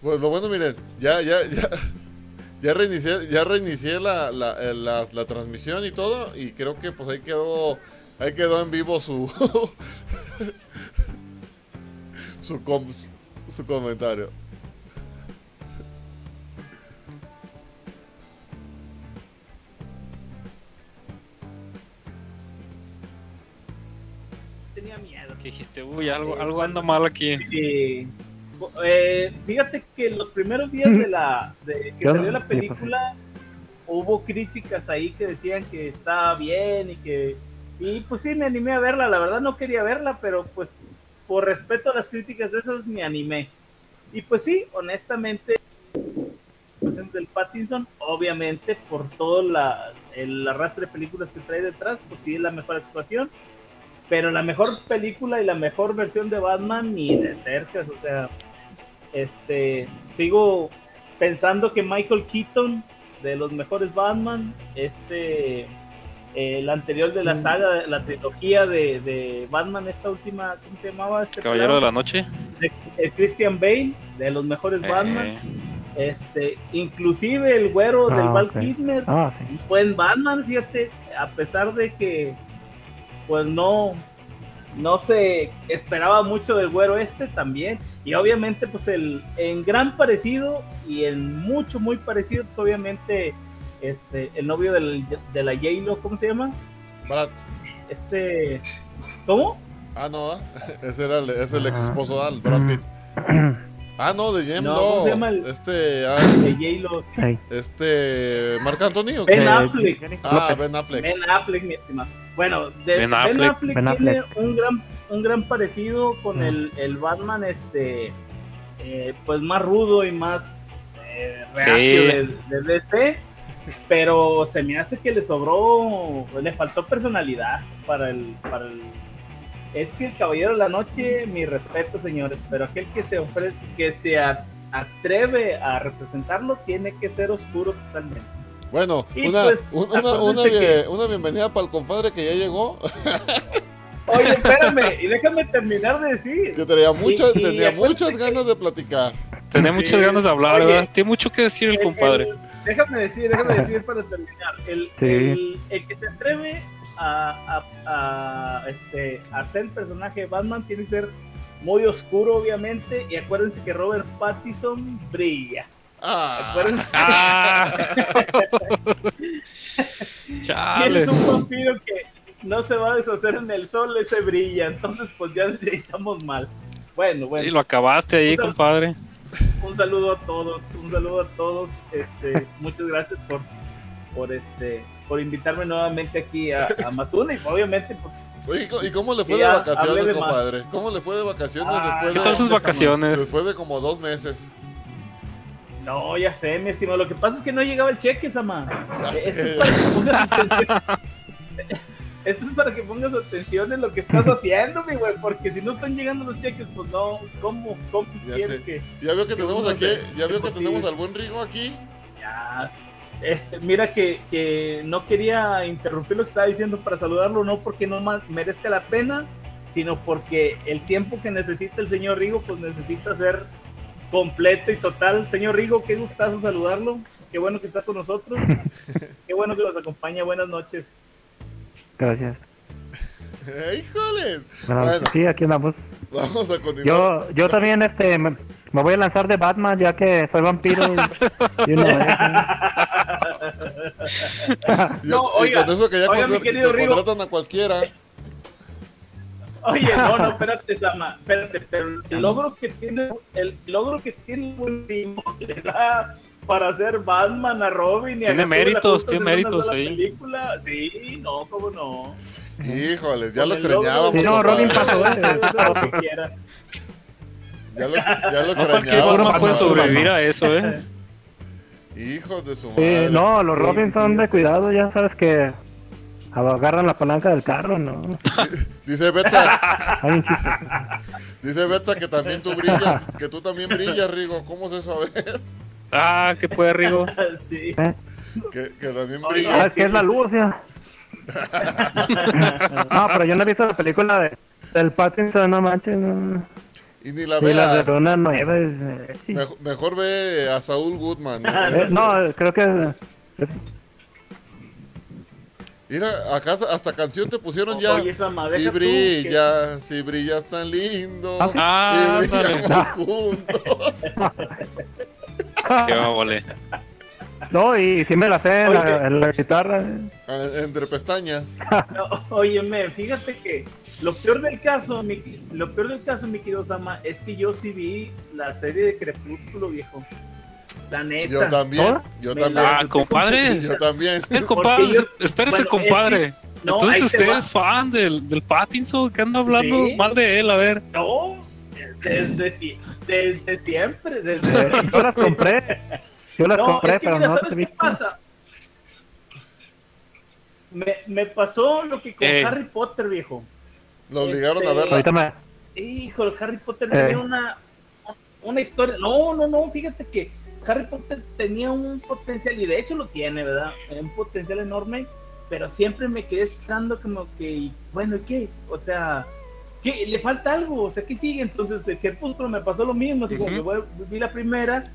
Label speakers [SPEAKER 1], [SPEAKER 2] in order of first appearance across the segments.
[SPEAKER 1] Pues lo bueno, miren, ya, ya, ya. Ya reinicié, ya reinicié la, la, eh, la- la transmisión y todo. Y creo que pues ahí quedó. Ahí quedó en vivo su. su, com- su comentario.
[SPEAKER 2] Tenía miedo.
[SPEAKER 3] Que dijiste, uy, algo, algo anda mal aquí.
[SPEAKER 2] Sí. Eh, fíjate que los primeros días de la de que
[SPEAKER 4] Yo no-
[SPEAKER 2] salió la
[SPEAKER 4] sí,
[SPEAKER 2] película hubo críticas ahí que decían que estaba bien y que y pues sí me animé a verla, la verdad no quería verla, pero pues por respeto a las críticas de esas me animé. Y pues sí, honestamente pues, el del Pattinson, obviamente por todo la, el arrastre de películas que trae detrás, pues sí es la mejor actuación pero la mejor película y la mejor versión de Batman ni de cerca, o sea, este, sigo pensando que Michael Keaton de los mejores Batman, este, el anterior de la
[SPEAKER 3] Mm.
[SPEAKER 2] saga, la trilogía de, de Batman, esta última, ¿cómo se llamaba? Este
[SPEAKER 3] Caballero de
[SPEAKER 2] pelado?
[SPEAKER 3] la Noche.
[SPEAKER 2] El Christian Bale de los mejores Batman,
[SPEAKER 3] Eh,
[SPEAKER 2] este, inclusive el güero del
[SPEAKER 4] Ah,
[SPEAKER 2] Val
[SPEAKER 4] ok.
[SPEAKER 2] Kilmer,
[SPEAKER 4] Ah, sí.
[SPEAKER 2] buen Batman, fíjate, a pesar de que pues no no se esperaba mucho del güero este también y obviamente pues el en gran parecido y en mucho muy parecido pues obviamente este el novio del, de la J-Lo, ¿cómo se llama?
[SPEAKER 1] Brad.
[SPEAKER 2] Este ¿Cómo?
[SPEAKER 1] Ah, no, ¿ah? ese era el, es el ex
[SPEAKER 4] Ah.
[SPEAKER 1] esposo de Al, Brad Pitt. Ah, no, de James,
[SPEAKER 2] No,
[SPEAKER 1] no.
[SPEAKER 2] ¿cómo se llama el-
[SPEAKER 1] Este, ah,
[SPEAKER 2] De J-Lo.
[SPEAKER 4] Ey,
[SPEAKER 1] este, Marc Anthony o qué?
[SPEAKER 2] Ben
[SPEAKER 4] Eh,
[SPEAKER 2] Affleck.
[SPEAKER 1] Ah, Ben Affleck.
[SPEAKER 2] Ben Affleck, mi estimado. Bueno, de-
[SPEAKER 3] Ben
[SPEAKER 2] ben,
[SPEAKER 3] Affleck.
[SPEAKER 2] Affleck,
[SPEAKER 4] Ben
[SPEAKER 2] tiene
[SPEAKER 4] Affleck.
[SPEAKER 2] un gran, un gran parecido con
[SPEAKER 4] Mm.
[SPEAKER 2] el, el Batman, este, eh, pues más rudo y más eh, reacio
[SPEAKER 3] Sí.
[SPEAKER 2] de, de DC, pero se me hace que le sobró, le faltó personalidad para el, para el es que el Caballero de la Noche, mi respeto, señores, pero aquel que se ofrece, que se a- atreve a representarlo tiene que ser oscuro totalmente.
[SPEAKER 1] Bueno,
[SPEAKER 2] Y
[SPEAKER 1] una,
[SPEAKER 2] pues,
[SPEAKER 1] un- una,
[SPEAKER 2] acuérdense
[SPEAKER 1] una, bien-
[SPEAKER 2] que-
[SPEAKER 1] una bienvenida para el compadre que ya llegó,
[SPEAKER 2] Oye, espérame, y déjame terminar de decir.
[SPEAKER 1] que tenía, muchas,
[SPEAKER 2] y
[SPEAKER 1] tenía
[SPEAKER 2] acuérdate
[SPEAKER 1] muchas
[SPEAKER 2] que-
[SPEAKER 1] ganas de platicar.
[SPEAKER 3] tenía muchas ganas de hablar,
[SPEAKER 2] Oye.
[SPEAKER 3] ¿verdad? Tiene mucho que decir el
[SPEAKER 2] El-
[SPEAKER 3] compadre.
[SPEAKER 2] el- déjame decir, déjame decir para terminar. El,
[SPEAKER 4] Sí.
[SPEAKER 2] el- el que se atreve a, a- a, este, a hacer el personaje de Batman tiene que ser muy oscuro, obviamente. Y acuérdense que Robert Pattinson brilla.
[SPEAKER 1] Ah,
[SPEAKER 2] Acuérdense
[SPEAKER 3] ¡Ah!
[SPEAKER 2] que él
[SPEAKER 3] Chale.
[SPEAKER 2] es un vampiro que no se va a deshacer en el sol, ese brilla. Entonces, pues ya estamos mal. Bueno, bueno.
[SPEAKER 3] Y lo acabaste ahí,
[SPEAKER 2] Eso-
[SPEAKER 3] compadre.
[SPEAKER 2] un saludo a todos, un saludo a todos. Este, muchas gracias por, por este, por invitarme nuevamente aquí a, a Mazuna y obviamente pues
[SPEAKER 1] oye, ¿y co- ¿y cómo le fue
[SPEAKER 2] Sí,
[SPEAKER 1] de
[SPEAKER 2] ya,
[SPEAKER 1] vacaciones,
[SPEAKER 2] hablé de más.
[SPEAKER 1] compadre? ¿Cómo le fue de vacaciones
[SPEAKER 2] Ah,
[SPEAKER 1] después,
[SPEAKER 3] ¿Qué
[SPEAKER 1] de,
[SPEAKER 3] tal sus
[SPEAKER 2] déjame.
[SPEAKER 3] vacaciones?
[SPEAKER 1] después de como dos meses?
[SPEAKER 2] no, ya sé, mi estimado. Lo que pasa es que no llegaba el cheque, Sama.
[SPEAKER 1] Ya
[SPEAKER 2] Esto es
[SPEAKER 1] sé.
[SPEAKER 2] para que pongas atención. Esto es para que pongas atención en lo que estás haciendo, mi güey, porque si no están llegando los cheques, pues no, ¿cómo, cómo
[SPEAKER 1] Ya
[SPEAKER 2] quieres
[SPEAKER 1] sé.
[SPEAKER 2] que
[SPEAKER 1] Ya veo que tenemos
[SPEAKER 2] uno
[SPEAKER 1] aquí,
[SPEAKER 2] se-
[SPEAKER 1] ya veo que
[SPEAKER 2] se
[SPEAKER 1] tenemos
[SPEAKER 2] motive.
[SPEAKER 1] al buen Rigo aquí.
[SPEAKER 2] Ya. Este, mira que, que no quería interrumpir lo que estaba diciendo para saludarlo, no porque no ma- merezca la pena, sino porque el tiempo que necesita el señor Rigo, pues necesita ser completo y total. Señor Rigo, qué gustazo saludarlo, qué bueno que está con nosotros, qué bueno que nos acompaña, buenas noches.
[SPEAKER 4] gracias.
[SPEAKER 1] ¡Híjoles!
[SPEAKER 4] Bueno,
[SPEAKER 1] Bueno.
[SPEAKER 4] Sí, aquí andamos.
[SPEAKER 1] Vamos a continuar.
[SPEAKER 4] Yo, yo también este, me, me voy a lanzar de Batman ya que soy vampiro. y- y una
[SPEAKER 1] Y-
[SPEAKER 2] No,
[SPEAKER 1] y
[SPEAKER 2] oiga,
[SPEAKER 1] con eso que ya
[SPEAKER 2] oiga, mi
[SPEAKER 1] contra-
[SPEAKER 2] querido
[SPEAKER 1] que
[SPEAKER 2] Rigo.
[SPEAKER 1] contratan a cualquiera.
[SPEAKER 2] Oye, no, no, espérate, Sama, espérate, pero el logro que tiene, el logro que tiene un primo le da para hacer Batman a Robin y a
[SPEAKER 3] Tiene
[SPEAKER 2] Gatúbela
[SPEAKER 3] méritos,
[SPEAKER 2] juntos
[SPEAKER 3] tiene
[SPEAKER 2] en una
[SPEAKER 3] méritos
[SPEAKER 2] sola
[SPEAKER 3] ahí.
[SPEAKER 2] película. Sí, no, cómo no.
[SPEAKER 1] Híjoles, ya lo
[SPEAKER 2] Con el logro
[SPEAKER 1] extrañábamos.
[SPEAKER 2] de-
[SPEAKER 4] Sí, no,
[SPEAKER 1] compadre.
[SPEAKER 4] Robin pasó, eh.
[SPEAKER 2] Eso es lo que quiera.
[SPEAKER 1] Ya lo, ya lo
[SPEAKER 3] No cualquier
[SPEAKER 1] extrañábamos.
[SPEAKER 3] forma puede
[SPEAKER 1] compadre.
[SPEAKER 3] sobrevivir a eso, ¿eh?
[SPEAKER 1] Hijos de su madre.
[SPEAKER 4] Eh, no, los
[SPEAKER 2] Sí,
[SPEAKER 4] Robins
[SPEAKER 2] sí,
[SPEAKER 4] son de
[SPEAKER 2] sí.
[SPEAKER 4] cuidado, ya sabes que agarran la palanca del carro, ¿no?
[SPEAKER 1] Dice Betsa,
[SPEAKER 4] Hay un chiste.
[SPEAKER 1] dice Betsa que también tú brillas, que tú también brillas, Rigo. ¿Cómo se sabe?
[SPEAKER 3] Ah, qué puede, Rigo.
[SPEAKER 2] Sí.
[SPEAKER 1] Que, que también
[SPEAKER 2] Oiga.
[SPEAKER 4] Ah,
[SPEAKER 1] brillas.
[SPEAKER 4] es que es la luz, ya. no, pero yo no he visto la película de, del Pattinson, no manches. No.
[SPEAKER 1] Y ni la
[SPEAKER 4] Y la
[SPEAKER 1] vea.
[SPEAKER 4] Llorona nueva. eh, sí.
[SPEAKER 1] Mejor, mejor ve a Saúl Goodman.
[SPEAKER 4] Eh, no, creo que.
[SPEAKER 1] Mira, acá hasta canción te pusieron ya.
[SPEAKER 2] Oye, esa madeja
[SPEAKER 1] Y
[SPEAKER 2] tú, que-
[SPEAKER 1] brilla, si brillas tan lindo.
[SPEAKER 3] Ah,
[SPEAKER 1] y brillamos
[SPEAKER 3] ándale.
[SPEAKER 1] juntos.
[SPEAKER 3] Qué vámole.
[SPEAKER 4] No, y sí me la sé, la, la guitarra. eh.
[SPEAKER 1] Ah, Entre pestañas.
[SPEAKER 2] No, óyeme, fíjate que lo peor del caso, mi, lo peor del caso, mi querido Sama, es que yo sí vi la serie de Crepúsculo, viejo. La neta.
[SPEAKER 1] Yo también.
[SPEAKER 4] ¿Hola?
[SPEAKER 1] Yo
[SPEAKER 2] Me
[SPEAKER 1] también.
[SPEAKER 2] la-
[SPEAKER 3] Ah, compadre.
[SPEAKER 1] Yo también.
[SPEAKER 3] El compadre,
[SPEAKER 2] Porque yo-
[SPEAKER 3] espérese,
[SPEAKER 2] bueno,
[SPEAKER 3] compadre.
[SPEAKER 2] es que- no,
[SPEAKER 3] Entonces
[SPEAKER 2] ahí te
[SPEAKER 3] usted
[SPEAKER 2] va.
[SPEAKER 3] es fan del, del Pattinson, que anda hablando
[SPEAKER 2] Sí.
[SPEAKER 3] mal de él, a ver.
[SPEAKER 2] No, desde, si- desde siempre, desde...
[SPEAKER 4] Eh, Yo las compré. Yo las
[SPEAKER 2] No,
[SPEAKER 4] compré,
[SPEAKER 2] es que
[SPEAKER 4] pero
[SPEAKER 2] mira,
[SPEAKER 4] no
[SPEAKER 2] ¿sabes
[SPEAKER 4] te
[SPEAKER 2] qué
[SPEAKER 4] vi.
[SPEAKER 2] pasa? Me, me pasó lo que con
[SPEAKER 3] Eh.
[SPEAKER 2] Harry Potter, viejo.
[SPEAKER 1] Lo obligaron a
[SPEAKER 2] Este,
[SPEAKER 1] verla.
[SPEAKER 4] Ahorita me.
[SPEAKER 2] Hijo, el Harry Potter
[SPEAKER 4] Eh.
[SPEAKER 2] tenía una, una historia. No, no, no, fíjate que Harry Potter tenía un potencial, y de hecho lo tiene, ¿verdad? Un potencial enorme, pero siempre me quedé esperando como que, bueno, ¿y qué? O sea, ¿qué? ¿Le falta algo? O sea, ¿qué sigue? Entonces, el Crepúsculo me pasó lo mismo, así como
[SPEAKER 3] Ujú.
[SPEAKER 2] que bueno, vi la primera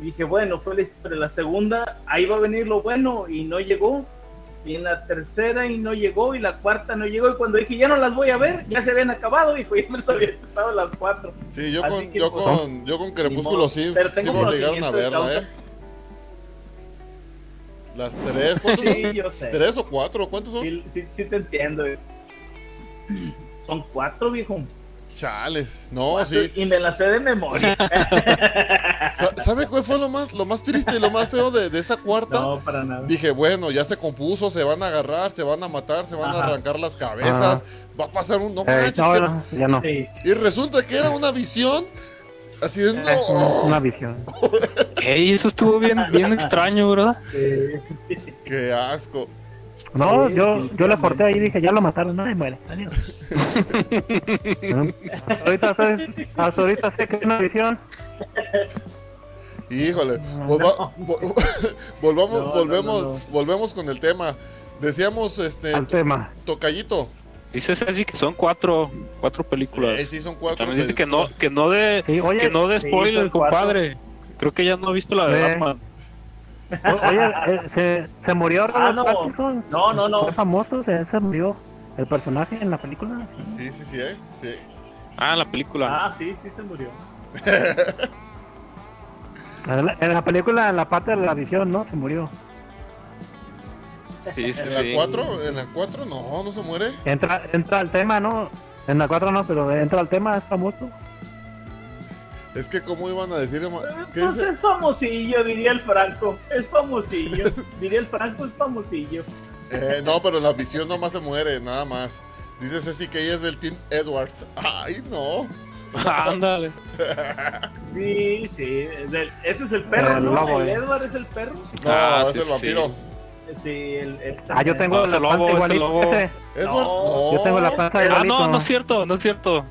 [SPEAKER 2] y dije, bueno, fue la historia, la segunda, ahí va a venir lo bueno, y no llegó. Y en la tercera y no llegó, y la cuarta no llegó, y cuando dije ya no las voy a ver, ya se habían acabado, hijo, ya me había chutado las cuatro.
[SPEAKER 1] Sí, yo
[SPEAKER 2] Así
[SPEAKER 1] con,
[SPEAKER 2] que,
[SPEAKER 1] yo
[SPEAKER 2] pues,
[SPEAKER 1] con, yo con Crepúsculo
[SPEAKER 2] modo.
[SPEAKER 1] sí,
[SPEAKER 2] Pero
[SPEAKER 1] sí
[SPEAKER 2] tengo
[SPEAKER 1] me obligaron a
[SPEAKER 2] conocimiento de
[SPEAKER 1] verla, ¿eh?
[SPEAKER 2] causa.
[SPEAKER 1] Las tres, ¿cuántos son?
[SPEAKER 2] Sí, yo sé.
[SPEAKER 1] ¿Tres o cuatro? ¿Cuántos son?
[SPEAKER 2] Sí, sí, sí te entiendo. eh. Son cuatro, viejo.
[SPEAKER 1] Chales. No,
[SPEAKER 2] Cuatro,
[SPEAKER 1] sí.
[SPEAKER 2] Y me la sé de memoria.
[SPEAKER 1] Sa- ¿Sabe cuál fue lo más, lo más triste y lo más feo de, de esa cuarta?
[SPEAKER 2] No, para nada.
[SPEAKER 1] Dije, bueno, ya se compuso, se van a agarrar, se van a matar, se van a
[SPEAKER 2] Ajá.
[SPEAKER 1] arrancar las cabezas, va a pasar un... No
[SPEAKER 4] Eh,
[SPEAKER 1] manches,
[SPEAKER 4] no,
[SPEAKER 1] que-
[SPEAKER 4] no, ya no.
[SPEAKER 2] Sí.
[SPEAKER 1] Y resulta que era una visión haciendo...
[SPEAKER 4] Es una, una visión.
[SPEAKER 3] Ey, eso estuvo bien, bien extraño, ¿verdad?
[SPEAKER 2] Sí.
[SPEAKER 1] ¡Qué asco!
[SPEAKER 4] No,
[SPEAKER 2] Sí,
[SPEAKER 4] yo, yo la
[SPEAKER 2] definitivamente.
[SPEAKER 4] corté ahí y dije, ya lo mataron, no, y muere. Adiós. hasta, ahorita sé, hasta ahorita sé que es una visión.
[SPEAKER 1] Híjole, pues
[SPEAKER 4] No,
[SPEAKER 1] volva-
[SPEAKER 2] no.
[SPEAKER 1] vol- volvamos,
[SPEAKER 2] No, no,
[SPEAKER 1] volvemos,
[SPEAKER 2] no, no.
[SPEAKER 1] volvemos con el tema. Decíamos, este,
[SPEAKER 4] Al tema.
[SPEAKER 1] Tocayito.
[SPEAKER 3] Dice Ceci que son cuatro, cuatro películas.
[SPEAKER 1] Eh, sí, son cuatro.
[SPEAKER 3] También dice que
[SPEAKER 1] películas.
[SPEAKER 3] no, que no de,
[SPEAKER 4] Sí, oye,
[SPEAKER 3] que no de
[SPEAKER 2] sí,
[SPEAKER 3] spoiler,
[SPEAKER 2] son cuatro.
[SPEAKER 3] compadre. Creo que ya no ha visto la de
[SPEAKER 4] Eh.
[SPEAKER 3] Batman.
[SPEAKER 4] o- oye eh, se, se murió Robert
[SPEAKER 2] Ah, no.
[SPEAKER 4] Pattinson.
[SPEAKER 2] No, no, no.
[SPEAKER 4] Fue famoso, se, se murió el personaje en la película.
[SPEAKER 1] Sí, sí, sí, eh. Sí.
[SPEAKER 3] Ah, la película.
[SPEAKER 2] Ah, sí, sí se murió.
[SPEAKER 4] En la, en la película, en la parte de la visión, ¿no? Se murió.
[SPEAKER 3] sí, sí,
[SPEAKER 1] ¿En la
[SPEAKER 3] sí.
[SPEAKER 1] cuatro? ¿En la cuatro? No, no se muere.
[SPEAKER 4] Entra, entra al tema, ¿no? En la 4 no, pero entra al tema, es famoso.
[SPEAKER 1] Es que, ¿cómo iban a decir? hermano? ¿Qué
[SPEAKER 2] Pues
[SPEAKER 1] dice?
[SPEAKER 2] es famosillo, diría el Franco. Es famosillo. Diría el Franco, es famosillo.
[SPEAKER 1] Eh, no, pero la visión nomás se muere, nada más. Dice Ceci que ella es del Team Edward. ¡Ay, no!
[SPEAKER 3] Ándale.
[SPEAKER 2] Sí, sí. es el- Ese es el perro,
[SPEAKER 4] El
[SPEAKER 2] ¿no?
[SPEAKER 4] lobo,
[SPEAKER 2] el
[SPEAKER 4] eh.
[SPEAKER 2] Edward es el perro.
[SPEAKER 1] No,
[SPEAKER 3] Ah,
[SPEAKER 1] es
[SPEAKER 3] sí,
[SPEAKER 1] el
[SPEAKER 3] sí.
[SPEAKER 1] vampiro.
[SPEAKER 2] Sí, el. el-
[SPEAKER 4] Ah, yo tengo
[SPEAKER 3] Eh, No, es
[SPEAKER 4] la
[SPEAKER 3] el lobo,
[SPEAKER 4] panza
[SPEAKER 3] es el
[SPEAKER 4] igualita.
[SPEAKER 3] lobo.
[SPEAKER 4] ese.
[SPEAKER 1] Edward, no.
[SPEAKER 4] Yo tengo la panza
[SPEAKER 3] Ah,
[SPEAKER 4] igualita.
[SPEAKER 3] no, no es cierto, no es cierto.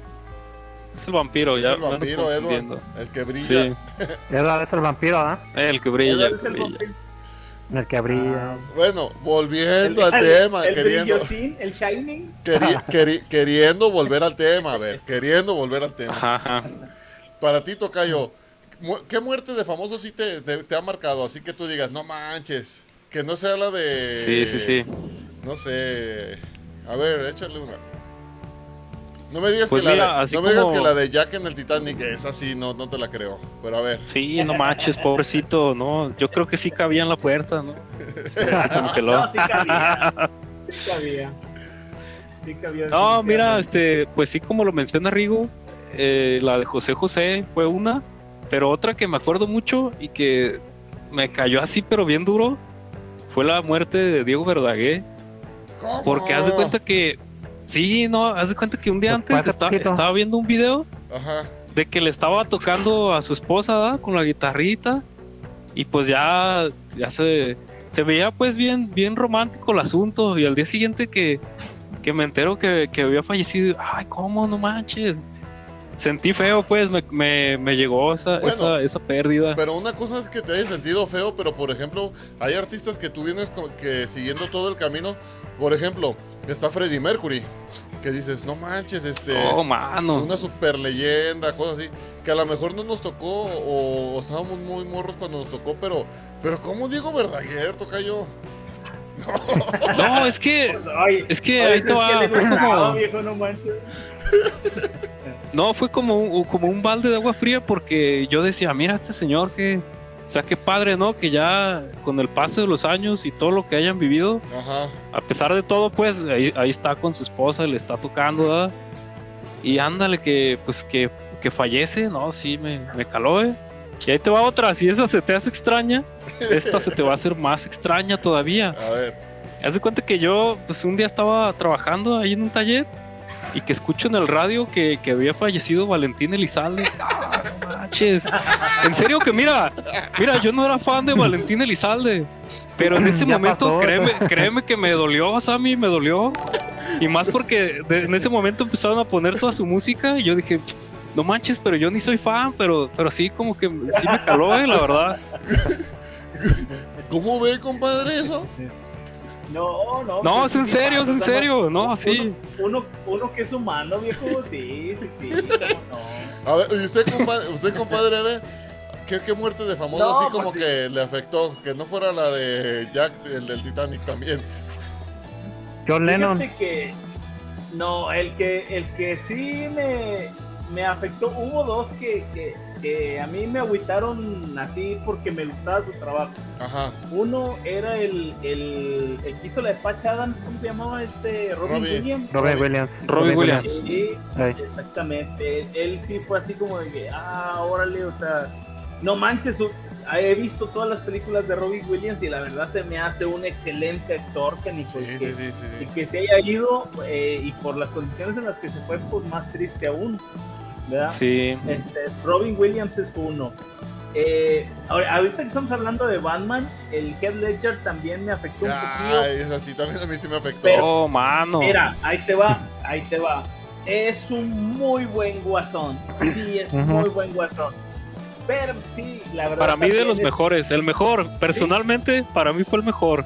[SPEAKER 3] Es el vampiro,
[SPEAKER 1] Es
[SPEAKER 3] ya.
[SPEAKER 1] el
[SPEAKER 3] me ando
[SPEAKER 1] vampiro,
[SPEAKER 3] confundiendo.
[SPEAKER 1] Edward. El que brilla.
[SPEAKER 3] Sí,
[SPEAKER 4] Era- es el vampiro, ¿ah?
[SPEAKER 3] el que
[SPEAKER 2] Edward
[SPEAKER 3] brilla. El
[SPEAKER 2] es
[SPEAKER 3] que
[SPEAKER 2] el
[SPEAKER 3] brilla.
[SPEAKER 2] vampiro.
[SPEAKER 4] En el que
[SPEAKER 3] Ah.
[SPEAKER 4] eh, abría.
[SPEAKER 1] Bueno, volviendo al
[SPEAKER 2] el-
[SPEAKER 1] tema,
[SPEAKER 2] el
[SPEAKER 1] queriendo,
[SPEAKER 2] brillosín, el shining.
[SPEAKER 1] queri- queri- queriendo volver al tema, a ver, queriendo volver al tema.
[SPEAKER 3] Ajá, ajá.
[SPEAKER 1] Para ti, Tocayo, mu- ¿qué muerte de famoso sí te, te- te ha marcado? Así que tú digas, no manches, que no sea la de...
[SPEAKER 3] Sí, sí,
[SPEAKER 1] Eh.
[SPEAKER 3] sí.
[SPEAKER 1] No sé. A ver, échale una. No me digas,
[SPEAKER 3] Pues
[SPEAKER 1] que,
[SPEAKER 3] mira,
[SPEAKER 1] la de,
[SPEAKER 3] así
[SPEAKER 1] no me digas
[SPEAKER 3] como-
[SPEAKER 1] que la de Jack en el Titanic es así, no, no te la creo. Pero a ver.
[SPEAKER 3] Sí, no manches, pobrecito, no. Yo creo que sí cabía en la puerta, ¿no? Como que
[SPEAKER 2] No,
[SPEAKER 3] lo-
[SPEAKER 2] sí cabía. Sí cabía. Sí cabía.
[SPEAKER 3] No, mira,
[SPEAKER 2] definitivamente.
[SPEAKER 3] este, pues sí, como lo menciona Rigo, eh, la de José José fue una, pero otra que me acuerdo mucho y que me cayó así, pero bien duro, fue la muerte de Diego Verdaguer,
[SPEAKER 1] ¿cómo?
[SPEAKER 3] porque haz de cuenta que, sí, no, haz de cuenta que un día
[SPEAKER 4] Pues,
[SPEAKER 3] antes
[SPEAKER 4] pasa
[SPEAKER 3] esta-
[SPEAKER 4] poquito.
[SPEAKER 3] estaba viendo un video
[SPEAKER 1] Ajá.
[SPEAKER 3] de que le estaba tocando a su esposa ¿verdad? con la guitarrita y pues ya, ya se, se veía pues bien, bien romántico el asunto y al día siguiente que, que me entero que, que había fallecido, ay, ¿cómo no manches? sentí feo, pues, me, me, me llegó esa,
[SPEAKER 1] Bueno,
[SPEAKER 3] esa, esa pérdida.
[SPEAKER 1] Pero una cosa es que te hayas sentido feo, pero por ejemplo, hay artistas que tú vienes co- que siguiendo todo el camino. Por ejemplo, está Freddie Mercury, que dices, no manches, este.
[SPEAKER 3] oh, mano.
[SPEAKER 1] Una super leyenda, cosas así, que a lo mejor no nos tocó o, o estábamos muy morros cuando nos tocó, pero, pero ¿cómo Diego Verdaguer toca yo?
[SPEAKER 3] No, es que,
[SPEAKER 2] Pues, oye,
[SPEAKER 3] es que
[SPEAKER 2] oye,
[SPEAKER 3] ahí
[SPEAKER 2] si
[SPEAKER 3] te
[SPEAKER 2] es
[SPEAKER 3] va,
[SPEAKER 2] que le
[SPEAKER 3] fue
[SPEAKER 2] gustaba,
[SPEAKER 3] como,
[SPEAKER 2] viejo, no manches.
[SPEAKER 3] no, fue como un, como un balde de agua fría porque yo decía, mira este señor que, o sea, qué padre, ¿no? Que ya con el paso de los años y todo lo que hayan vivido,
[SPEAKER 1] Ajá.
[SPEAKER 3] a pesar de todo, pues ahí, ahí está con su esposa, le está tocando, ¿verdad? Y ándale, que pues que, que fallece, no, sí, me, me caló, ¿eh? Y ahí te va otra, si esa se te hace extraña, esta se te va a hacer más extraña todavía.
[SPEAKER 1] A ver.
[SPEAKER 3] Haz de cuenta que yo, pues un día estaba trabajando ahí en un taller y que escucho en el radio que, que había fallecido Valentín Elizalde. Ah, no manches. En serio que mira, mira, yo no era fan de Valentín Elizalde, pero en ese
[SPEAKER 4] Ya
[SPEAKER 3] momento
[SPEAKER 4] pasó.
[SPEAKER 3] créeme, créeme que me dolió, Sammy, me dolió. Y más porque de- en ese momento empezaron a poner toda su música y yo dije, no manches, pero yo ni soy fan, pero, pero sí, como que sí me caló, eh, la verdad.
[SPEAKER 1] ¿Cómo ve, compadre, eso?
[SPEAKER 2] No, no.
[SPEAKER 3] No,
[SPEAKER 2] pues,
[SPEAKER 3] es en
[SPEAKER 2] sí
[SPEAKER 3] serio, es
[SPEAKER 2] pasa,
[SPEAKER 3] en
[SPEAKER 2] o sea,
[SPEAKER 3] serio, no,
[SPEAKER 2] uno-
[SPEAKER 3] sí.
[SPEAKER 2] Uno, uno que es humano, viejo, sí, sí, sí, cómo no.
[SPEAKER 1] A ver, ¿y usted, compadre, usted, compadre a ver, ¿qué, qué muerte de famoso
[SPEAKER 2] No,
[SPEAKER 1] así
[SPEAKER 2] pues
[SPEAKER 1] como
[SPEAKER 2] sí.
[SPEAKER 1] que le afectó? Que no fuera la de Jack, el del Titanic también.
[SPEAKER 4] John Lennon.
[SPEAKER 2] Fíjate que no, el que el que sí me, me afectó, hubo dos que, que, que a mí me agüitaron así porque me gustaba su trabajo.
[SPEAKER 1] Ajá.
[SPEAKER 2] Uno era el, el, el que hizo la de Patch Adams, ¿cómo se llamaba este? Robin
[SPEAKER 1] Robbie.
[SPEAKER 2] Williams.
[SPEAKER 4] Robin Williams.
[SPEAKER 3] Robbie Williams.
[SPEAKER 2] Sí,
[SPEAKER 4] Ay.
[SPEAKER 2] exactamente. Él sí fue así como de que, ah, órale, o sea, no manches, u- he visto todas las películas de Robbie Williams y la verdad se me hace un excelente actor Pues que ni
[SPEAKER 1] Sí,
[SPEAKER 2] con
[SPEAKER 1] sí,
[SPEAKER 2] qué.
[SPEAKER 1] sí, sí.
[SPEAKER 2] y
[SPEAKER 1] sí.
[SPEAKER 2] que se haya ido eh, y por las condiciones en las que se fue, pues más triste aún, ¿verdad?
[SPEAKER 3] Sí.
[SPEAKER 2] Este, Robin Williams es uno. Eh, ahora- ahorita que estamos hablando de Batman, el Head Ledger también me afectó un poquito.
[SPEAKER 1] Ay, es así, también a mí sí me afectó.
[SPEAKER 2] Pero-
[SPEAKER 3] Oh, mano.
[SPEAKER 2] Mira, ahí te va, ahí te va. Es un muy buen guasón. Sí, es
[SPEAKER 4] Ujú.
[SPEAKER 2] muy buen guasón. Pero sí, la verdad.
[SPEAKER 3] Para mí de
[SPEAKER 2] también
[SPEAKER 3] los
[SPEAKER 2] es-
[SPEAKER 3] mejores, el mejor, personalmente para mí fue el mejor.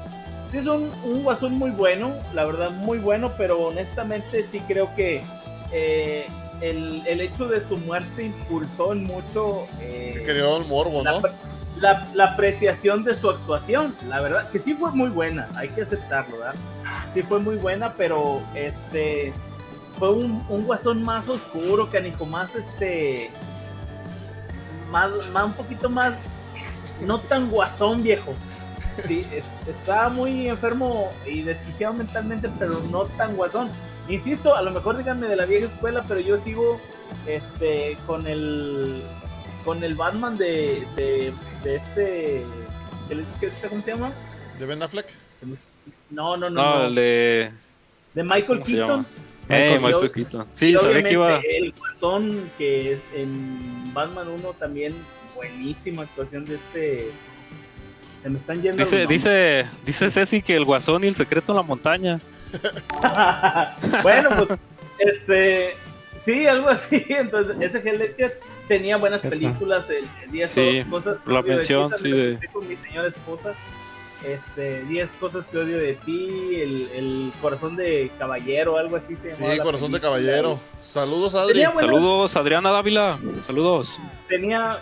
[SPEAKER 2] Es un, un guasón muy bueno, la verdad, muy bueno, pero honestamente sí creo que eh, el, el hecho de su muerte impulsó en mucho eh,
[SPEAKER 1] Creó el morbo,
[SPEAKER 2] la,
[SPEAKER 1] ¿no?
[SPEAKER 2] pre- la- la apreciación de su actuación. La verdad, que sí fue muy buena, hay que aceptarlo, ¿verdad? Sí fue muy buena, pero este fue un, un guasón más oscuro, canijo, más este. Más, más, un poquito más. No tan guasón, viejo. Sí, es- estaba muy enfermo y desquiciado mentalmente, pero no tan guasón. Insisto, a lo mejor díganme de la vieja escuela, pero yo sigo este con el con el Batman de, de, de este el- ¿qué- ¿cómo se llama?
[SPEAKER 1] De Ben Affleck.
[SPEAKER 2] Se me- No, no, no,
[SPEAKER 3] No,
[SPEAKER 2] no.
[SPEAKER 3] el de...
[SPEAKER 2] de Michael
[SPEAKER 3] ¿cómo se llama?
[SPEAKER 2] Keaton.
[SPEAKER 3] Eh,
[SPEAKER 2] Michael
[SPEAKER 3] Michael
[SPEAKER 2] Keaton.
[SPEAKER 3] Keaton.
[SPEAKER 2] Y
[SPEAKER 3] Sí, sabía que iba...
[SPEAKER 2] obviamente El guasón que es en Batman 1 también buenísima actuación de este se me están yendo
[SPEAKER 3] Dice,
[SPEAKER 2] los nombres.
[SPEAKER 3] dice, dice Ceci que el guasón y el secreto en la montaña.
[SPEAKER 2] bueno, pues, este, sí, algo así. Entonces, ese Heath Ledger tenía buenas
[SPEAKER 4] Ajá.
[SPEAKER 2] películas, el, el 10
[SPEAKER 3] Sí,
[SPEAKER 2] cosas que
[SPEAKER 3] la
[SPEAKER 2] odio de ti,
[SPEAKER 3] mención,
[SPEAKER 2] esa me
[SPEAKER 3] sí,
[SPEAKER 2] la
[SPEAKER 3] de-
[SPEAKER 2] senté con mi señora esposa. Este, 10 cosas que odio de ti, el, el corazón de caballero, algo así se
[SPEAKER 1] Sí,
[SPEAKER 2] llamaba la
[SPEAKER 1] corazón de
[SPEAKER 2] película.
[SPEAKER 1] caballero. Saludos, Adri.
[SPEAKER 2] Tenía buenas-
[SPEAKER 3] Saludos, Adriana Dávila. Saludos.
[SPEAKER 2] Tenía,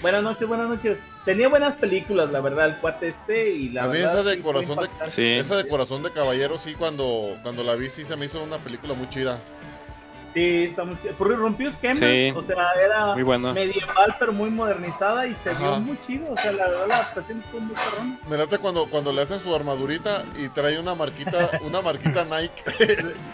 [SPEAKER 2] buenas noches, buenas noches. Tenía buenas películas, la verdad, el cuate este y la
[SPEAKER 1] A mí
[SPEAKER 2] verdad,
[SPEAKER 1] esa de
[SPEAKER 2] sí fue
[SPEAKER 1] corazón de-
[SPEAKER 2] impactante.
[SPEAKER 3] Sí.
[SPEAKER 1] Esa de Corazón de Caballero, sí, cuando, cuando la vi, sí se me hizo una película muy chida.
[SPEAKER 2] Sí, está muy chido. Porque Rompió esquemas,
[SPEAKER 3] Sí.
[SPEAKER 2] o sea, era...
[SPEAKER 3] Muy buena.
[SPEAKER 2] medieval pero muy modernizada y se
[SPEAKER 1] Ajá.
[SPEAKER 2] vio muy chido, o sea, la verdad la adaptación fue muy perrón.
[SPEAKER 1] Me late cuando, cuando le hacen su armadurita y trae una marquita, una marquita Nike.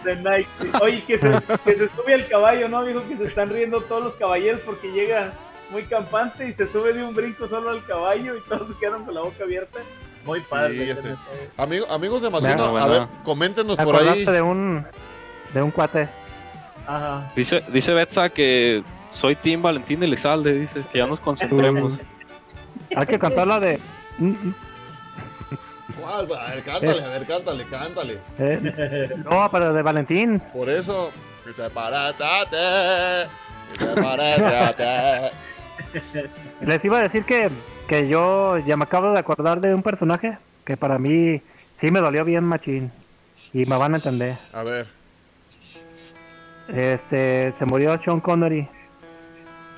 [SPEAKER 2] De Nike. Oye, que se, que se sube el caballo, ¿no? Dijo que se están riendo todos los caballeros porque llega muy campante y se sube de un brinco solo al caballo y todos se quedaron con la boca abierta. Muy
[SPEAKER 1] Sí,
[SPEAKER 2] padre.
[SPEAKER 1] ya sé.
[SPEAKER 2] tener
[SPEAKER 1] Amigo, amigos de Mazuna,
[SPEAKER 3] Bueno,
[SPEAKER 1] a
[SPEAKER 3] bueno.
[SPEAKER 1] ver, coméntenos
[SPEAKER 4] ¿Te
[SPEAKER 1] por ahí.
[SPEAKER 4] acordaste de un, de un cuate?
[SPEAKER 2] eso. Ajá.
[SPEAKER 3] Dice, dice Betsa que soy Team Valentín Elizalde, dice, que ya nos concentremos.
[SPEAKER 4] Hay que cantar la de... Mm, mm,
[SPEAKER 1] ¿Cuál? Pues, A ver, cántale, a ver, cántale, cántale.
[SPEAKER 4] eh, no, pero de Valentín.
[SPEAKER 1] Por eso, que te paratate. Que te parece a ti.
[SPEAKER 4] Les iba a decir que, que yo ya me acabo de acordar de un personaje que para mí sí me dolió bien machín. Y me van a entender.
[SPEAKER 1] A ver,
[SPEAKER 4] Este, se murió Sean Connery.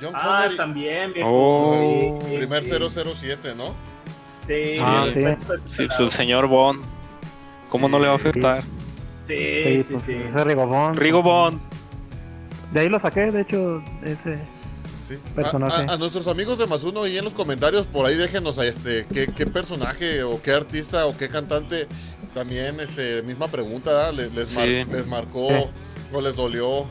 [SPEAKER 1] John
[SPEAKER 2] Ah,
[SPEAKER 1] Connery,
[SPEAKER 2] también, viejo.
[SPEAKER 3] Oh.
[SPEAKER 2] Sí, sí,
[SPEAKER 1] primer
[SPEAKER 2] sí.
[SPEAKER 1] 007, ¿no?
[SPEAKER 2] Sí,
[SPEAKER 3] Ah,
[SPEAKER 2] el
[SPEAKER 4] sí.
[SPEAKER 2] perfecto
[SPEAKER 3] Sí, pues,
[SPEAKER 2] pelado.
[SPEAKER 3] el señor Bond. ¿Cómo no le va a afectar?
[SPEAKER 2] Sí, sí,
[SPEAKER 4] pues,
[SPEAKER 2] sí.
[SPEAKER 4] Ese Rigobón.
[SPEAKER 3] Rigo Bond.
[SPEAKER 4] De ahí lo saqué, de hecho, ese.
[SPEAKER 1] Sí.
[SPEAKER 4] Personaje.
[SPEAKER 1] A, a- a nuestros amigos de Más Uno y en los comentarios por ahí déjenos a este qué, qué personaje o qué artista o qué cantante también este misma pregunta ¿eh? les les, mar-
[SPEAKER 3] Sí.
[SPEAKER 1] les marcó
[SPEAKER 4] Sí.
[SPEAKER 1] o les dolió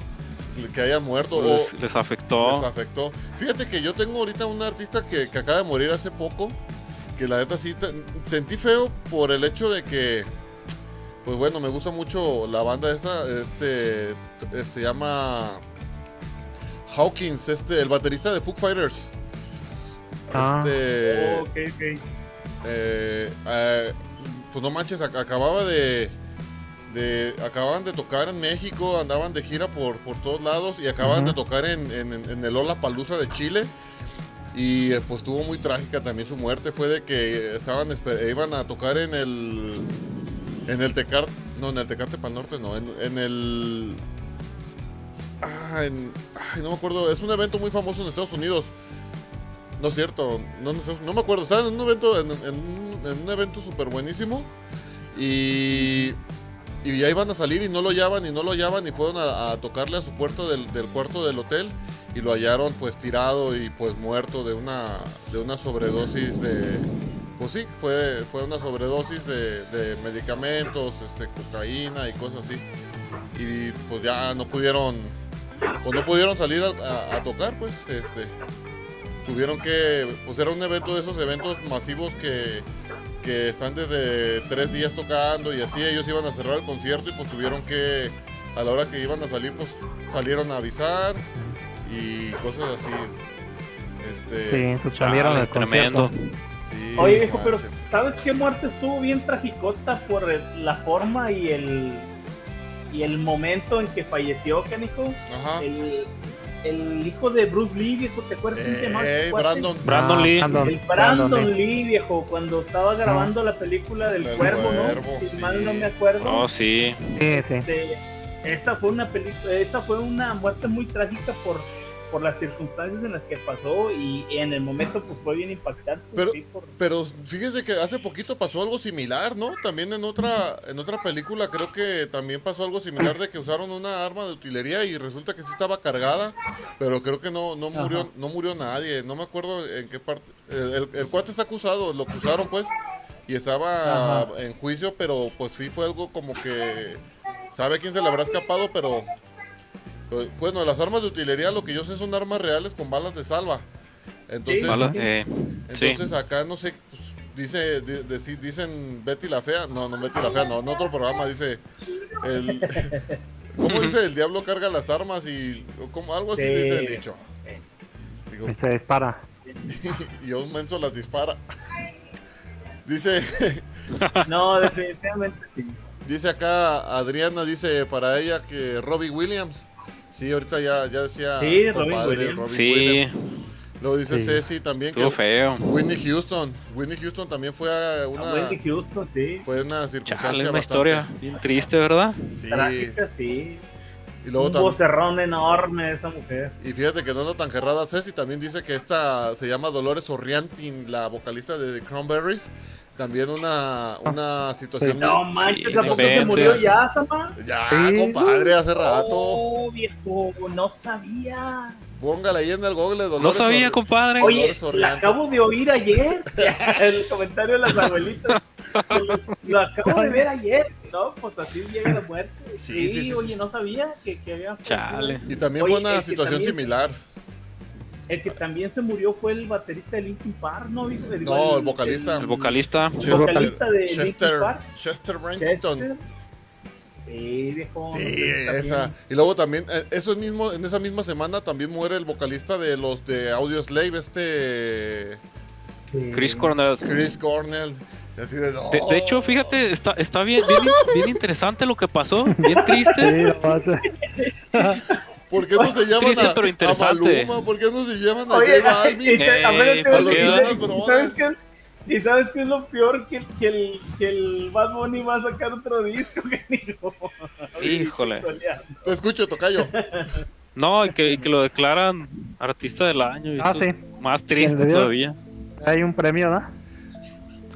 [SPEAKER 1] que haya muerto
[SPEAKER 3] Les,
[SPEAKER 1] o
[SPEAKER 3] les
[SPEAKER 1] les
[SPEAKER 3] afectó.
[SPEAKER 1] afectó. Fíjate que yo tengo ahorita un artista que, que acaba de morir hace poco, que la neta sí te- sentí feo por el hecho de que pues bueno, me gusta mucho la banda esta, este t- se llama Hawkins, este el baterista de Foo Fighters.
[SPEAKER 4] Ah.
[SPEAKER 1] Este
[SPEAKER 2] Oh, ok, ok.
[SPEAKER 1] eh, eh, pues no manches, ac- acababa de, de- Acababan de tocar en México, andaban de gira por, por todos lados y acababan
[SPEAKER 4] Ujú.
[SPEAKER 1] de tocar en, en, en el Lola Palusa de Chile. Y eh, pues estuvo muy trágica también su muerte. Fue de que estaban esper- eh, iban a tocar en el. En el Tecate. No, en el Tecate Pal Norte, no. En, en el. Ah, en- ay, no me acuerdo. Es un evento muy famoso en Estados Unidos. No es cierto, no, no sé, no me acuerdo. Estaban en un evento, en, en un- en un evento súper buenísimo. Y, y ya iban a salir y no lo hallaban y no lo hallaban y fueron a, a tocarle a su puerta del, del cuarto del hotel y lo hallaron pues tirado y pues muerto de una, de una sobredosis de... Pues sí, fue, fue una sobredosis de, de medicamentos, este, cocaína y cosas así. Y pues ya no pudieron, pues no pudieron salir a, a- a tocar pues, este tuvieron que, pues era un evento de esos eventos masivos que, que están desde tres días tocando y así ellos iban a cerrar el concierto y pues tuvieron que, a la hora que iban a salir, pues salieron a avisar y cosas así. Este,
[SPEAKER 4] Sí, suspendieron
[SPEAKER 3] Chale,
[SPEAKER 4] el
[SPEAKER 3] tremendo.
[SPEAKER 4] concierto. Ah,
[SPEAKER 1] sí,
[SPEAKER 2] Oye,
[SPEAKER 1] no
[SPEAKER 2] viejo, pero
[SPEAKER 1] manches.
[SPEAKER 2] ¿sabes qué muerte estuvo bien tragicota por el- la forma y el y el momento en que falleció, canico?
[SPEAKER 1] Ajá.
[SPEAKER 2] El, el hijo de Bruce Lee, viejo, ¿te acuerdas cómo se llamaba ese
[SPEAKER 1] Eh,
[SPEAKER 2] cuate?
[SPEAKER 1] Brandon.
[SPEAKER 3] Brandon
[SPEAKER 4] Ah,
[SPEAKER 3] Lee.
[SPEAKER 2] El Brandon, Lee, viejo, cuando estaba grabando la película del
[SPEAKER 1] Del
[SPEAKER 2] cuervo, ¿no?
[SPEAKER 1] cuervo,
[SPEAKER 2] si
[SPEAKER 1] sí.
[SPEAKER 2] mal no me acuerdo.
[SPEAKER 3] Oh, sí.
[SPEAKER 4] Sí, sí.
[SPEAKER 2] Este, esa fue una película, esa fue una muerte muy trágica por, por las circunstancias en las que pasó y, en el momento pues fue bien impactante.
[SPEAKER 1] Pero-
[SPEAKER 2] sí, por-
[SPEAKER 1] Pero fíjese que hace poquito pasó algo similar, ¿no? También en otra en otra película creo que también pasó algo similar de que usaron una arma de utilería y resulta que sí estaba cargada, pero creo que no no murió
[SPEAKER 2] Ajá.
[SPEAKER 1] no murió nadie, no me acuerdo en qué parte el, el, el cuate está acusado, lo acusaron pues y estaba
[SPEAKER 2] Ajá.
[SPEAKER 1] en juicio, pero pues sí fue algo como que sabe quién se le habrá escapado, pero pues, bueno, las armas de utilería lo que yo sé son armas reales con balas de salva. Entonces,
[SPEAKER 2] Sí,
[SPEAKER 3] Bala-
[SPEAKER 2] sí.
[SPEAKER 3] eh, Sí.
[SPEAKER 1] entonces acá no sé, pues, dice, di- deci- dicen Betty la fea, no, no Betty la fea, no, en otro programa dice el ¿Cómo dice el diablo carga las armas y o como algo así
[SPEAKER 2] Sí.
[SPEAKER 1] dice el dicho? Digo,
[SPEAKER 4] Y se dispara.
[SPEAKER 1] y un menso las dispara. Dice,
[SPEAKER 2] No, definitivamente sí.
[SPEAKER 1] dice acá Adriana, dice para ella que Robbie Williams. Sí, ahorita ya, ya decía
[SPEAKER 2] Sí, Robin
[SPEAKER 1] compadre,
[SPEAKER 2] Williams.
[SPEAKER 1] Robin
[SPEAKER 3] Sí,
[SPEAKER 1] Williams. Luego dice
[SPEAKER 4] Sí.
[SPEAKER 1] Ceci también que
[SPEAKER 3] estuvo feo.
[SPEAKER 1] Whitney Houston. Whitney Houston también fue a
[SPEAKER 2] A
[SPEAKER 1] una
[SPEAKER 2] Wendy Houston, sí.
[SPEAKER 1] Fue una circunstancia
[SPEAKER 3] Chale, una
[SPEAKER 1] bastante-
[SPEAKER 3] historia bien triste, ¿verdad?
[SPEAKER 1] Sí.
[SPEAKER 2] Trágica, sí.
[SPEAKER 1] Y luego
[SPEAKER 2] Un
[SPEAKER 1] tam-
[SPEAKER 2] vocerrón enorme de esa mujer.
[SPEAKER 1] y fíjate que no anda tan cerrada Ceci también dice que esta se llama Dolores O'Riantin, la vocalista de The Cranberries. También una, una situación
[SPEAKER 2] No
[SPEAKER 1] muy-
[SPEAKER 2] manches,
[SPEAKER 3] Sí,
[SPEAKER 2] ¿a poco se
[SPEAKER 3] vente.
[SPEAKER 2] murió ya, Sama?
[SPEAKER 1] Ya,
[SPEAKER 4] Sí.
[SPEAKER 1] compadre, hace rato.
[SPEAKER 2] Oh, viejo, no sabía.
[SPEAKER 1] Póngala ahí en el google Dolores
[SPEAKER 3] No sabía,
[SPEAKER 1] O'Ri-
[SPEAKER 3] compadre.
[SPEAKER 2] Oye,
[SPEAKER 1] Dolores
[SPEAKER 2] la
[SPEAKER 1] Orriante.
[SPEAKER 2] acabo de oír ayer. El comentario de las abuelitas. Lo- Lo acabo de ver ayer, ¿no? Pues así llega la muerte.
[SPEAKER 1] Sí,
[SPEAKER 2] Sí,
[SPEAKER 1] sí, sí,
[SPEAKER 2] oye, no sabía que, que había. fallecido.
[SPEAKER 3] Chale.
[SPEAKER 1] Y también
[SPEAKER 2] Oye,
[SPEAKER 1] fue una
[SPEAKER 2] es que
[SPEAKER 1] situación
[SPEAKER 2] también-
[SPEAKER 1] similar.
[SPEAKER 2] El que también se murió fue el baterista de Linkin Park, ¿no? Digo, digo,
[SPEAKER 1] No, el vocalista.
[SPEAKER 3] El vocalista.
[SPEAKER 1] Chester-
[SPEAKER 2] vocalista de Linkin
[SPEAKER 1] Chester,
[SPEAKER 2] Park.
[SPEAKER 1] Chester Bennington.
[SPEAKER 2] Chester. Sí, viejo.
[SPEAKER 1] Sí,
[SPEAKER 2] también.
[SPEAKER 1] esa. Y luego también, eh, eso mismo, en esa misma semana también muere el vocalista de los de Audio Slave, este
[SPEAKER 2] Sí.
[SPEAKER 3] Chris Cornell.
[SPEAKER 1] Chris Cornell. Y así de, no.
[SPEAKER 3] De, de hecho, fíjate, está, está bien, bien, bien interesante lo que pasó, bien
[SPEAKER 4] Sí,
[SPEAKER 3] triste,
[SPEAKER 4] lo pasa.
[SPEAKER 1] ¿Por qué no se llaman
[SPEAKER 3] Triste,
[SPEAKER 1] a,
[SPEAKER 3] pero
[SPEAKER 1] a
[SPEAKER 3] interesante.
[SPEAKER 1] Maluma? ¿Por qué no se llaman a
[SPEAKER 2] Oye,
[SPEAKER 1] J Balvin?
[SPEAKER 2] y te- a ver,
[SPEAKER 3] Ey,
[SPEAKER 2] te-
[SPEAKER 1] ¿por
[SPEAKER 2] y-
[SPEAKER 1] qué?
[SPEAKER 2] y- y ¿sabes qué? ¿Y sabes qué es lo peor? Que, que, el, que el Bad Bunny va a sacar otro disco, que digo.
[SPEAKER 3] Híjole.
[SPEAKER 1] Te escucho, Tocayo.
[SPEAKER 3] No, y que, y que lo declaran artista del año. y
[SPEAKER 4] Ah,
[SPEAKER 3] eso
[SPEAKER 4] sí.
[SPEAKER 3] es Más triste
[SPEAKER 4] Dios.
[SPEAKER 3] todavía.
[SPEAKER 4] Hay un premio, ¿no?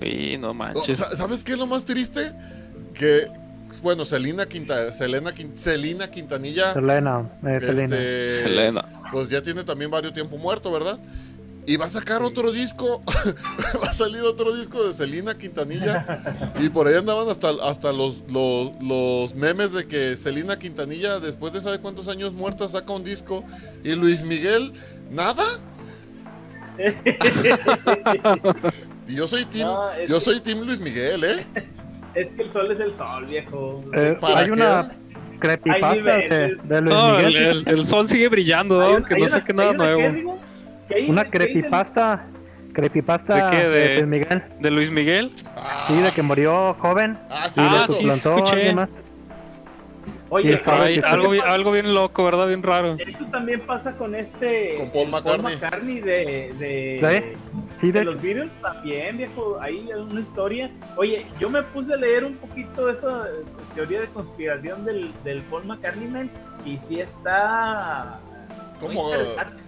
[SPEAKER 3] Sí, no
[SPEAKER 1] No,
[SPEAKER 3] manches.
[SPEAKER 1] sa- ¿Sabes qué es lo más triste? Que, bueno, Selena, Quinta, Selena, Quin- Selena Quintanilla,
[SPEAKER 4] Selena. eh, Selena.
[SPEAKER 1] este,
[SPEAKER 2] Eh,
[SPEAKER 3] Selena.
[SPEAKER 1] pues ya tiene también varios tiempo muerto, ¿verdad? Y va a sacar otro disco, va a salir otro disco de Selena Quintanilla. Y por ahí andaban hasta, hasta los, los, los memes de que Selena Quintanilla, después de sabe cuántos años muerta, saca un disco. Y Luis Miguel, nada. Y yo soy Tim,
[SPEAKER 2] No, es
[SPEAKER 1] yo
[SPEAKER 2] que-
[SPEAKER 1] soy Tim Luis Miguel, ¿eh?
[SPEAKER 2] Es que el sol es el sol, viejo.
[SPEAKER 4] Eh,
[SPEAKER 1] ¿para
[SPEAKER 4] hay
[SPEAKER 1] qué?
[SPEAKER 4] una
[SPEAKER 2] Hay
[SPEAKER 4] creepypasta de,
[SPEAKER 2] niveles.
[SPEAKER 4] de Luis
[SPEAKER 3] No, el,
[SPEAKER 4] Miguel.
[SPEAKER 3] el- el sol sigue brillando, ¿no?
[SPEAKER 2] Hay una-
[SPEAKER 3] que
[SPEAKER 2] hay
[SPEAKER 3] no
[SPEAKER 2] una-
[SPEAKER 3] saque
[SPEAKER 2] hay
[SPEAKER 3] nada
[SPEAKER 2] una, ¿qué
[SPEAKER 3] nuevo.
[SPEAKER 2] digo? Que hay-
[SPEAKER 4] Una
[SPEAKER 2] que hay de-
[SPEAKER 4] creepypasta. Creepypasta
[SPEAKER 3] ¿De qué?
[SPEAKER 4] de
[SPEAKER 3] De-
[SPEAKER 4] Luis Miguel.
[SPEAKER 3] De Luis Miguel.
[SPEAKER 1] Ah,
[SPEAKER 4] Sí, de que murió joven.
[SPEAKER 1] ah, sí,
[SPEAKER 4] Y
[SPEAKER 3] Ah,
[SPEAKER 4] le
[SPEAKER 1] cierto.
[SPEAKER 3] sí,
[SPEAKER 4] suplantó a
[SPEAKER 3] escuché.
[SPEAKER 4] alguien más.
[SPEAKER 2] Oye,
[SPEAKER 4] Sí, Claro,
[SPEAKER 3] Ay,
[SPEAKER 4] sí,
[SPEAKER 3] algo, ah. bien- algo bien loco, ¿verdad? Bien raro.
[SPEAKER 2] Eso también pasa con este.
[SPEAKER 1] Con Paul McCartney.
[SPEAKER 2] de. de
[SPEAKER 4] ¿Sí? Sí,
[SPEAKER 2] de
[SPEAKER 4] de,
[SPEAKER 2] los Beatles también, viejo. Ahí hay una historia. Oye, yo me puse a leer un poquito esa eh, teoría de conspiración del, del Paul McCartney, man, y sí está. muy
[SPEAKER 1] ¿Cómo?
[SPEAKER 2] interesante.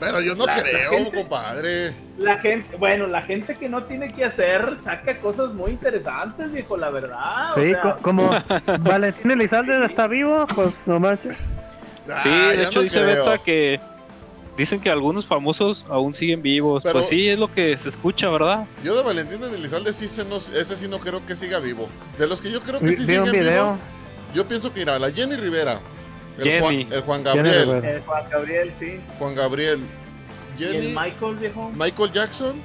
[SPEAKER 1] Pero yo no
[SPEAKER 2] La- la
[SPEAKER 1] creo,
[SPEAKER 2] gente-
[SPEAKER 1] compadre.
[SPEAKER 2] La gente, bueno, la gente que no tiene que hacer saca cosas muy interesantes, viejo, la verdad. o
[SPEAKER 4] sí,
[SPEAKER 2] sea,
[SPEAKER 4] co- como Valentín Elizalde está vivo, pues no manches.
[SPEAKER 1] Ah,
[SPEAKER 3] Sí, de
[SPEAKER 1] ya
[SPEAKER 3] hecho
[SPEAKER 1] no
[SPEAKER 3] dice
[SPEAKER 1] creo.
[SPEAKER 3] Betsa que dicen que algunos famosos aún siguen vivos.
[SPEAKER 1] Pero-
[SPEAKER 3] Pues sí, es lo que se escucha, ¿verdad?
[SPEAKER 1] Yo de Valentín Elizalde sí se nos, ese sí no creo que siga vivo. De los que yo creo que
[SPEAKER 4] Vi,
[SPEAKER 1] sí
[SPEAKER 4] vi un
[SPEAKER 1] siguen
[SPEAKER 4] video.
[SPEAKER 1] vivos, yo pienso que irá la Jenny Rivera, el,
[SPEAKER 3] Jenny.
[SPEAKER 1] Juan, el Juan
[SPEAKER 4] Jenny
[SPEAKER 1] Gabriel,
[SPEAKER 4] Rivera.
[SPEAKER 2] eh, Juan Gabriel, sí.
[SPEAKER 1] Juan Gabriel,
[SPEAKER 2] Y
[SPEAKER 1] Jenny,
[SPEAKER 2] el Michael, viejo.
[SPEAKER 1] Michael Jackson.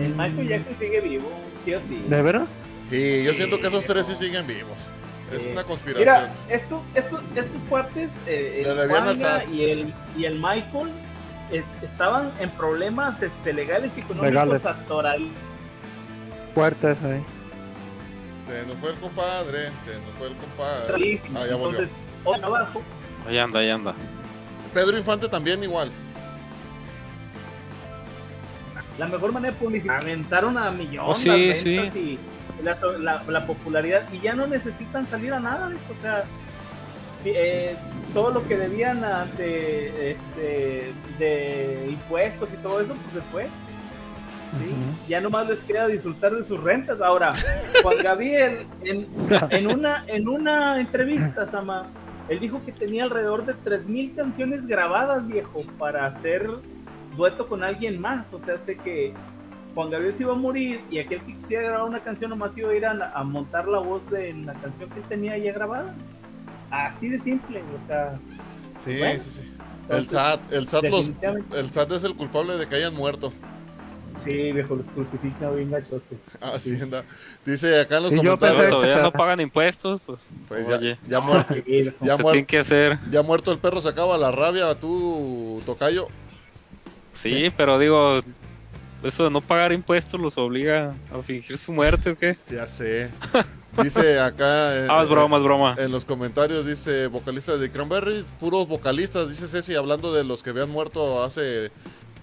[SPEAKER 2] El Michael Jackson sigue vivo, sí o sí.
[SPEAKER 4] ¿De veras?
[SPEAKER 1] Y yo
[SPEAKER 2] Sí,
[SPEAKER 1] siento que esos tres sí
[SPEAKER 2] viejo.
[SPEAKER 1] siguen vivos. Es
[SPEAKER 2] Sí.
[SPEAKER 1] una conspiración.
[SPEAKER 2] Mira, esto, esto, estos cuates, eh,
[SPEAKER 1] Le
[SPEAKER 2] el
[SPEAKER 1] debían al
[SPEAKER 2] Juanga
[SPEAKER 1] SAT.
[SPEAKER 2] y el, y el Michael, eh, estaban en problemas este, legales y
[SPEAKER 4] Legales.
[SPEAKER 2] económicos atoral-
[SPEAKER 4] Fuertes ahí.
[SPEAKER 1] Se nos fue el compadre, se nos fue el compadre.
[SPEAKER 2] atoralísimos.
[SPEAKER 1] Ah, ya volvió.
[SPEAKER 2] Entonces, otra abajo,
[SPEAKER 3] Ahí anda, ahí anda.
[SPEAKER 1] Pedro Infante también igual.
[SPEAKER 2] la mejor manera de publicitar, aumentaron a millones
[SPEAKER 3] Oh, sí,
[SPEAKER 2] las
[SPEAKER 3] sí.
[SPEAKER 2] ventas y la, so- la- la popularidad y ya no necesitan salir a nada, viejo, o sea, eh, todo lo que debían ante, este, de impuestos y todo eso, pues se fue. ¿sí?
[SPEAKER 4] Ujú.
[SPEAKER 2] Ya nomás les queda disfrutar de sus rentas. Ahora, Juan Gabriel, en, en una, en una entrevista, Sama, él dijo que tenía alrededor de 3.000 canciones grabadas, viejo, para hacer dueto con alguien más. O sea, sé que Juan Gabriel se iba a morir y aquel que quisiera grabar una canción nomás iba a ir a, a montar la voz de la canción que él tenía ya grabada. Así de simple, o sea,
[SPEAKER 1] Sí,
[SPEAKER 2] Bueno,
[SPEAKER 1] sí, sí. El
[SPEAKER 2] entonces,
[SPEAKER 1] SAT, el SAT, los,
[SPEAKER 2] definitivamente.
[SPEAKER 1] el SAT es el culpable de que hayan muerto.
[SPEAKER 2] sí, viejo, los crucifica bien gachote.
[SPEAKER 1] Hacienda. Ah, Dice acá en los
[SPEAKER 4] Sí,
[SPEAKER 3] Pero
[SPEAKER 4] yo Pero-
[SPEAKER 1] comentarios.
[SPEAKER 3] todavía no pagan impuestos, pues
[SPEAKER 1] Pues ya,
[SPEAKER 3] Oye.
[SPEAKER 1] ya muerto,
[SPEAKER 2] Sí, viejo.
[SPEAKER 1] ya,
[SPEAKER 3] se
[SPEAKER 1] muer-
[SPEAKER 3] tienen que hacer.
[SPEAKER 1] ya muerto el perro se acaba la rabia, tú, tocayo.
[SPEAKER 3] Sí, pero digo, eso de no pagar impuestos los obliga a fingir su muerte o qué.
[SPEAKER 1] Ya sé. Dice acá eh,
[SPEAKER 3] Ah, es broma, es broma.
[SPEAKER 1] en los comentarios, dice vocalistas de Cranberry, puros vocalistas, dice Ceci, hablando de los que habían muerto hace,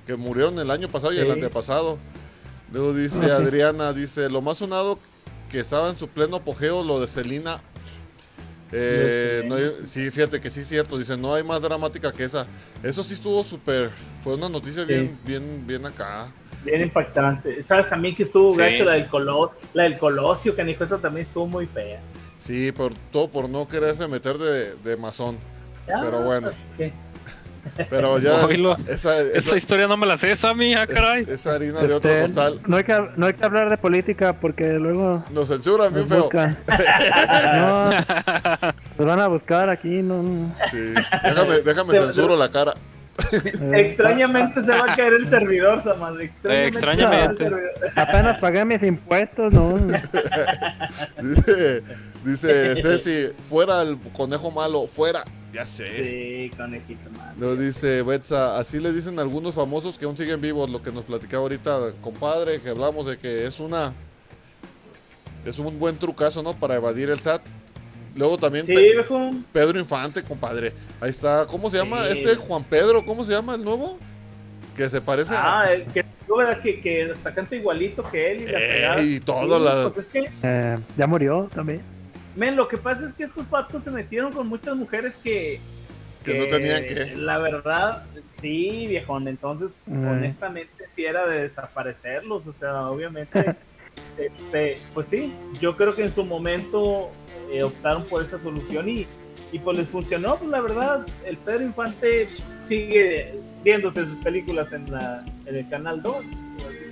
[SPEAKER 1] que murieron el año pasado y el
[SPEAKER 2] Sí.
[SPEAKER 1] antepasado. Luego dice Adriana, dice, lo más sonado que estaba en su pleno apogeo, lo de Selena. Eh, no hay- sí, fíjate que sí es cierto, dice, no hay más dramática que esa. Eso sí estuvo súper, fue una noticia
[SPEAKER 2] Sí.
[SPEAKER 1] bien, bien, bien acá.
[SPEAKER 2] Bien impactante. Sabes también que estuvo
[SPEAKER 3] Sí.
[SPEAKER 2] gacho la del, colo la del Colosio, canijo, esa también estuvo muy fea.
[SPEAKER 1] Sí, por todo por no quererse meter de, de mazón.
[SPEAKER 2] Ya,
[SPEAKER 1] Pero bueno.
[SPEAKER 2] es que-
[SPEAKER 1] Pero ya es-
[SPEAKER 3] Oílo.
[SPEAKER 1] esa, esa,
[SPEAKER 3] Esa historia no me la sé, Sammy, ah, caray.
[SPEAKER 1] es- esa harina de otro
[SPEAKER 4] Este,
[SPEAKER 1] costal
[SPEAKER 4] no, hay que, no hay que hablar de política porque luego
[SPEAKER 1] nos censuran bien
[SPEAKER 4] nos
[SPEAKER 1] feo.
[SPEAKER 4] buscan. no, nos van a buscar aquí. No, no.
[SPEAKER 1] Sí. Déjame, déjame
[SPEAKER 2] Se-
[SPEAKER 1] censuro la cara.
[SPEAKER 4] Eh,
[SPEAKER 2] Extrañamente se va a caer el servidor, Samuel. Extrañamente.
[SPEAKER 3] Eh, extrañamente.
[SPEAKER 2] se va a caer el servidor.
[SPEAKER 4] Eh, Apenas pagué mis impuestos, no.
[SPEAKER 1] Dice, dice Ceci, fuera el conejo malo, fuera. Ya sé.
[SPEAKER 2] Sí, conejito, man.
[SPEAKER 1] Lo dice Betsa, así le dicen algunos famosos que aún siguen vivos, lo que nos platicaba ahorita, compadre, que hablamos de que es una es un buen trucazo, ¿no? Para evadir el SAT. Luego también
[SPEAKER 2] Sí,
[SPEAKER 1] Pe-
[SPEAKER 2] viejo.
[SPEAKER 1] Pedro Infante, compadre. Ahí está. ¿Cómo se llama?
[SPEAKER 2] Sí.
[SPEAKER 1] Este Juan Pedro, ¿cómo se llama el nuevo? Que se parece a...
[SPEAKER 2] Ah, el que, no, ¿verdad? Que, que hasta canta igualito que él. Y, la
[SPEAKER 1] Ey,
[SPEAKER 2] fregada.
[SPEAKER 1] y todo la-
[SPEAKER 2] pues es que,
[SPEAKER 4] Eh, ya murió también.
[SPEAKER 2] men, lo que pasa es que estos vatos se metieron con muchas mujeres que.
[SPEAKER 1] Que no tenían que.
[SPEAKER 2] La verdad, sí, viejón. Entonces, pues,
[SPEAKER 4] Mm.
[SPEAKER 2] honestamente, sí era de desaparecerlos. O sea, obviamente. este, pues sí, yo creo que en su momento eh, optaron por esa solución y, y pues les funcionó. Pues la verdad, el Pedro Infante sigue viéndose sus películas en, la, en el canal 2. así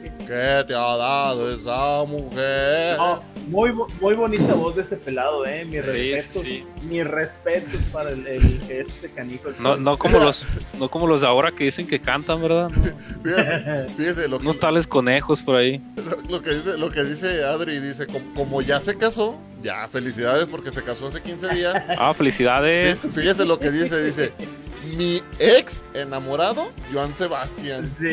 [SPEAKER 2] que-
[SPEAKER 1] ¿Qué te ha dado esa mujer?
[SPEAKER 2] No, Oh, muy, bo- muy bonita voz de ese pelado, eh. Mi
[SPEAKER 3] Sí,
[SPEAKER 2] respeto.
[SPEAKER 3] sí.
[SPEAKER 2] Mi respeto para el, el- este canijo.
[SPEAKER 3] No, no como los, no como los de ahora que dicen que cantan, ¿verdad?
[SPEAKER 1] Fíjese, fíjese lo, que,
[SPEAKER 3] Unos tales conejos por ahí.
[SPEAKER 1] lo, que dice, lo que dice Adri, dice, "Com- como ya se casó, ya felicidades porque se casó hace 15 días.
[SPEAKER 3] Ah, felicidades.
[SPEAKER 1] Fí- Fíjese lo que dice, dice, mi ex enamorado, Joan Sebastián.
[SPEAKER 2] Sí.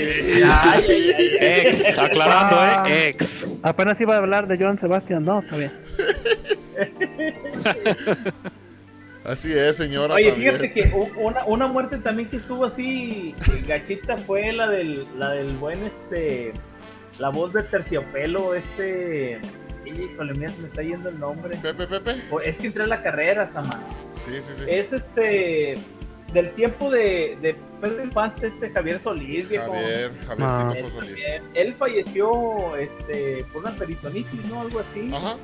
[SPEAKER 2] Ay, ay, ay, ay.
[SPEAKER 3] Ex, aclarando,
[SPEAKER 1] Ah.
[SPEAKER 3] ¿eh? Ex.
[SPEAKER 4] Apenas iba a hablar de John Sebastian, no, está bien.
[SPEAKER 1] Así es, señora.
[SPEAKER 2] Oye,
[SPEAKER 1] también.
[SPEAKER 2] fíjate que u- una, una muerte también que estuvo así gachita fue la del, la del buen este. La voz de terciopelo, este. Híjole, mira, se me está yendo el nombre.
[SPEAKER 1] Pepe, Pepe.
[SPEAKER 2] O- Es que entré a la carrera, Samar.
[SPEAKER 1] Sí, sí, sí.
[SPEAKER 2] Es este. Del tiempo de, de Pedro Infante, este Javier Solís, viejo.
[SPEAKER 1] Javier, Javiercito
[SPEAKER 4] Ah.
[SPEAKER 1] José
[SPEAKER 2] Él,
[SPEAKER 1] Luis.
[SPEAKER 2] también. Él falleció este, por una peritonitis, ¿no? Algo así.
[SPEAKER 1] Ajá.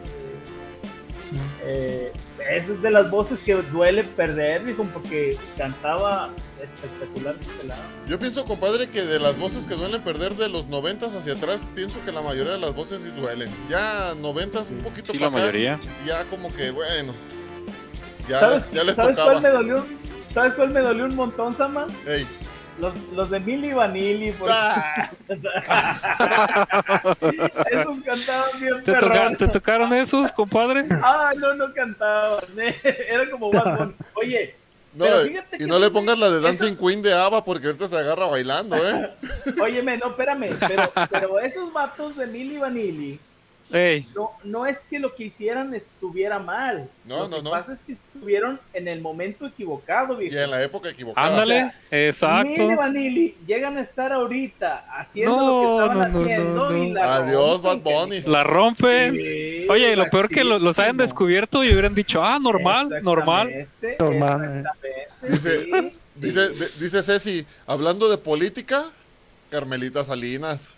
[SPEAKER 2] Eh, esa es de las voces que duele perder, dijo, porque cantaba espectacular. este lado.
[SPEAKER 1] Yo pienso, compadre, que de las voces que duelen perder de los noventas hacia atrás, pienso que la mayoría de las voces sí duelen. Ya noventas un poquito
[SPEAKER 3] Sí,
[SPEAKER 1] para
[SPEAKER 3] la
[SPEAKER 1] acá,
[SPEAKER 3] mayoría.
[SPEAKER 1] ya como que, bueno, ya,
[SPEAKER 2] ¿Sabes,
[SPEAKER 1] les- ya les
[SPEAKER 2] ¿sabes
[SPEAKER 1] tocaba.
[SPEAKER 2] cuál me dolió? ¿Sabes cuál me dolió un montón, Sama?
[SPEAKER 1] Ey.
[SPEAKER 2] Los, los de Milli Vanilli. Porque...
[SPEAKER 1] Ah,
[SPEAKER 2] Esos cantaban bien
[SPEAKER 3] ¿Te, toca-
[SPEAKER 2] perrón.
[SPEAKER 3] te tocaron esos, compadre?
[SPEAKER 2] Ah, no, no cantaban. Era como Bad Bunny. Oye,
[SPEAKER 1] no, eh,
[SPEAKER 2] Pero fíjate
[SPEAKER 1] y
[SPEAKER 2] que-
[SPEAKER 1] no le pongas la de Dancing Queen de Ava porque ahorita se agarra bailando, ¿eh?
[SPEAKER 2] óyeme, no, espérame. Pero, pero esos vatos de Milli Vanilli...
[SPEAKER 3] Ey,
[SPEAKER 2] no, no es que lo que hicieran estuviera mal.
[SPEAKER 1] No,
[SPEAKER 2] lo
[SPEAKER 1] no,
[SPEAKER 2] que
[SPEAKER 1] no.
[SPEAKER 2] pasa es que estuvieron en el momento equivocado,
[SPEAKER 1] Y
[SPEAKER 2] viejo.
[SPEAKER 1] en la época equivocada.
[SPEAKER 3] ándale. Exacto.
[SPEAKER 2] Milli Vanilli llegan a estar ahorita haciendo
[SPEAKER 3] No,
[SPEAKER 2] lo que estaban
[SPEAKER 3] no, no,
[SPEAKER 2] haciendo
[SPEAKER 3] no, no.
[SPEAKER 2] y la
[SPEAKER 1] Adiós, Bad
[SPEAKER 2] rompen,
[SPEAKER 1] Bunny.
[SPEAKER 3] La rompen.
[SPEAKER 2] Sí,
[SPEAKER 3] Oye, y lo peor que lo- los hayan
[SPEAKER 2] exactísimo.
[SPEAKER 3] descubierto y hubieran dicho, ah, normal, normal.
[SPEAKER 2] Exactamente,
[SPEAKER 4] Normal, eh.
[SPEAKER 2] exactamente,
[SPEAKER 1] Dice-
[SPEAKER 2] sí.
[SPEAKER 1] Dice, de- dice Ceci, hablando de política, Carmelita Salinas.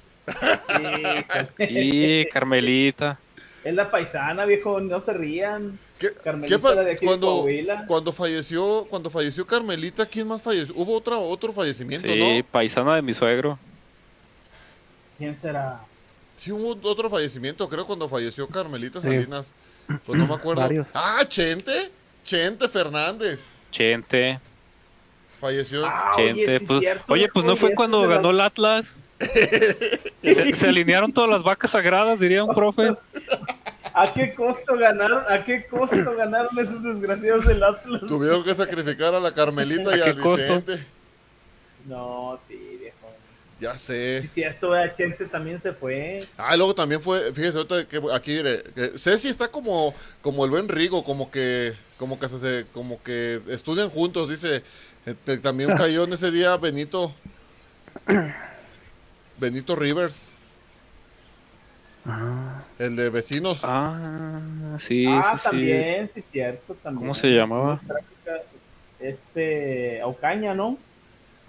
[SPEAKER 2] Sí,
[SPEAKER 3] Y Carmelita.
[SPEAKER 2] es la paisana, viejo, no se rían.
[SPEAKER 1] ¿Qué,
[SPEAKER 2] Carmelita
[SPEAKER 1] qué pa-
[SPEAKER 2] la de aquí de
[SPEAKER 1] cuando,
[SPEAKER 2] Coahuila.
[SPEAKER 1] cuando falleció cuando falleció Carmelita, ¿quién más falleció? Hubo otra, otro fallecimiento,
[SPEAKER 3] Sí,
[SPEAKER 1] ¿no?
[SPEAKER 3] paisana de mi suegro.
[SPEAKER 2] ¿Quién será?
[SPEAKER 1] Sí, hubo otro fallecimiento, creo, cuando falleció Carmelita
[SPEAKER 4] Sí.
[SPEAKER 1] Salinas. Pues no me acuerdo.
[SPEAKER 4] Varios.
[SPEAKER 1] Ah, Chente. Chente Fernández.
[SPEAKER 3] Chente.
[SPEAKER 1] Falleció.
[SPEAKER 2] Ah,
[SPEAKER 3] Chente,
[SPEAKER 2] sí es
[SPEAKER 3] pues-
[SPEAKER 2] cierto,
[SPEAKER 3] oye,
[SPEAKER 2] viejo,
[SPEAKER 3] pues no
[SPEAKER 2] y
[SPEAKER 3] fue
[SPEAKER 2] ese
[SPEAKER 3] cuando
[SPEAKER 2] es de
[SPEAKER 3] ganó el Atlas. Se, se alinearon todas las vacas sagradas, diría un profe.
[SPEAKER 2] ¿A qué costo ganaron? ¿A qué costo ganaron esos desgraciados del Atlas?
[SPEAKER 1] Tuvieron que sacrificar a la Carmelita
[SPEAKER 3] ¿A
[SPEAKER 1] y
[SPEAKER 3] qué
[SPEAKER 1] a
[SPEAKER 3] costo?
[SPEAKER 1] Vicente.
[SPEAKER 2] No, sí, viejo.
[SPEAKER 1] Ya
[SPEAKER 2] Sí,
[SPEAKER 1] sé.
[SPEAKER 2] es cierto, ¿verdad? Chente también se fue.
[SPEAKER 1] Ah, luego también fue, fíjese, otra que aquí mire, que Ceci está como, como el buen Rigo, como que, como que se- se, como que estudian juntos, dice. Este, También cayó en ese día Benito, Benito Rivers,
[SPEAKER 4] Ah,
[SPEAKER 1] el de vecinos.
[SPEAKER 3] Ah, sí,
[SPEAKER 2] ah,
[SPEAKER 3] sí, sí.
[SPEAKER 2] también, sí, es cierto, también.
[SPEAKER 3] ¿Cómo se llamaba?
[SPEAKER 2] Este, Ocaña, ¿no?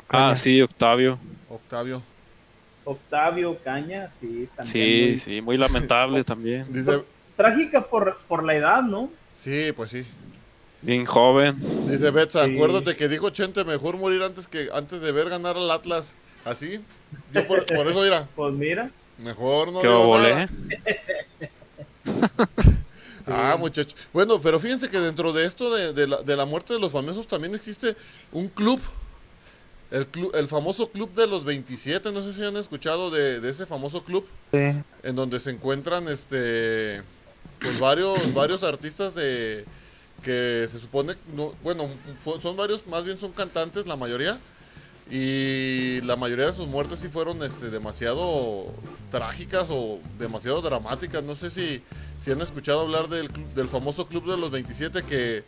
[SPEAKER 3] Ah, sí, Octavio.
[SPEAKER 1] Octavio.
[SPEAKER 2] Octavio Ocaña, sí, también.
[SPEAKER 3] Sí,
[SPEAKER 2] muy-
[SPEAKER 3] sí, muy lamentable también.
[SPEAKER 1] Dice,
[SPEAKER 2] Trágica por, por la edad, ¿no?
[SPEAKER 1] sí, pues sí.
[SPEAKER 3] Bien joven.
[SPEAKER 1] Dice Betsa,
[SPEAKER 2] Sí.
[SPEAKER 1] acuérdate que dijo Chente, mejor morir antes que antes de ver ganar al Atlas. Así, yo por, por eso mira,
[SPEAKER 2] Pues mira.
[SPEAKER 1] mejor no
[SPEAKER 3] Qué ¿eh?
[SPEAKER 1] digo nada.
[SPEAKER 3] obolé.
[SPEAKER 1] Ah, muchacho. Bueno, pero fíjense que dentro de esto de, de la, de la muerte de los famosos también existe un club. El, club, el famoso club de los 27, no sé si han escuchado de, de ese famoso club,
[SPEAKER 4] sí.
[SPEAKER 1] en donde se encuentran este pues varios, varios artistas de que se supone, no- bueno, fue- son varios, más bien son cantantes la mayoría, Y la mayoría de sus muertes sí fueron este, demasiado trágicas o demasiado dramáticas. No sé si, si han escuchado hablar del, club- del famoso Club de los 27 que,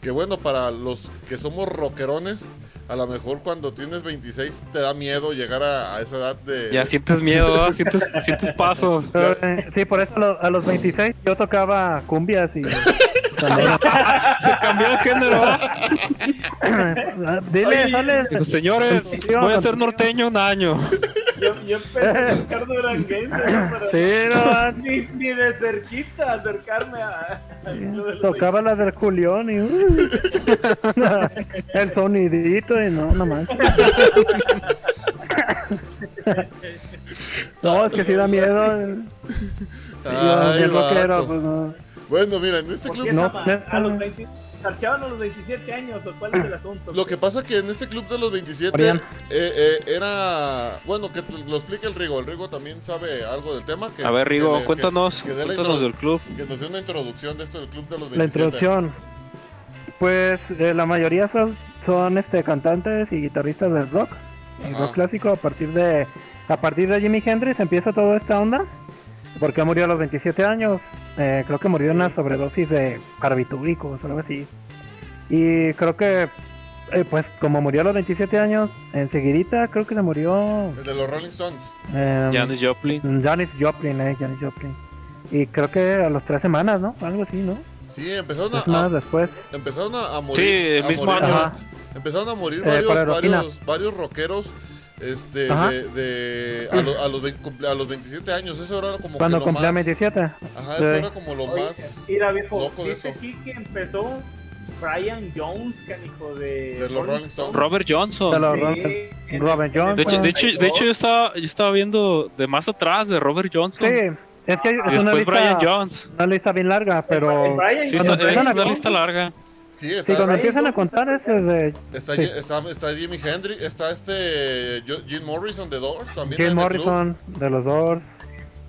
[SPEAKER 1] que bueno, para los que somos rockerones, a lo mejor cuando tienes 26 te da miedo llegar a, a esa edad de...
[SPEAKER 3] Ya sientes miedo, ¿verdad? sientes, sientes pasos.
[SPEAKER 4] Pero, eh, sí, por eso a los, a los 26 yo tocaba cumbias y...
[SPEAKER 3] Se cambió de género. ¿verdad?
[SPEAKER 4] Dile,
[SPEAKER 2] Oye,
[SPEAKER 4] sale...
[SPEAKER 3] Digo, señores, voy a ser norteño un año.
[SPEAKER 2] Yo, yo empecé a escuchar duranguense, ¿no? Pero
[SPEAKER 4] Sí, no, vas,
[SPEAKER 2] ni, ni de cerquita acercarme a. a lo de los
[SPEAKER 4] Tocaba la del Julión y uh, el sonidito y no, nada más. No, es que sí da miedo.
[SPEAKER 1] Ay,
[SPEAKER 4] el rockero,
[SPEAKER 1] vato.
[SPEAKER 4] pues no.
[SPEAKER 1] Bueno, mira, en este
[SPEAKER 2] ¿Por
[SPEAKER 1] club...
[SPEAKER 2] qué
[SPEAKER 4] No,
[SPEAKER 2] estaban? a los 20 sarchaban a los 27 años, o cuál es el asunto?
[SPEAKER 1] Lo que pasa que en este club de los 27
[SPEAKER 4] Orián.
[SPEAKER 1] eh, eh, era... Bueno, que te lo explique el Rigo. El Rigo también sabe algo del tema. Que,
[SPEAKER 3] A ver,
[SPEAKER 1] que
[SPEAKER 3] Rigo,
[SPEAKER 1] le- que-
[SPEAKER 3] cuéntanos,
[SPEAKER 1] que dé la
[SPEAKER 3] cuéntanos
[SPEAKER 1] introdu-
[SPEAKER 3] del club.
[SPEAKER 1] Que nos dé una introducción de esto del club de los 27.
[SPEAKER 4] La introducción. Pues eh, la mayoría son, son este cantantes y guitarristas del rock, el
[SPEAKER 1] Ajá.
[SPEAKER 4] rock clásico a partir de a partir de Jimi Hendrix empieza toda esta onda. Porque murió a los 27 años, eh, creo que murió de una sobredosis de carbitúricos o algo así. Y creo que eh, pues como murió a los 27 años, enseguidita creo que se murió
[SPEAKER 1] El de los Rolling Stones.
[SPEAKER 4] em,
[SPEAKER 3] Janis Joplin.
[SPEAKER 4] Janis Joplin, eh, Janis Joplin. Y creo que a las tres semanas, ¿no? Algo así, ¿no?
[SPEAKER 1] Sí, empezaron
[SPEAKER 4] Tres
[SPEAKER 1] a,
[SPEAKER 4] semanas después.
[SPEAKER 1] a- empezaron a, a morir.
[SPEAKER 3] Sí, el
[SPEAKER 1] a
[SPEAKER 3] mismo
[SPEAKER 1] morir-
[SPEAKER 3] año.
[SPEAKER 4] Ajá.
[SPEAKER 1] Empezaron a morir
[SPEAKER 4] Eh,
[SPEAKER 1] varios,
[SPEAKER 4] por aerofina.
[SPEAKER 1] varios, varios rockeros este,
[SPEAKER 4] Ajá.
[SPEAKER 1] de, de- a, lo- a los vein- cumple- a los 27 años. Eso era como que
[SPEAKER 4] Cuando
[SPEAKER 1] lo
[SPEAKER 4] cumplía
[SPEAKER 1] más,
[SPEAKER 4] 27.
[SPEAKER 1] Ajá, eso
[SPEAKER 4] Sí.
[SPEAKER 1] era como lo
[SPEAKER 2] Oye,
[SPEAKER 1] más
[SPEAKER 2] mira, viejo,
[SPEAKER 1] loco de
[SPEAKER 2] dice
[SPEAKER 1] eso.
[SPEAKER 2] aquí que empezó Brian Jones, canijo de.
[SPEAKER 1] de los Rolling Stones.
[SPEAKER 3] Robert
[SPEAKER 4] De
[SPEAKER 3] Johnson.
[SPEAKER 4] los- Rolling- Robert Jones.
[SPEAKER 3] De hecho, de hecho, de hecho yo, estaba, yo estaba viendo de más atrás de Robert
[SPEAKER 4] Sí,
[SPEAKER 3] Johnson.
[SPEAKER 4] es que
[SPEAKER 3] Y
[SPEAKER 4] es una
[SPEAKER 3] después Brian
[SPEAKER 4] lista,
[SPEAKER 3] Jones.
[SPEAKER 4] una lista bien larga, pero
[SPEAKER 3] Sí,
[SPEAKER 4] Cuando
[SPEAKER 3] está- es
[SPEAKER 4] empiezan a-
[SPEAKER 3] una lista larga.
[SPEAKER 1] Sí,
[SPEAKER 4] si cuando
[SPEAKER 1] está,
[SPEAKER 2] Brian
[SPEAKER 4] empiezan a
[SPEAKER 2] Jones-
[SPEAKER 4] contar es desde
[SPEAKER 1] está,
[SPEAKER 4] sí.
[SPEAKER 1] está, está Jimi Hendrix, está este Jo- Jim Morrison de Doors también. en este
[SPEAKER 4] Jim
[SPEAKER 1] el
[SPEAKER 4] Morrison de los Doors,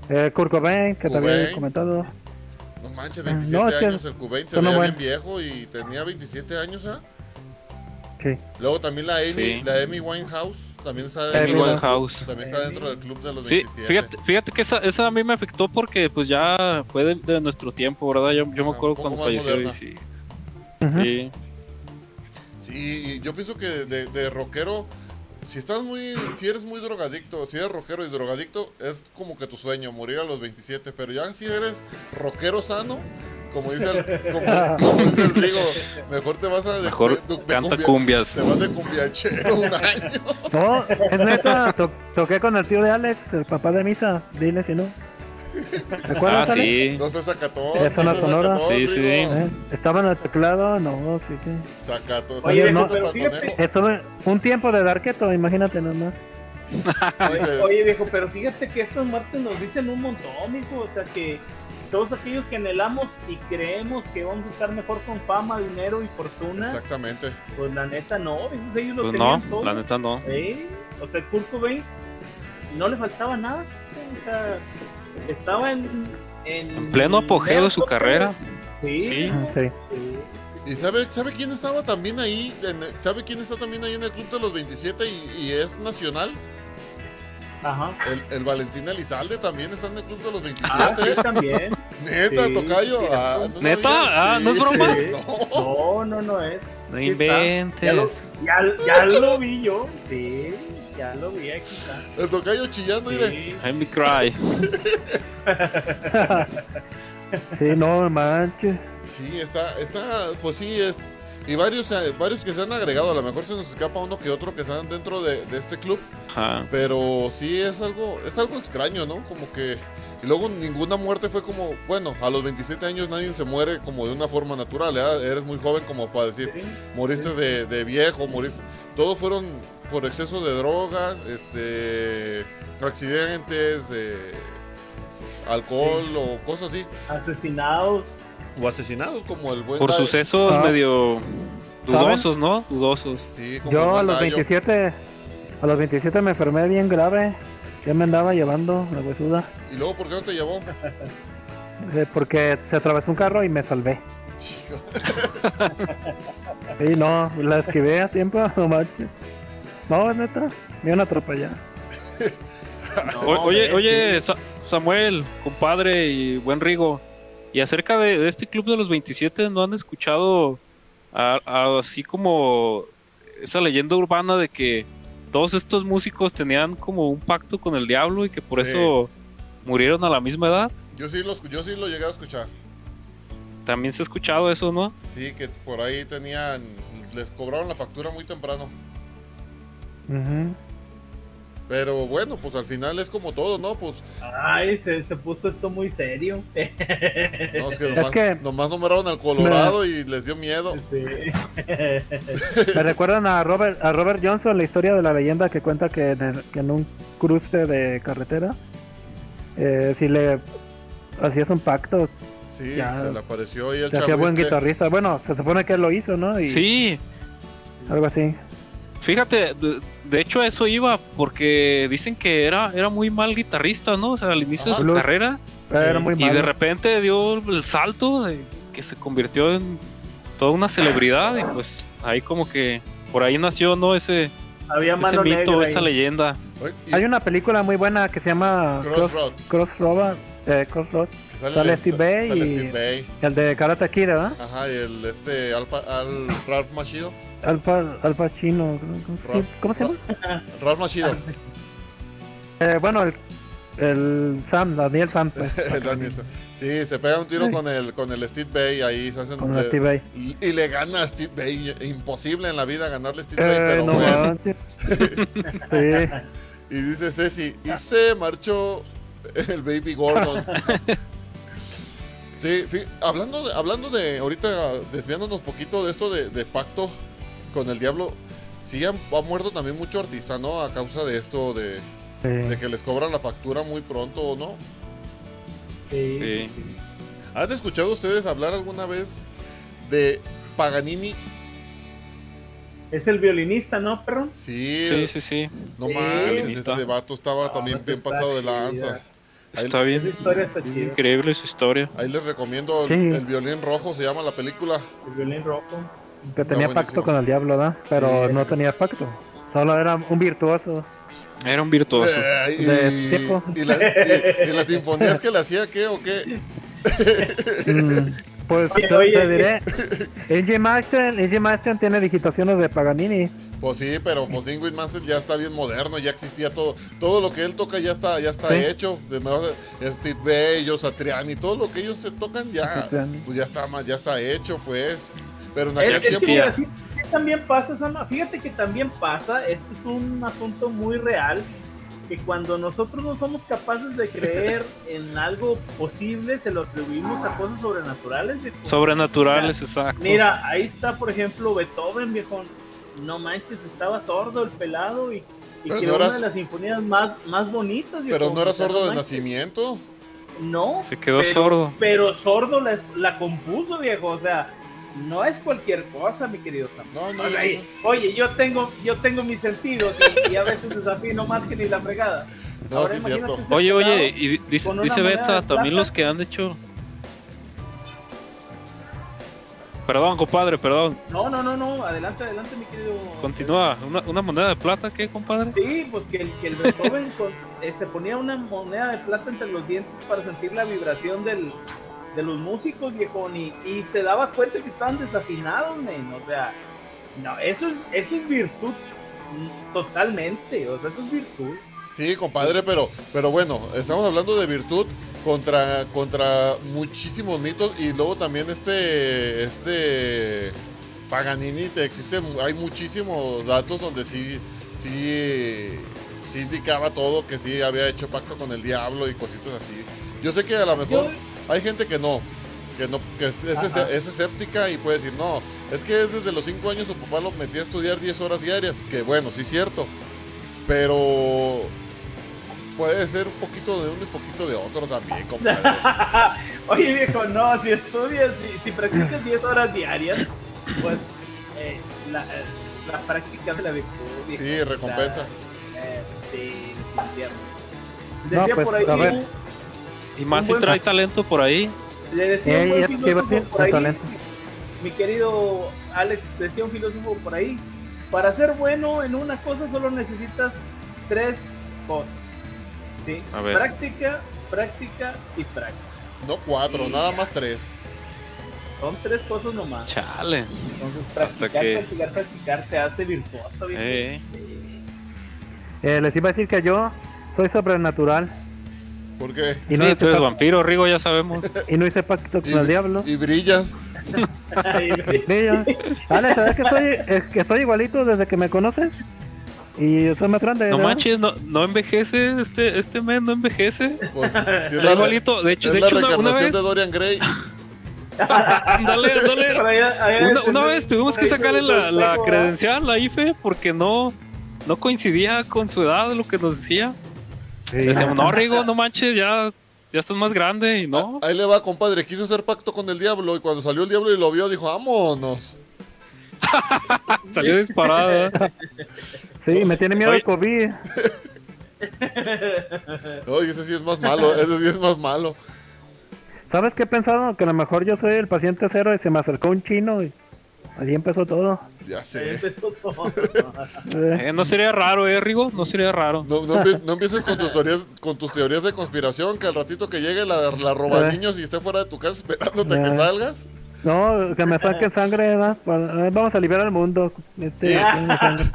[SPEAKER 4] eh, Kurt Cobain, que te había
[SPEAKER 1] Cobain.
[SPEAKER 4] comentado.
[SPEAKER 1] club. No manches,
[SPEAKER 4] Ah, no,
[SPEAKER 1] 27
[SPEAKER 4] es que
[SPEAKER 1] años el Cubain se
[SPEAKER 4] son
[SPEAKER 1] veía
[SPEAKER 4] muy
[SPEAKER 1] bien viejo y tenía 27 años, ¿ah?
[SPEAKER 4] Sí.
[SPEAKER 1] Luego también la Amy,
[SPEAKER 3] Sí.
[SPEAKER 1] la Amy Winehouse también está
[SPEAKER 4] Amy
[SPEAKER 3] Amy
[SPEAKER 1] dentro,
[SPEAKER 4] Winehouse.
[SPEAKER 3] Winehouse.
[SPEAKER 1] también está dentro del club de los
[SPEAKER 3] Sí,
[SPEAKER 1] 27.
[SPEAKER 3] fíjate, fíjate que esa, esa a mí me afectó porque pues ya fue de, de nuestro tiempo, ¿verdad? Yo, yo me
[SPEAKER 1] Ajá,
[SPEAKER 3] acuerdo
[SPEAKER 1] un poco
[SPEAKER 3] cuando
[SPEAKER 1] más
[SPEAKER 3] falleció y
[SPEAKER 1] moderna.
[SPEAKER 3] sí.
[SPEAKER 4] Ujú.
[SPEAKER 3] sí.
[SPEAKER 1] Sí, y yo pienso que de, de rockero, si estás muy, si eres muy drogadicto, si eres rockero y drogadicto, es como que tu sueño, morir a los 27, pero ya si eres rockero sano, como dice el, como, como dice el Rigo, mejor te vas a... de-
[SPEAKER 3] Mejor
[SPEAKER 1] de- de
[SPEAKER 3] canta
[SPEAKER 1] cumbia-
[SPEAKER 3] cumbias.
[SPEAKER 1] Te vas de cumbiachero un año.
[SPEAKER 4] No, es neta, to- toqué con el tío de Alex, el papá de Misa, dile si no. ¿Te
[SPEAKER 3] Ah,
[SPEAKER 4] acuerdas, Alex?
[SPEAKER 3] sí.
[SPEAKER 1] No seas sacatón.
[SPEAKER 4] Es una
[SPEAKER 1] no seas
[SPEAKER 4] sonora.
[SPEAKER 1] sacatón,
[SPEAKER 3] Sí, sí.
[SPEAKER 1] Rigo.
[SPEAKER 4] Eh, Estaba en el teclado, no, sí, sí.
[SPEAKER 1] Sacatón.
[SPEAKER 2] Oye,
[SPEAKER 1] sacatón
[SPEAKER 4] no,
[SPEAKER 1] para
[SPEAKER 2] pero fíjate-
[SPEAKER 1] conejo.
[SPEAKER 4] Estuve un tiempo de Darketo, imagínate nomás.
[SPEAKER 1] Dice,
[SPEAKER 2] Oye, viejo, pero fíjate que estas muertes nos dicen un montón, hijo. O sea, que todos aquellos que anhelamos y creemos que vamos a estar mejor con fama, dinero y fortuna,
[SPEAKER 1] Exactamente.
[SPEAKER 2] pues la neta no. viejo, ellos lo
[SPEAKER 3] Pues no,
[SPEAKER 2] tenían todo.
[SPEAKER 3] la neta no.
[SPEAKER 2] ¿Eh? O sea, Kurt Cobain no le faltaba nada. O sea, estaba en. En,
[SPEAKER 3] En pleno apogeo de su
[SPEAKER 2] pleno-
[SPEAKER 3] carrera.
[SPEAKER 2] Sí.
[SPEAKER 3] Sí.
[SPEAKER 4] Ah, Sí.
[SPEAKER 2] sí.
[SPEAKER 1] ¿Y sabe, sabe quién estaba también ahí? en- ¿Sabe quién está también ahí en el Club de los 27 y, y es nacional?
[SPEAKER 2] Ajá.
[SPEAKER 1] El, el Valentín Elizalde también está en el Club de los 27.
[SPEAKER 2] Ah, sí, también.
[SPEAKER 1] Neta,
[SPEAKER 2] sí,
[SPEAKER 1] tocayo.
[SPEAKER 2] sí,
[SPEAKER 1] Ah,
[SPEAKER 2] sí.
[SPEAKER 1] ¿no
[SPEAKER 3] ¿Neta?
[SPEAKER 1] sabías?
[SPEAKER 3] Ah, ¿no es broma?
[SPEAKER 1] Sí, no.
[SPEAKER 2] No, no, no es.
[SPEAKER 3] No
[SPEAKER 2] Aquí está. Ya lo,
[SPEAKER 3] inventes.
[SPEAKER 2] ya, ya lo vi yo. Sí, ya lo vi aquí está.
[SPEAKER 1] El tocayo chillando, mire.
[SPEAKER 2] Sí.
[SPEAKER 3] Let me cry.
[SPEAKER 4] Sí, no manches.
[SPEAKER 1] Sí, está, está, pues sí, es. Y varios, eh, varios que se han agregado, a lo mejor se nos escapa uno que otro que están dentro de, de este club,
[SPEAKER 3] Ajá.
[SPEAKER 1] pero sí es algo, es algo extraño, ¿no? Como que, y luego ninguna muerte fue como, bueno, a los 27 años nadie se muere como de una forma natural, ¿eh? eres muy joven como para decir, moriste de, de viejo, moriste. Todos fueron por exceso de drogas, este, accidentes, eh, alcohol o cosas así,
[SPEAKER 2] Asesinados.
[SPEAKER 1] o asesinados como el buen.
[SPEAKER 3] Por
[SPEAKER 1] Dai-
[SPEAKER 3] sucesos
[SPEAKER 4] Ah.
[SPEAKER 3] medio dudosos, ¿no? Dudosos.
[SPEAKER 1] Sí, como el
[SPEAKER 4] Yo a
[SPEAKER 1] buen
[SPEAKER 4] los
[SPEAKER 1] Dayo.
[SPEAKER 4] 27, a los 27 me enfermé bien grave. Ya me andaba llevando la huesuda.
[SPEAKER 1] ¿Y luego por qué no te llevó?
[SPEAKER 4] eh, Porque se atravesó un carro y me salvé. Y no, la esquivé a tiempo, no manches. No, neta, me iban a atropellar.
[SPEAKER 1] No,
[SPEAKER 3] O- oye,
[SPEAKER 1] hombre,
[SPEAKER 3] oye,
[SPEAKER 1] sí.
[SPEAKER 3] Sa- Samuel, compadre y buen Rigo. Y acerca de, de este club de los 27, ¿no han escuchado a- a- así como esa leyenda urbana de que todos estos músicos tenían como un pacto con el diablo y que por
[SPEAKER 1] Sí.
[SPEAKER 3] eso murieron a la misma edad?
[SPEAKER 1] Yo sí, lo, escu- yo sí lo llegué a escuchar.
[SPEAKER 3] También se ha escuchado eso, ¿no?
[SPEAKER 1] Sí, que por ahí tenían. Les cobraron la factura muy temprano.
[SPEAKER 4] Ujú.
[SPEAKER 1] Pero bueno, pues al final es como todo, ¿no? Pues
[SPEAKER 2] Ay, se, se puso esto muy serio.
[SPEAKER 1] no, es que nomás,
[SPEAKER 4] que-
[SPEAKER 1] nomás nombraron al Colorado y les dio
[SPEAKER 3] Oh.
[SPEAKER 1] miedo.
[SPEAKER 2] Sí.
[SPEAKER 4] Me recuerdan a Robert, a Robert Johnson, la historia de la leyenda que cuenta que en, el- que en un cruce de carretera, eh, si le hacías un pacto,
[SPEAKER 1] Sí,
[SPEAKER 4] Ya.
[SPEAKER 1] se le apareció ahí el
[SPEAKER 4] te hacía buen
[SPEAKER 1] chabuiste.
[SPEAKER 4] guitarrista. Bueno, se supone que él lo hizo, ¿no? Y
[SPEAKER 3] Sí,
[SPEAKER 4] Algo así.
[SPEAKER 3] Fíjate, de, de hecho a eso iba porque dicen que era, era muy mal guitarrista, ¿no? O sea, al inicio
[SPEAKER 1] Ajá.
[SPEAKER 3] de su carrera
[SPEAKER 4] Era
[SPEAKER 2] Sí,
[SPEAKER 4] muy
[SPEAKER 3] y de
[SPEAKER 4] malo.
[SPEAKER 3] repente dio el salto de que se convirtió en toda una celebridad y pues ahí como que por ahí nació, ¿no? Ese,
[SPEAKER 2] Había
[SPEAKER 3] ese
[SPEAKER 2] mano
[SPEAKER 3] mito,
[SPEAKER 2] negra.
[SPEAKER 3] esa
[SPEAKER 2] ahí.
[SPEAKER 3] leyenda.
[SPEAKER 1] Oye, y
[SPEAKER 4] Hay una película muy buena que se llama Cross,
[SPEAKER 1] Crossroad.
[SPEAKER 4] Crossroad, eh, Crossroad,
[SPEAKER 1] que Sale,
[SPEAKER 4] sale
[SPEAKER 1] el-
[SPEAKER 4] Steve Vai
[SPEAKER 1] sale
[SPEAKER 4] y-
[SPEAKER 1] Steve Vai.
[SPEAKER 4] el de Karate Kid, ¿verdad?
[SPEAKER 1] Ajá, y el este Alfa, al Ralph Machido.
[SPEAKER 4] Alfa, Alfa Chino, ¿cómo- ¿cómo,
[SPEAKER 1] Rob-
[SPEAKER 4] cómo se llama?
[SPEAKER 1] Ralph Machido.
[SPEAKER 4] Ah. Eh, bueno, el, el Sam, Daniel Sam, pues,
[SPEAKER 1] el eh, Daniel. Sí, se pega un tiro
[SPEAKER 4] Sí.
[SPEAKER 1] con el con el Steve Bay ahí se hacen
[SPEAKER 4] con
[SPEAKER 1] eh,
[SPEAKER 4] la Steve Vai.
[SPEAKER 1] y le gana a Steve Bay, imposible en la vida ganarle a Steve Bay,
[SPEAKER 4] Eh,
[SPEAKER 1] pero
[SPEAKER 4] no
[SPEAKER 1] bueno.
[SPEAKER 4] manches. Sí.
[SPEAKER 1] Y dice Ceci, y se marchó el Baby Gordon. Sí, fi- hablando, de- hablando de, ahorita desviándonos poquito de esto de, de pacto con el diablo, sí han- ha muerto también mucho artista, ¿no? A causa de esto, de, de
[SPEAKER 4] Sí.
[SPEAKER 1] que les cobran la factura muy pronto, ¿no?
[SPEAKER 2] Sí.
[SPEAKER 3] Sí.
[SPEAKER 1] ¿Han escuchado ustedes hablar alguna vez de Paganini?
[SPEAKER 2] Es el violinista, ¿no, perro?
[SPEAKER 1] Sí,
[SPEAKER 3] Sí, sí, sí.
[SPEAKER 1] no
[SPEAKER 2] Sí.
[SPEAKER 1] manches,
[SPEAKER 3] Bonita.
[SPEAKER 1] este vato estaba también
[SPEAKER 2] pues
[SPEAKER 1] bien
[SPEAKER 2] está
[SPEAKER 1] pasado de
[SPEAKER 2] chida.
[SPEAKER 1] lanza. Ahí-
[SPEAKER 3] Está
[SPEAKER 2] Esa
[SPEAKER 3] bien.
[SPEAKER 2] historia está chida.
[SPEAKER 3] Increíble su historia.
[SPEAKER 1] Ahí les recomiendo el,
[SPEAKER 4] Sí.
[SPEAKER 1] el violín rojo, se llama la película.
[SPEAKER 2] El violín rojo.
[SPEAKER 4] Que tenía pacto
[SPEAKER 1] buenísimo.
[SPEAKER 4] con el diablo, ¿verdad? Pero
[SPEAKER 1] Sí.
[SPEAKER 4] no tenía pacto. Solo era un virtuoso.
[SPEAKER 3] Era un virtuoso.
[SPEAKER 1] Eh, y,
[SPEAKER 4] De este tiempo.
[SPEAKER 1] y la- y- y las sinfonías que le hacía, ¿qué o qué?
[SPEAKER 4] Mm, Pues
[SPEAKER 2] Oye,
[SPEAKER 4] te,
[SPEAKER 2] oye,
[SPEAKER 4] te
[SPEAKER 2] ¿qué?
[SPEAKER 4] diré, Angie Marston, Angie Marston tiene digitaciones de Paganini.
[SPEAKER 1] Pues sí, pero pues Ingrid Mansell ya está bien moderno, ya existía todo. Todo lo que él toca ya está, ya está
[SPEAKER 4] Sí.
[SPEAKER 1] hecho. De mejor, Steve Bello, Satriani, todo lo que ellos se tocan ya,
[SPEAKER 4] Satriani.
[SPEAKER 1] pues ya está más, ya está hecho, pues. Pero en aquel
[SPEAKER 2] Es, es que
[SPEAKER 1] tiempo.
[SPEAKER 2] mira, sí, sí también pasa, Sama. Fíjate que también pasa. Este es un asunto muy real. Que cuando nosotros no somos capaces de creer en algo posible, se lo atribuimos a cosas sobrenaturales. viejo.
[SPEAKER 3] Sobrenaturales, exacto.
[SPEAKER 2] Mira, ahí está, por ejemplo, Beethoven, viejo. No manches, estaba sordo el pelado y, y
[SPEAKER 1] Pero
[SPEAKER 2] creó
[SPEAKER 1] no era-
[SPEAKER 2] una de las sinfonías más, más bonitas. viejo.
[SPEAKER 1] Pero no era
[SPEAKER 2] O sea,
[SPEAKER 1] sordo de
[SPEAKER 2] manches.
[SPEAKER 1] nacimiento.
[SPEAKER 2] No,
[SPEAKER 3] Se quedó
[SPEAKER 2] pero-
[SPEAKER 3] sordo.
[SPEAKER 2] pero sordo la, la compuso, viejo. O sea, no es cualquier cosa, mi querido Sam.
[SPEAKER 1] No, no,
[SPEAKER 2] O sea,
[SPEAKER 1] no,
[SPEAKER 2] y- Oye, yo tengo, yo tengo mis sentidos y, y a veces desafino más que ni la fregada.
[SPEAKER 1] no,
[SPEAKER 2] Ahora
[SPEAKER 1] sí es
[SPEAKER 2] imagínate
[SPEAKER 1] cierto.
[SPEAKER 2] ese
[SPEAKER 3] Oye, oye,
[SPEAKER 2] pelado.
[SPEAKER 3] y di- dice,
[SPEAKER 2] con una
[SPEAKER 3] dice
[SPEAKER 2] moneda
[SPEAKER 3] Betsa,
[SPEAKER 2] de
[SPEAKER 3] también
[SPEAKER 2] plata.
[SPEAKER 3] los que han hecho. Perdón, compadre, perdón.
[SPEAKER 2] No, no, no, no. Adelante, adelante, mi querido.
[SPEAKER 3] Continúa. ¿Una, una moneda de plata qué, compadre?
[SPEAKER 2] Sí, pues que el, que el Beethoven con- eh, se ponía una moneda de plata entre los dientes para sentir la vibración del, de los músicos, viejón, y, y se daba cuenta que estaban desafinados, men, o sea, no, eso es, eso es virtud, mm, totalmente, o sea, eso es virtud.
[SPEAKER 1] Sí, compadre, pero, pero bueno, estamos hablando de virtud contra, contra muchísimos mitos y luego también este, este Paganini, te existe, hay muchísimos datos donde sí, sí, sí indicaba todo, que sí había hecho pacto con el diablo y cositas así. Yo sé que a lo mejor
[SPEAKER 2] Yo-
[SPEAKER 1] hay gente que no, que no, que es, es-
[SPEAKER 2] Ajá.
[SPEAKER 1] es escéptica y puede decir, no, es que desde los 5 años su papá lo metía a estudiar 10 horas diarias, que bueno, sí es cierto, pero puede ser un poquito de uno y poquito de otro también, compadre.
[SPEAKER 2] Oye, viejo, no, si estudias, si, si practicas 10 horas diarias, pues eh, la, eh, la práctica de la virtud, viejo,
[SPEAKER 1] Sí, recompensa.
[SPEAKER 2] o sea, eh, sí, definitivamente.
[SPEAKER 4] No,
[SPEAKER 2] Decía
[SPEAKER 4] pues,
[SPEAKER 2] por ahí
[SPEAKER 4] a ver.
[SPEAKER 2] un-
[SPEAKER 3] Y más
[SPEAKER 2] un
[SPEAKER 3] si
[SPEAKER 2] buen-
[SPEAKER 3] trae talento por ahí.
[SPEAKER 2] Le decía un
[SPEAKER 4] Eh,
[SPEAKER 2] buen
[SPEAKER 4] ya te iba a
[SPEAKER 2] filósofo
[SPEAKER 4] decir,
[SPEAKER 2] por ahí,
[SPEAKER 4] talento.
[SPEAKER 2] mi querido Alex, decía un filósofo por ahí, Para ser bueno en una cosa solo necesitas tres cosas. ¿sí?
[SPEAKER 3] A ver.
[SPEAKER 2] Práctica, práctica y práctica.
[SPEAKER 1] No cuatro, nada más tres.
[SPEAKER 2] Son tres cosas nomás.
[SPEAKER 3] Chale.
[SPEAKER 2] Entonces
[SPEAKER 3] Hasta
[SPEAKER 2] practicar,
[SPEAKER 3] que-
[SPEAKER 2] practicar, practicar se hace virtuoso. viejo.
[SPEAKER 3] Eh.
[SPEAKER 2] Sí.
[SPEAKER 4] Eh, les iba a decir que yo soy sobrenatural
[SPEAKER 1] Porque.
[SPEAKER 4] y no,
[SPEAKER 3] sí, tú
[SPEAKER 4] hice,
[SPEAKER 3] eres
[SPEAKER 4] pac-
[SPEAKER 3] vampiro, Rigo, ya sabemos.
[SPEAKER 4] y no hice pacto
[SPEAKER 3] Pues
[SPEAKER 4] con el diablo.
[SPEAKER 1] y brillas.
[SPEAKER 2] Ay, güey.
[SPEAKER 4] Mira, Ale, ¿sabes que soy, es que soy igualito desde que me conoces? Y soy más grande.
[SPEAKER 3] No
[SPEAKER 4] ¿verdad?
[SPEAKER 3] manches, no, no envejece, este, este men no envejece.
[SPEAKER 1] Pues, si es
[SPEAKER 3] Está
[SPEAKER 1] la,
[SPEAKER 3] igualito, de hecho,
[SPEAKER 1] es
[SPEAKER 3] de
[SPEAKER 1] la
[SPEAKER 3] hecho una, una
[SPEAKER 1] reencarnación
[SPEAKER 3] vez,
[SPEAKER 1] de Dorian Gray.
[SPEAKER 3] ándale, ándale.
[SPEAKER 2] Por ahí- ahí- este,
[SPEAKER 3] Una, una vez tuvimos que
[SPEAKER 2] ahí
[SPEAKER 3] sacarle
[SPEAKER 2] un
[SPEAKER 3] la, la
[SPEAKER 2] consejo, ¿verdad?
[SPEAKER 3] credencial a IFE porque no, no coincidía con su edad lo que nos decía.
[SPEAKER 4] Sí.
[SPEAKER 3] Le decíamos, no, Rigo, no manches, ya, ya estás más grande y no.
[SPEAKER 1] Ahí le va, compadre. Quiso hacer pacto con el diablo. Y cuando salió el diablo y lo vio, dijo: Vámonos.
[SPEAKER 3] Salió disparada.
[SPEAKER 4] Sí, me tiene miedo
[SPEAKER 3] Oye.
[SPEAKER 4] el COVID.
[SPEAKER 1] No, y ese sí es más malo. Ese sí es más malo.
[SPEAKER 4] ¿Sabes qué he pensado? Que a lo mejor yo soy el paciente cero y se me acercó un chino y así empezó todo.
[SPEAKER 1] Ya
[SPEAKER 2] Ahí
[SPEAKER 3] Este
[SPEAKER 1] sé.
[SPEAKER 2] empezó todo.
[SPEAKER 4] Eh,
[SPEAKER 3] Eh, no sería raro, ¿eh, Rigo? No sería raro.
[SPEAKER 1] No, no empie- no empieces con tus, teorías, con tus teorías de conspiración. Que al ratito que llegue la, la roba
[SPEAKER 4] Eh.
[SPEAKER 1] niños y esté fuera de tu casa esperándote que
[SPEAKER 4] Eh.
[SPEAKER 1] salgas.
[SPEAKER 4] no, que me saquen sangre, ¿verdad? Para- eh, vamos a liberar al mundo. Este, tiene sangre.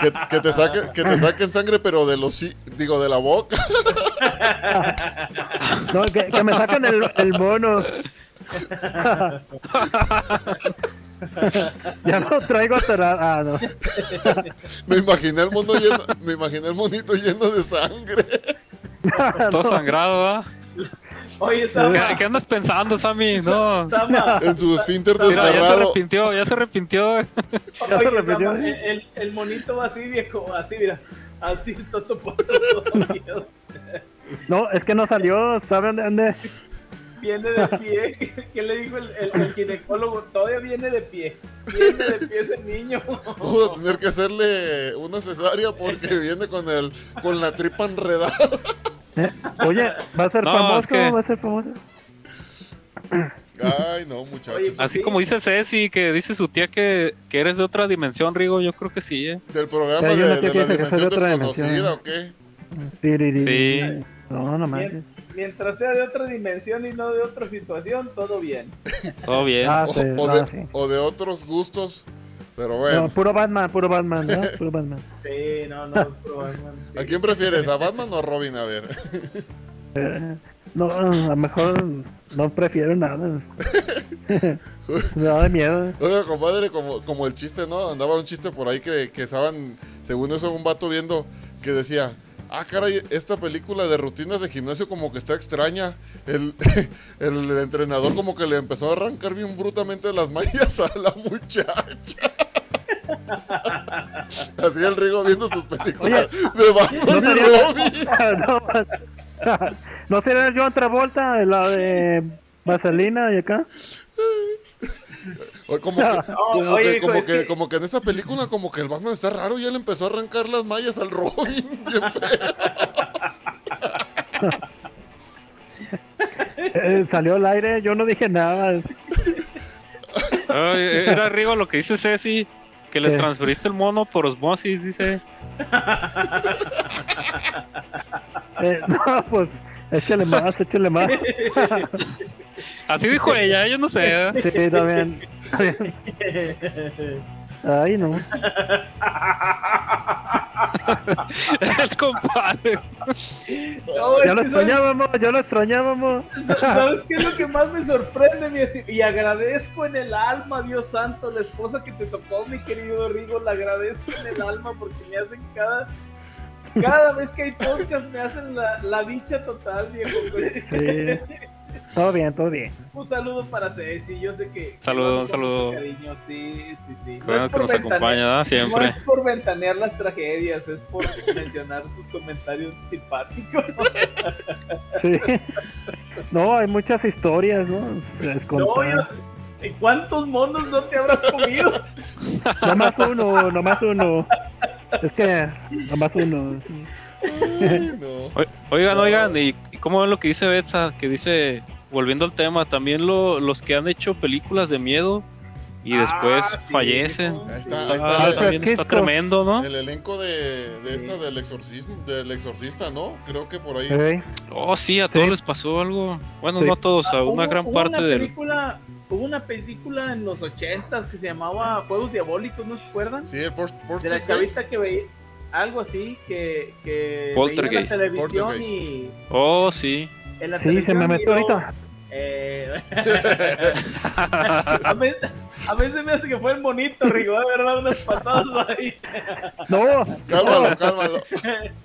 [SPEAKER 1] Que, que- que te saquen, que te saquen sangre, pero de los. hi- Digo, de la boca.
[SPEAKER 4] No, que, que me saquen el, el mono. ya no traigo hasta la- ah, no.
[SPEAKER 1] Me imaginé el mundo lleno. Me imaginé el monito lleno de sangre.
[SPEAKER 3] Todo
[SPEAKER 4] No.
[SPEAKER 3] sangrado, ¿verdad?
[SPEAKER 2] Oye,
[SPEAKER 3] ¿Qué,
[SPEAKER 2] Sama,
[SPEAKER 3] qué andas pensando, Sammy? No.
[SPEAKER 2] Sama,
[SPEAKER 1] En su esfínter
[SPEAKER 3] Mira, ya se
[SPEAKER 1] desgarrado.
[SPEAKER 3] arrepintió, ya se arrepintió.
[SPEAKER 4] Ya se
[SPEAKER 2] Oye,
[SPEAKER 4] arrepintió.
[SPEAKER 2] Sama, el, el- el monito va así, viejo, así, mira. Así está topando miedo.
[SPEAKER 4] No, es que no salió, ¿saben dónde?
[SPEAKER 2] Viene de pie. ¿Qué le dijo el, el- el ginecólogo? Todavía viene de pie. Viene de pie ese niño.
[SPEAKER 1] Vamos a tener que hacerle una cesárea porque viene con el con la tripa enredada.
[SPEAKER 4] Eh, Oye, va a ser
[SPEAKER 3] No,
[SPEAKER 4] famoso,
[SPEAKER 3] es que-
[SPEAKER 4] va a ser famoso.
[SPEAKER 1] Ay, no, muchachos.
[SPEAKER 3] Así como dice Ceci, que dice su tía que, que eres de otra dimensión, Rigo, yo creo que sí, ¿eh?
[SPEAKER 1] Del programa
[SPEAKER 4] Pero
[SPEAKER 1] de,
[SPEAKER 4] yo no
[SPEAKER 1] de
[SPEAKER 4] te
[SPEAKER 1] la
[SPEAKER 4] pienso que soy
[SPEAKER 1] dimensión
[SPEAKER 4] de otra
[SPEAKER 1] desconocida,
[SPEAKER 4] dimensión.
[SPEAKER 1] ¿o qué?
[SPEAKER 4] Tiriri.
[SPEAKER 3] Sí.
[SPEAKER 4] No, no manches.
[SPEAKER 2] Mientras sea de otra dimensión y no de otra situación, todo bien.
[SPEAKER 3] Todo bien.
[SPEAKER 4] Ah,
[SPEAKER 1] O,
[SPEAKER 4] sí,
[SPEAKER 1] o
[SPEAKER 4] no,
[SPEAKER 1] de,
[SPEAKER 4] sí.
[SPEAKER 1] o de otros gustos. Pero
[SPEAKER 4] No,
[SPEAKER 1] bueno,
[SPEAKER 4] puro Batman, puro Batman, ¿no? Puro Batman.
[SPEAKER 2] Sí, no, no, probablemente.
[SPEAKER 4] pues,
[SPEAKER 1] ¿a quién prefieres? ¿A Batman o a Robin? A ver.
[SPEAKER 4] Eh, No, a lo mejor no prefiero nada. Me da miedo.
[SPEAKER 1] Oiga, compadre, como, como el chiste, ¿no? Andaba un chiste por ahí que, que estaban, según eso, un vato viendo que decía, ah, caray, esta película de rutinas de gimnasio como que está extraña. El, el entrenador como que le empezó a arrancar bien brutamente las mallas a la muchacha. Así el Rigo viendo sus películas de Batman
[SPEAKER 4] ¿no
[SPEAKER 1] y
[SPEAKER 4] sería-
[SPEAKER 1] Robin.
[SPEAKER 4] no, ¿No será John Travolta, la de Vaselina y acá?
[SPEAKER 1] O Como que, como,
[SPEAKER 2] oye,
[SPEAKER 1] que,
[SPEAKER 2] hijo,
[SPEAKER 1] como,
[SPEAKER 2] es
[SPEAKER 1] que,
[SPEAKER 2] que-
[SPEAKER 1] como que en esa película como que el Batman está raro y él empezó a arrancar las mallas al Robin. Bien feo.
[SPEAKER 4] Eh, salió al aire, yo no dije nada.
[SPEAKER 3] Ay, era Rigo lo que dice Ceci, que le
[SPEAKER 4] Sí.
[SPEAKER 3] transferiste el mono por osmosis, dice.
[SPEAKER 4] Eh, no, pues échale más, échale más.
[SPEAKER 3] Así dijo ella, yo no sé. ¿eh?
[SPEAKER 4] Sí, también. Ay, no.
[SPEAKER 3] El compadre.
[SPEAKER 2] No, es
[SPEAKER 4] Ya lo
[SPEAKER 2] que ¿sabes,
[SPEAKER 4] extrañábamos, ya lo extrañábamos.
[SPEAKER 2] ¿sabes qué es lo que más me sorprende, mi esti- Y agradezco en el alma, Dios santo, la esposa que te tocó, mi querido Rigo, la agradezco en el alma porque me hacen cada... Cada vez que hay podcast me hacen la, la dicha total, viejo.
[SPEAKER 4] Sí. Todo bien, todo bien.
[SPEAKER 2] Un saludo para Ceci, yo sé que...
[SPEAKER 3] Saludo,
[SPEAKER 2] que
[SPEAKER 3] un saludo.
[SPEAKER 2] con mucho Cariño, sí, sí, sí. No
[SPEAKER 3] Bueno,
[SPEAKER 2] es
[SPEAKER 3] que
[SPEAKER 2] por
[SPEAKER 3] nos
[SPEAKER 2] ventanear-
[SPEAKER 3] acompaña ¿eh?
[SPEAKER 2] No
[SPEAKER 3] siempre.
[SPEAKER 2] es por ventanear las tragedias, es por mencionar sus comentarios simpáticos.
[SPEAKER 4] Sí. No, hay muchas historias, ¿no?
[SPEAKER 2] No, yo
[SPEAKER 4] Descontadas.
[SPEAKER 2] sé. ¿En ¿Cuántos monos no te habrás comido?
[SPEAKER 4] Nomás uno, nomás uno. Es que, nomás uno. sí.
[SPEAKER 1] Ay, no.
[SPEAKER 3] Oi- Oigan, oigan, ¿y y cómo ven lo que dice Betsa? Que dice, volviendo al tema, también lo- los que han hecho películas de miedo y después
[SPEAKER 2] Ah, sí,
[SPEAKER 3] fallecen.
[SPEAKER 2] sí.
[SPEAKER 1] Ahí está, ahí está
[SPEAKER 3] Ah,
[SPEAKER 1] el-
[SPEAKER 4] pero-
[SPEAKER 3] también está
[SPEAKER 4] Francisco.
[SPEAKER 3] tremendo, ¿no?
[SPEAKER 1] el elenco de, de esta del exorcismo, del exorcista, ¿no? Creo que por ahí.
[SPEAKER 4] Ey,
[SPEAKER 3] Oh, sí, a todos les pasó algo. Bueno,
[SPEAKER 4] Sí.
[SPEAKER 3] no a todos, a
[SPEAKER 2] Ah,
[SPEAKER 3] una
[SPEAKER 2] hubo-
[SPEAKER 3] gran
[SPEAKER 2] hubo
[SPEAKER 3] parte
[SPEAKER 2] una
[SPEAKER 3] del.
[SPEAKER 2] película, Hubo una película en los ochentas que se llamaba Juegos Diabólicos, ¿no se acuerdan?
[SPEAKER 1] Sí, el Porsche,
[SPEAKER 2] de
[SPEAKER 1] Porsche
[SPEAKER 2] la chavita que veía algo así que, que veía en la
[SPEAKER 3] Poltergeist.
[SPEAKER 2] televisión
[SPEAKER 1] Poltergeist.
[SPEAKER 2] y
[SPEAKER 3] Oh, sí.
[SPEAKER 2] en la
[SPEAKER 4] Sí, se
[SPEAKER 2] televisión
[SPEAKER 4] me metió
[SPEAKER 2] miró,
[SPEAKER 4] ahorita.
[SPEAKER 2] eh, a, veces, a veces me hace que fue el monito, Rigo, de verdad, unas patadas ahí.
[SPEAKER 4] No,
[SPEAKER 1] Cálmalo, cálmalo.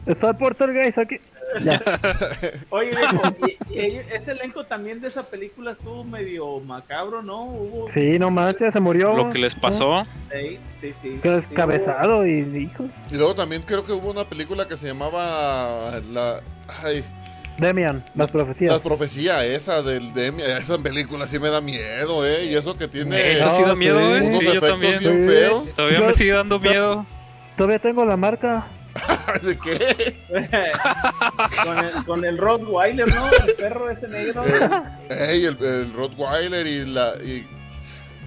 [SPEAKER 4] está el Portergeist aquí. Ya.
[SPEAKER 2] Oye, viejo, y- y ese elenco también de esa película estuvo medio macabro, ¿no? Hubo
[SPEAKER 4] Sí, no manches, se murió.
[SPEAKER 3] Lo que les pasó.
[SPEAKER 2] Sí, sí, sí.
[SPEAKER 4] Que
[SPEAKER 2] Sí,
[SPEAKER 4] descabezado y hijo.
[SPEAKER 1] Y luego también creo que hubo una película que se llamaba La. Ay,
[SPEAKER 4] Demian,
[SPEAKER 1] La
[SPEAKER 4] las profecías.
[SPEAKER 1] profecía esa del Demi, esa película sí me da miedo, ¿eh? Y eso que tiene
[SPEAKER 3] Eso sí
[SPEAKER 4] No,
[SPEAKER 3] da miedo,
[SPEAKER 4] sí.
[SPEAKER 3] ¿eh?
[SPEAKER 1] unos
[SPEAKER 3] Sí, yo
[SPEAKER 1] efectos
[SPEAKER 3] también.
[SPEAKER 1] bien
[SPEAKER 4] Sí.
[SPEAKER 1] feos.
[SPEAKER 3] Todavía
[SPEAKER 4] Yo-
[SPEAKER 3] me sigue dando miedo.
[SPEAKER 4] Todavía tengo la marca.
[SPEAKER 1] Ah, ¿De qué?
[SPEAKER 2] con, el, con el Rottweiler, ¿no? El perro ese negro.
[SPEAKER 1] Ey, el, el Rottweiler y la. Y...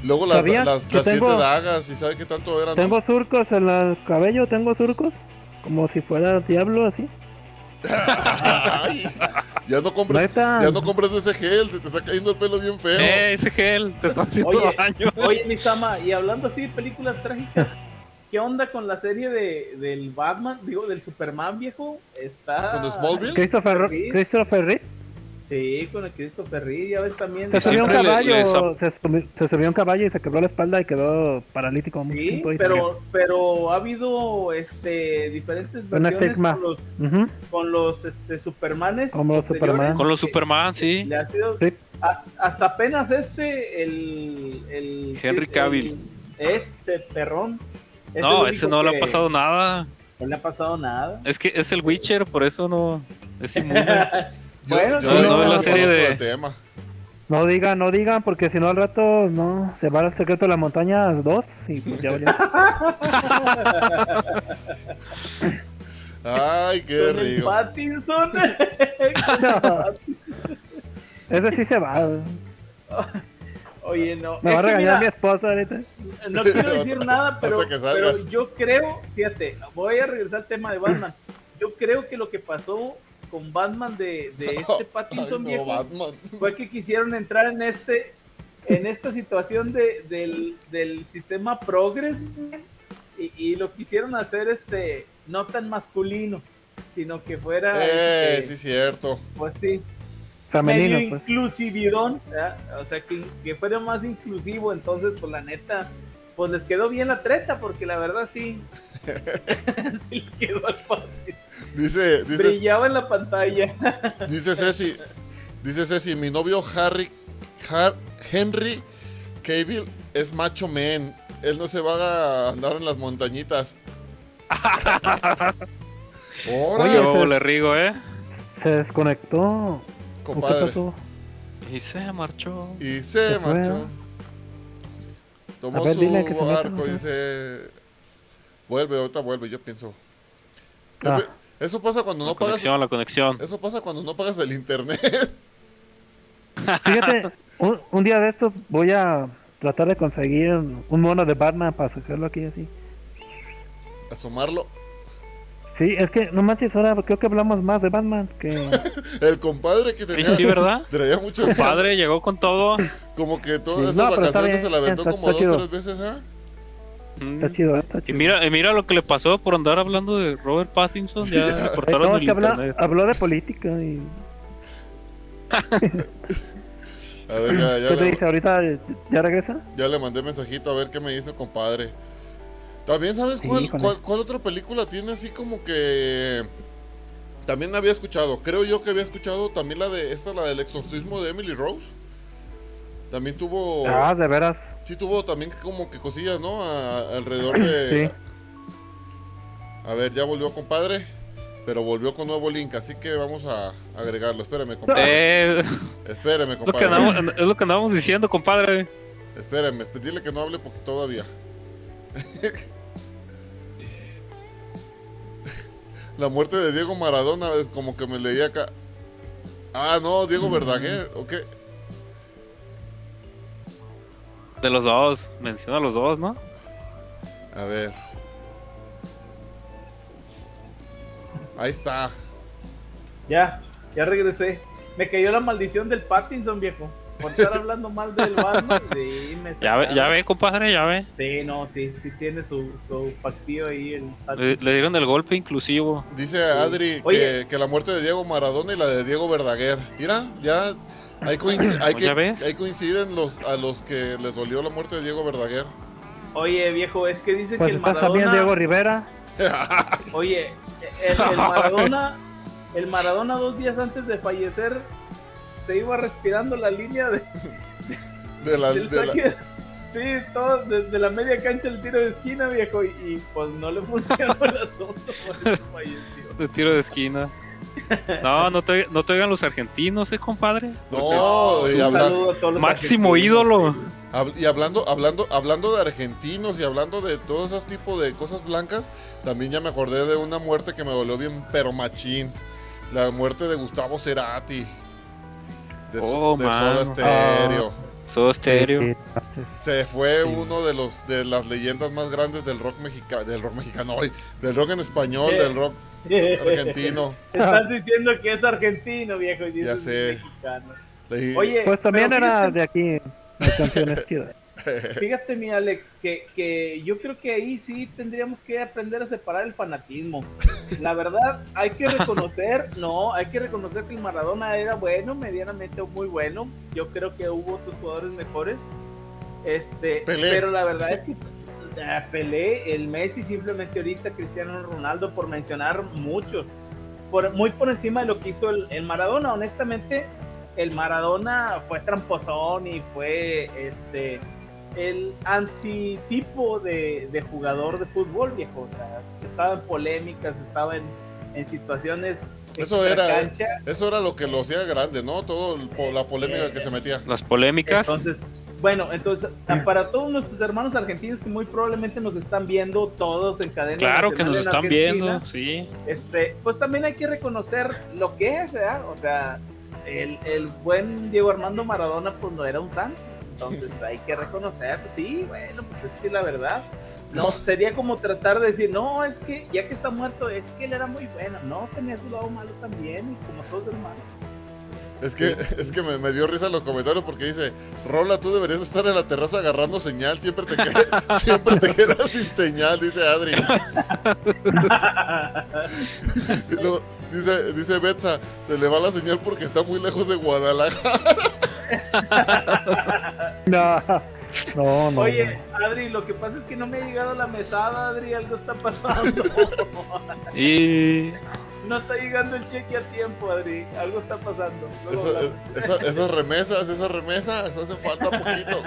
[SPEAKER 1] Luego las,
[SPEAKER 4] ¿Sabías
[SPEAKER 1] las,
[SPEAKER 4] que
[SPEAKER 1] las
[SPEAKER 4] tengo-
[SPEAKER 1] siete dagas y sabe qué tanto eran.
[SPEAKER 4] Tengo surcos en el cabello, tengo surcos. Como si fuera diablo, así.
[SPEAKER 1] Ay, ya no compres,
[SPEAKER 4] Neta.
[SPEAKER 1] ya no compres ese gel, se te está cayendo el pelo bien feo.
[SPEAKER 3] Eh, ese gel, te está haciendo
[SPEAKER 2] Oye,
[SPEAKER 3] daño.
[SPEAKER 2] Oye, Misama, y hablando así de películas trágicas, ¿qué onda con la serie de, del Batman? Digo, del Superman, viejo. Está.
[SPEAKER 1] Con Smallville.
[SPEAKER 4] Christopher, Ro-
[SPEAKER 2] Sí.
[SPEAKER 4] Christopher Reeve.
[SPEAKER 2] Sí, con el Christopher Reeve, ya ves también.
[SPEAKER 4] Se
[SPEAKER 3] Sí,
[SPEAKER 4] subió un
[SPEAKER 3] siempre le-
[SPEAKER 4] caballo,
[SPEAKER 3] le zap-
[SPEAKER 4] se, subió, se subió un caballo y se quebró la espalda y quedó paralítico. mucho
[SPEAKER 2] Sí,
[SPEAKER 4] tiempo y
[SPEAKER 2] pero, pero ha habido este diferentes
[SPEAKER 4] Una
[SPEAKER 2] versiones
[SPEAKER 4] estigma.
[SPEAKER 2] con los,
[SPEAKER 4] Ujú,
[SPEAKER 2] con los este, Supermanes.
[SPEAKER 4] Como los
[SPEAKER 2] posteriores
[SPEAKER 4] Superman.
[SPEAKER 3] Con los
[SPEAKER 2] que-
[SPEAKER 3] Superman, sí.
[SPEAKER 2] Le ha sido
[SPEAKER 4] Sí.
[SPEAKER 2] hasta, hasta apenas este, el, el
[SPEAKER 3] Henry
[SPEAKER 2] el-
[SPEAKER 3] Cavill.
[SPEAKER 2] este perrón. es el
[SPEAKER 3] No,
[SPEAKER 2] único
[SPEAKER 3] ese no le
[SPEAKER 2] que
[SPEAKER 3] ha pasado nada.
[SPEAKER 2] No le ha pasado nada.
[SPEAKER 3] Es que es el Witcher, por eso no. Es inmune.
[SPEAKER 1] Yo,
[SPEAKER 2] Bueno,
[SPEAKER 1] yo
[SPEAKER 2] no,
[SPEAKER 1] ahí
[SPEAKER 2] no,
[SPEAKER 1] sí
[SPEAKER 2] la
[SPEAKER 3] serie
[SPEAKER 1] conozco
[SPEAKER 3] de-
[SPEAKER 1] el tema.
[SPEAKER 4] No digan, no digan, porque si no al rato no se va al secreto de la montaña 2 y pues ya valió.
[SPEAKER 1] Ay, qué
[SPEAKER 2] Con el
[SPEAKER 1] rico.
[SPEAKER 2] Pattinson.
[SPEAKER 4] Ese sí se va.
[SPEAKER 2] Oye, no.
[SPEAKER 4] Me
[SPEAKER 2] es
[SPEAKER 4] va a
[SPEAKER 2] que
[SPEAKER 4] regañar mi
[SPEAKER 2] mira,
[SPEAKER 4] esposa ahorita.
[SPEAKER 2] no quiero decir nada, pero,
[SPEAKER 1] Hasta que
[SPEAKER 2] pero
[SPEAKER 1] salgas.
[SPEAKER 2] yo creo, fíjate, voy a regresar al tema de Batman. Yo creo que lo que pasó con Batman de, de este
[SPEAKER 1] Ay,
[SPEAKER 2] Pattinson
[SPEAKER 1] no,
[SPEAKER 2] viejo
[SPEAKER 1] Batman.
[SPEAKER 2] fue que quisieron entrar en este en esta situación de- del, del sistema progress man, y, y lo quisieron hacer este no tan masculino sino que fuera
[SPEAKER 1] Eh,
[SPEAKER 2] este,
[SPEAKER 1] sí, cierto.
[SPEAKER 2] pues sí medio
[SPEAKER 4] Femenino, pues.
[SPEAKER 2] inclusividón ¿verdad? o sea que, que fuera más inclusivo entonces pues la neta pues les quedó bien la treta porque la verdad sí sí le quedó al partido.
[SPEAKER 1] Dice, dice
[SPEAKER 2] brillaba en la pantalla
[SPEAKER 1] Dice Ceci, dice Ceci, mi novio Harry, Har- Henry Cavill es macho men. Él no se va a andar en las montañitas. Ahora,
[SPEAKER 4] Oye,
[SPEAKER 3] Yo
[SPEAKER 4] ese-
[SPEAKER 3] le rigo, ¿eh?
[SPEAKER 4] Se desconectó. ¿O qué
[SPEAKER 1] compadre.
[SPEAKER 4] pasó?
[SPEAKER 3] Y se marchó.
[SPEAKER 1] Y
[SPEAKER 4] Se
[SPEAKER 1] se
[SPEAKER 4] fue,
[SPEAKER 1] marchó.
[SPEAKER 4] ¿no?
[SPEAKER 1] Tomó
[SPEAKER 4] A ver,
[SPEAKER 1] su
[SPEAKER 4] dile que se meta,
[SPEAKER 1] barco,
[SPEAKER 4] ¿no?
[SPEAKER 1] dice. Vuelve, ahorita vuelve, yo pienso.
[SPEAKER 4] Ah.
[SPEAKER 1] Eso pasa cuando
[SPEAKER 3] La
[SPEAKER 1] no pagas.
[SPEAKER 3] conexión, la conexión.
[SPEAKER 1] Eso pasa cuando no pagas el internet.
[SPEAKER 4] Fíjate, un, un día de estos voy a tratar de conseguir un mono de Batman para asociarlo aquí así.
[SPEAKER 1] Asomarlo.
[SPEAKER 4] Sí, es que no manches, ahora creo que hablamos más de Batman que...
[SPEAKER 1] El compadre que
[SPEAKER 3] Sí,
[SPEAKER 1] tenía,
[SPEAKER 3] sí, ¿verdad?
[SPEAKER 1] traía mucho
[SPEAKER 3] Padre llegó con todo.
[SPEAKER 1] Como que
[SPEAKER 4] Sí,
[SPEAKER 1] todas esas
[SPEAKER 4] Pues no, pero está
[SPEAKER 1] vacaciones
[SPEAKER 4] bien,
[SPEAKER 1] se la aventó
[SPEAKER 4] está-
[SPEAKER 1] como
[SPEAKER 4] está
[SPEAKER 1] dos
[SPEAKER 4] chido.
[SPEAKER 1] o tres veces, ¿ah?
[SPEAKER 3] Mm.
[SPEAKER 4] Está chido, ¿eh? está
[SPEAKER 3] Y
[SPEAKER 4] chido.
[SPEAKER 3] mira, y mira lo que le pasó por andar hablando de Robert Pattinson. Ya le
[SPEAKER 4] Ay, no,
[SPEAKER 3] cortaron el
[SPEAKER 4] es que habla-
[SPEAKER 3] internet.
[SPEAKER 4] habló de política y...
[SPEAKER 1] A ver, ya, ya
[SPEAKER 4] ¿Qué te
[SPEAKER 1] le,
[SPEAKER 4] pues dice? ¿Ahorita ya regresa?
[SPEAKER 1] ya le mandé mensajito a ver qué me dice el compadre. También, ¿sabes
[SPEAKER 4] Sí,
[SPEAKER 1] cuál,
[SPEAKER 4] híjole.
[SPEAKER 1] cuál, cuál otra película tiene así como que... También había escuchado, creo yo que había escuchado también la de esta, la del exorcismo de Emily Rose. También tuvo,
[SPEAKER 4] Ah, de veras.
[SPEAKER 1] sí tuvo también como que cosillas, ¿no? A- alrededor de...
[SPEAKER 4] Sí.
[SPEAKER 1] A ver, ya volvió compadre, pero volvió con nuevo link, así que vamos a agregarlo. Espérame, compadre.
[SPEAKER 3] Eh, es
[SPEAKER 1] Espérame,
[SPEAKER 3] lo que
[SPEAKER 1] compadre.
[SPEAKER 3] andamos- es lo que andábamos diciendo, compadre.
[SPEAKER 1] Espérame, pues dile que no hable porque todavía. La muerte de Diego Maradona, eh, como que me leía acá. Ah, no, Diego Verdaguer, ¿o qué?
[SPEAKER 3] De los dos, menciona a los dos, ¿no?
[SPEAKER 1] A ver. Ahí está.
[SPEAKER 2] Ya, ya regresé. Me cayó la maldición del Pattinson, viejo. Por estar hablando mal del Batman. Sí, me
[SPEAKER 3] Ya ve,
[SPEAKER 2] sacaron.
[SPEAKER 3] ya ve, compadre, ya ve.
[SPEAKER 2] Sí, no, sí, sí tiene su, su partido ahí. El
[SPEAKER 3] Le,
[SPEAKER 2] Pattinson.
[SPEAKER 3] le dieron el golpe inclusivo.
[SPEAKER 1] Dice Adri que,
[SPEAKER 2] Oye.
[SPEAKER 1] que la muerte de Diego Maradona y la de Diego Verdaguer. Mira, ya. Ahí, coinc- hay que-
[SPEAKER 3] ¿Ya ves?
[SPEAKER 1] ahí coinciden los, a los que les dolió la muerte de Diego Verdaguer.
[SPEAKER 2] Oye, viejo, es que dice
[SPEAKER 4] Pues
[SPEAKER 2] que el
[SPEAKER 4] estás también
[SPEAKER 2] Maradona.
[SPEAKER 4] Diego Rivera.
[SPEAKER 2] Oye, el, el Maradona, el Maradona dos días antes de fallecer se iba respirando la línea de-
[SPEAKER 1] De la,
[SPEAKER 2] del
[SPEAKER 1] de la-
[SPEAKER 2] saque. Sí, todo desde la media cancha el tiro de esquina, viejo, y, y, pues no le funcionó el asunto. pues, falleció.
[SPEAKER 3] De tiro de esquina. No, no te, no te oigan los argentinos, ¿eh, compadre?
[SPEAKER 1] No, y,
[SPEAKER 2] Un
[SPEAKER 1] habla-
[SPEAKER 2] saludo a todos los
[SPEAKER 3] Máximo
[SPEAKER 2] argentinos.
[SPEAKER 3] ídolo.
[SPEAKER 1] hab- y hablando, hablando, hablando de argentinos y hablando de todos esos tipos de cosas blancas, también ya me acordé de una muerte que me dolió bien, pero machín. La muerte de Gustavo Cerati. De, so-
[SPEAKER 3] Oh,
[SPEAKER 1] de
[SPEAKER 3] mano.
[SPEAKER 1] Soda Stereo.
[SPEAKER 2] Ah.
[SPEAKER 3] Soda
[SPEAKER 4] Sí,
[SPEAKER 3] Stereo.
[SPEAKER 4] sí, gracias.
[SPEAKER 1] Se fue
[SPEAKER 4] Sí.
[SPEAKER 1] uno de los de las leyendas más grandes del rock mexicano, del rock mexicano hoy, del rock en español,
[SPEAKER 2] Eh.
[SPEAKER 1] del rock argentino.
[SPEAKER 2] Estás diciendo que es argentino, viejo, y dices
[SPEAKER 1] Ya sé.
[SPEAKER 2] mexicano.
[SPEAKER 1] Le-
[SPEAKER 2] Oye,
[SPEAKER 4] Pues también
[SPEAKER 2] pero
[SPEAKER 4] era
[SPEAKER 2] fíjate-
[SPEAKER 4] de aquí. Las canciones chidas.
[SPEAKER 2] Fíjate, mi Alex, que, que yo creo que ahí sí tendríamos que aprender a separar el fanatismo. La verdad, hay que reconocer, no, hay que reconocer que el Maradona era bueno, medianamente muy bueno. Yo creo que hubo otros jugadores mejores. Este,
[SPEAKER 1] Pelé.
[SPEAKER 2] pero la verdad es que ah, Pelé, el Messi, simplemente ahorita Cristiano Ronaldo, por mencionar muchos, por, muy por encima de lo que hizo el, el Maradona, honestamente. El Maradona fue tramposón y fue este el antitipo de, de jugador de fútbol, viejo. O sea, estaba en polémicas, estaba en, en situaciones.
[SPEAKER 1] Eso era, ¿eh?
[SPEAKER 2] extracancha.
[SPEAKER 1] eso era lo que lo hacía grande, ¿no? Todo el po- la
[SPEAKER 2] Eh,
[SPEAKER 1] polémica que se metía.
[SPEAKER 3] Las polémicas.
[SPEAKER 2] Entonces, bueno, entonces,
[SPEAKER 3] Mm.
[SPEAKER 2] a- para todos nuestros hermanos argentinos que muy probablemente nos están viendo todos en cadena.
[SPEAKER 3] Claro que
[SPEAKER 2] nacional
[SPEAKER 3] nos
[SPEAKER 2] en
[SPEAKER 3] están
[SPEAKER 2] Argentina,
[SPEAKER 3] viendo, sí.
[SPEAKER 2] Este, pues también hay que reconocer lo que es, ¿verdad? O sea, el, el buen Diego Armando Maradona, pues no era un santo. Entonces hay que reconocer, sí, bueno, pues es que la verdad. No,
[SPEAKER 1] No.
[SPEAKER 2] sería como tratar de decir, no, es que ya que está muerto, es que él era muy bueno, no, tenía su lado malo también, y como todos los hermanos.
[SPEAKER 1] Es que, es que me, me dio risa los comentarios porque dice, Rola, tú deberías estar en la terraza agarrando señal, siempre te, que- siempre te quedas sin señal, dice Adri. Y luego dice, dice Betsa, se le va la señal porque está muy lejos de Guadalajara.
[SPEAKER 4] No, no, no.
[SPEAKER 2] Oye, Adri, lo que pasa es que no me ha llegado la mesada, Adri, algo está pasando.
[SPEAKER 3] Y
[SPEAKER 2] No está llegando el cheque a tiempo, Adri, algo está pasando. Luego
[SPEAKER 1] Eso-
[SPEAKER 2] hablamos.
[SPEAKER 1] esa- esas remesas, esas remesas, eso hace falta poquito.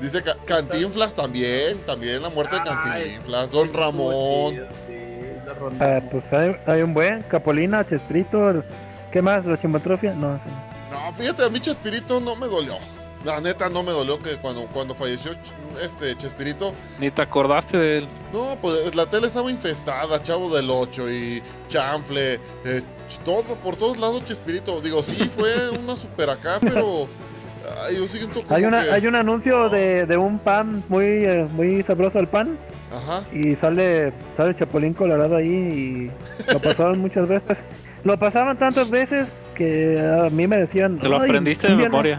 [SPEAKER 1] Dice Ca- Cantinflas también, también la muerte de Cantinflas, Don Ramón.
[SPEAKER 2] Estuvo chido, sí, Don
[SPEAKER 4] no.
[SPEAKER 2] Ramón.
[SPEAKER 4] Ah, pues hay, hay un buen. Capolina, Chestrito. el- ¿Qué más? ¿La chimbotrofia? No, sí.
[SPEAKER 1] No, fíjate, a mí Chespirito no me dolió. La neta no me dolió que cuando, cuando falleció Ch- este Chespirito,
[SPEAKER 3] ni te acordaste de él.
[SPEAKER 1] no, pues la tele estaba infestada, Chavo del Ocho y Chanfle, eh, ch- todo, por todos lados Chespirito. Digo, sí, fue una super acá, pero ay, yo siento como
[SPEAKER 4] Hay, una,
[SPEAKER 1] que-
[SPEAKER 4] hay un anuncio de, de un pan muy, eh, muy sabroso el pan
[SPEAKER 1] Ajá.
[SPEAKER 4] y sale, sale Chapulín Colorado ahí y lo pasaron muchas veces. Lo pasaban tantas veces que a mí me decían...
[SPEAKER 3] Te lo
[SPEAKER 4] "Ay,
[SPEAKER 3] aprendiste de
[SPEAKER 4] cámbiale".
[SPEAKER 3] memoria.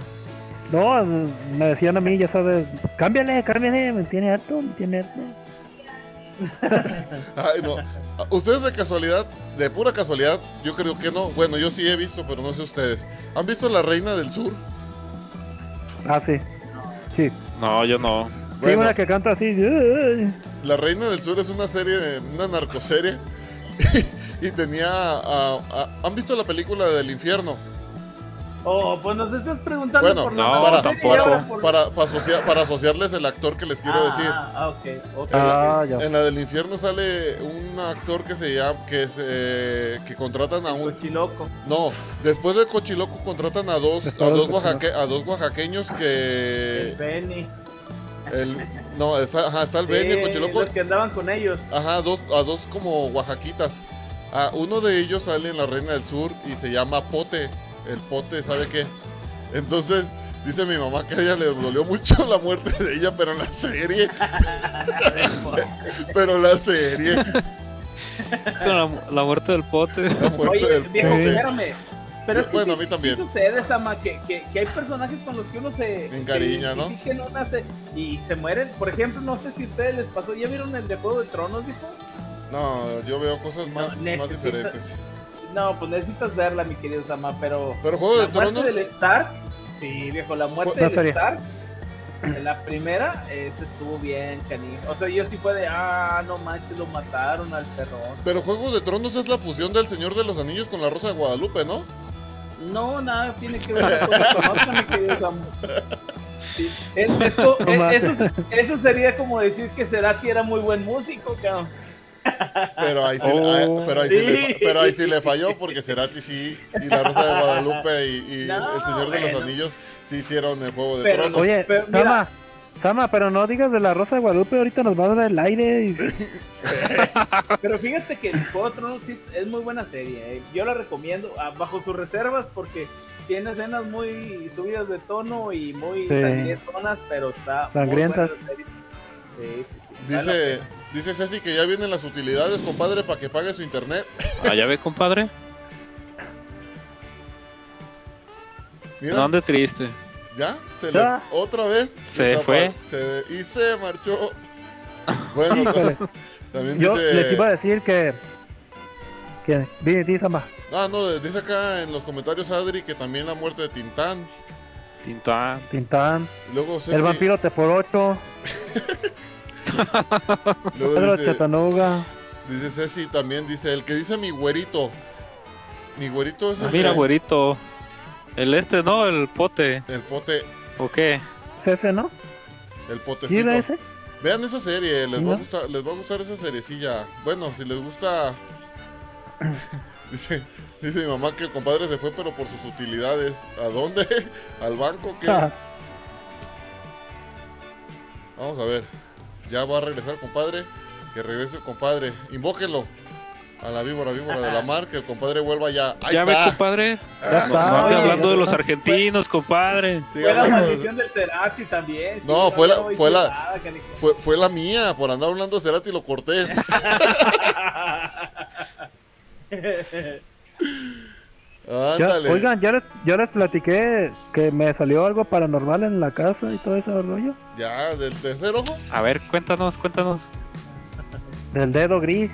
[SPEAKER 4] No, me decían a mí, ya sabes, cámbiale, cámbiale, me tiene harto, me tiene harto.
[SPEAKER 1] Ay, no. Ustedes de casualidad, de pura casualidad, yo creo que no. Bueno, yo sí he visto, pero no sé ustedes. ¿Han visto La Reina del Sur?
[SPEAKER 4] Ah, sí. Sí, sí,
[SPEAKER 3] No, yo no.
[SPEAKER 1] Bueno,
[SPEAKER 4] una que canta así. "Ay".
[SPEAKER 1] La Reina del Sur es una serie, una narcoserie. y tenía... a- a- ¿Han visto la película del infierno?
[SPEAKER 2] Oh, pues nos estás preguntando
[SPEAKER 1] Bueno,
[SPEAKER 2] por
[SPEAKER 3] no,
[SPEAKER 2] la
[SPEAKER 3] tampoco.
[SPEAKER 2] y ahora por-
[SPEAKER 1] Para, para, asocia- para asociarles el actor que les quiero
[SPEAKER 2] Ah,
[SPEAKER 1] decir. Eh,
[SPEAKER 2] Ah, ok, ok.
[SPEAKER 1] En la-
[SPEAKER 4] Ah, ya.
[SPEAKER 1] En la del infierno sale un actor que se llama... Que, es, eh, que contratan a un...
[SPEAKER 2] Cochiloco.
[SPEAKER 1] No, después de Cochiloco contratan a dos, a
[SPEAKER 4] Después de
[SPEAKER 1] dos,
[SPEAKER 4] Cochiloco.
[SPEAKER 1] oaxaque- a dos oaxaqueños que...
[SPEAKER 2] el Benny.
[SPEAKER 1] El- no, está, ajá, está el Benny, el
[SPEAKER 2] Sí,
[SPEAKER 1] Cochiloco.
[SPEAKER 2] Eh, Los que andaban con ellos.
[SPEAKER 1] Ajá, dos, a dos como oaxaquitas. A uno de ellos sale en La Reina del Sur y se llama Pote. El Pote, ¿sabe qué? Entonces, Dice mi mamá que a ella le dolió mucho la muerte de ella, pero en la serie. pero en la serie,
[SPEAKER 3] Con la, mu- la muerte del pote.
[SPEAKER 1] la muerte
[SPEAKER 2] Oye,
[SPEAKER 1] del
[SPEAKER 2] viejo,
[SPEAKER 4] pote.
[SPEAKER 2] espérame. Pero es que
[SPEAKER 1] Bueno,
[SPEAKER 2] sí-
[SPEAKER 1] a mí
[SPEAKER 2] sí
[SPEAKER 1] también.
[SPEAKER 2] sucede, Sama, que, que, que hay personajes con los que uno se...
[SPEAKER 1] Se encariña,
[SPEAKER 2] se
[SPEAKER 1] ¿no?
[SPEAKER 2] identifica en una se- y se mueren. Por ejemplo, no sé si a ustedes les pasó. ¿Ya vieron el de Juego de Tronos, viejo?
[SPEAKER 1] No, yo veo cosas más, más
[SPEAKER 2] necesitas-
[SPEAKER 1] diferentes.
[SPEAKER 2] No, pues necesitas verla, mi querido Sama, pero...
[SPEAKER 1] Pero Juego
[SPEAKER 2] la
[SPEAKER 1] de
[SPEAKER 2] muerte
[SPEAKER 1] Tronos,
[SPEAKER 2] del Stark. Sí, viejo, la muerte del
[SPEAKER 4] No estaría.
[SPEAKER 2] Stark. en La primera, ese estuvo bien, canijo. O sea, yo sí fue de, ah, no manches, lo mataron al perrón.
[SPEAKER 1] pero Juego de Tronos es la fusión del Señor de los Anillos con la Rosa de Guadalupe, ¿no?
[SPEAKER 2] No, nada tiene que ver con lo que conozco, mi querido Samu. Sí, es- esto-
[SPEAKER 4] No
[SPEAKER 2] es-
[SPEAKER 4] mames.
[SPEAKER 2] eso, eso sería como decir que Cerati era muy buen músico, cabrón.
[SPEAKER 1] Pero ahí sí,
[SPEAKER 3] Oh.
[SPEAKER 1] ah, pero ahí sí,
[SPEAKER 2] Sí.
[SPEAKER 1] le, pero ahí sí le falló porque Cerati sí y la Rosa de Guadalupe y, y
[SPEAKER 2] No,
[SPEAKER 1] el Señor de los
[SPEAKER 2] bueno. Anillos
[SPEAKER 1] Anillos sí hicieron el Juego de
[SPEAKER 2] Pero-
[SPEAKER 1] Tronos.
[SPEAKER 4] Oye,
[SPEAKER 2] Pero mira-
[SPEAKER 4] Sama, Sama, pero no digas de la Rosa de Guadalupe, ahorita nos va a dar el aire. Y...
[SPEAKER 2] Pero fíjate que el Juego de Tronos sí es muy buena serie. eh. Yo la recomiendo ah, bajo sus reservas porque tiene escenas muy subidas de tono y muy
[SPEAKER 4] Sí.
[SPEAKER 2] sangrientonas, pero está muy
[SPEAKER 4] Sangrientas.
[SPEAKER 2] buena la serie. Sí, sí, sí. Vale
[SPEAKER 1] dice,
[SPEAKER 2] la pena.
[SPEAKER 1] dice Ceci que ya vienen las utilidades, compadre, para que pague su internet.
[SPEAKER 3] Allá Ah, ve, compadre.
[SPEAKER 1] Mira,
[SPEAKER 3] No ande triste.
[SPEAKER 1] ya, se le-
[SPEAKER 4] Ya.
[SPEAKER 1] otra vez
[SPEAKER 3] Se
[SPEAKER 1] desapa-
[SPEAKER 3] fue.
[SPEAKER 1] se- y se marchó. Bueno,
[SPEAKER 4] Híjole.
[SPEAKER 1] también
[SPEAKER 4] Yo
[SPEAKER 1] dice
[SPEAKER 4] les iba a decir que. que Dime, di, Sama.
[SPEAKER 1] Ah, no, dice acá en los comentarios Adri que también la muerte de Tintán.
[SPEAKER 3] Tintán.
[SPEAKER 4] Tintán,
[SPEAKER 1] Y Luego Ceci,
[SPEAKER 4] el vampiro te por ocho,
[SPEAKER 1] luego
[SPEAKER 4] Pedro
[SPEAKER 1] dice-
[SPEAKER 4] Chatanuga.
[SPEAKER 1] Dice Ceci también, dice, el que dice mi güerito. Mi güerito es el,
[SPEAKER 3] Ah, Mira,
[SPEAKER 1] que-
[SPEAKER 3] güerito. El este, ¿no? El pote.
[SPEAKER 1] el pote,
[SPEAKER 3] ¿O qué?
[SPEAKER 4] ¿Ese no?
[SPEAKER 1] el
[SPEAKER 4] ¿Sí
[SPEAKER 1] potecito.
[SPEAKER 4] era ese?
[SPEAKER 1] Vean esa serie, les va a
[SPEAKER 4] ¿No?
[SPEAKER 1] gustar, les va a gustar esa seriecilla. Bueno, si les gusta dice, dice mi mamá que el compadre se fue pero por sus utilidades. ¿A dónde? ¿Al banco? ¿Qué?
[SPEAKER 4] Ah,
[SPEAKER 1] Vamos a ver. Ya va a regresar compadre. Que regrese el compadre. Invóquenlo. A la víbora, víbora de la mar, que el compadre vuelva ya. Ahí
[SPEAKER 3] ya ve,
[SPEAKER 1] está.
[SPEAKER 3] compadre.
[SPEAKER 1] Ah,
[SPEAKER 3] No,
[SPEAKER 4] Ah,
[SPEAKER 3] no ande
[SPEAKER 4] oye,
[SPEAKER 3] hablando de
[SPEAKER 4] ya
[SPEAKER 3] los
[SPEAKER 4] está.
[SPEAKER 3] argentinos, compadre.
[SPEAKER 1] sigue
[SPEAKER 2] Fue la
[SPEAKER 1] hablando de-
[SPEAKER 2] maldición del Cerati también. sí,
[SPEAKER 1] No, fue la-
[SPEAKER 2] voy
[SPEAKER 1] fue la-
[SPEAKER 2] chulada, canijo.
[SPEAKER 1] Fue, fue la mía, por andar hablando de Cerati lo corté.
[SPEAKER 2] ah,
[SPEAKER 4] Ya-
[SPEAKER 1] Ándale.
[SPEAKER 4] oigan, ya les, ya les platiqué que me salió algo paranormal en la casa y todo ese rollo.
[SPEAKER 1] Ya, del tercer ojo.
[SPEAKER 3] A ver, cuéntanos, cuéntanos.
[SPEAKER 4] Del dedo gris.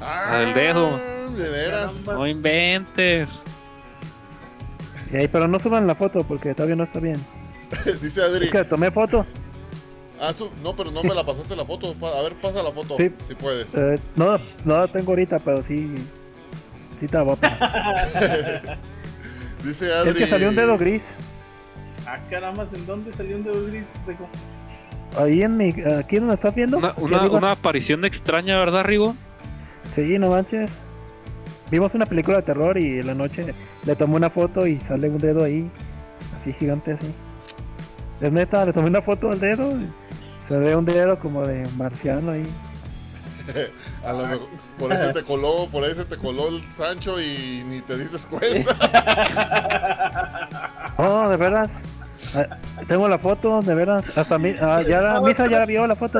[SPEAKER 1] Ah,
[SPEAKER 3] Al dedo.
[SPEAKER 1] De veras.
[SPEAKER 3] No inventes.
[SPEAKER 4] Y ahí, pero no suban la foto porque todavía no está bien.
[SPEAKER 1] Dice Adri.
[SPEAKER 4] Es que tomé foto.
[SPEAKER 1] Ah, tú- no, pero no me la pasaste la foto. Pa- A ver, pasa la foto.
[SPEAKER 4] Sí.
[SPEAKER 1] Si puedes.
[SPEAKER 4] Eh, no, no la tengo ahorita, pero sí. Sí está guapa.
[SPEAKER 1] Dice
[SPEAKER 4] Es
[SPEAKER 1] Adri.
[SPEAKER 4] que salió un dedo gris.
[SPEAKER 2] Ah, caramba, ¿en dónde salió un dedo gris? Dijo,
[SPEAKER 4] Ahí en mi. ¿Aquí donde estás viendo?
[SPEAKER 3] Una,
[SPEAKER 4] Aquí
[SPEAKER 3] una,
[SPEAKER 4] arriba.
[SPEAKER 3] una aparición extraña, ¿verdad, Rigo?
[SPEAKER 4] Sí, no manches. Vimos una película de terror y en la noche le tomé una foto y sale un dedo ahí, así gigante, así. Es neta, le tomé una foto al dedo. y Se ve un dedo como de marciano ahí.
[SPEAKER 1] A lo mejor. Por ahí se te coló, por ahí se te coló el Sancho y ni te diste cuenta.
[SPEAKER 4] Oh, de veras. Ah, Tengo la foto, de veras. Hasta mi, ah, ya la, Misa ya la vio la foto.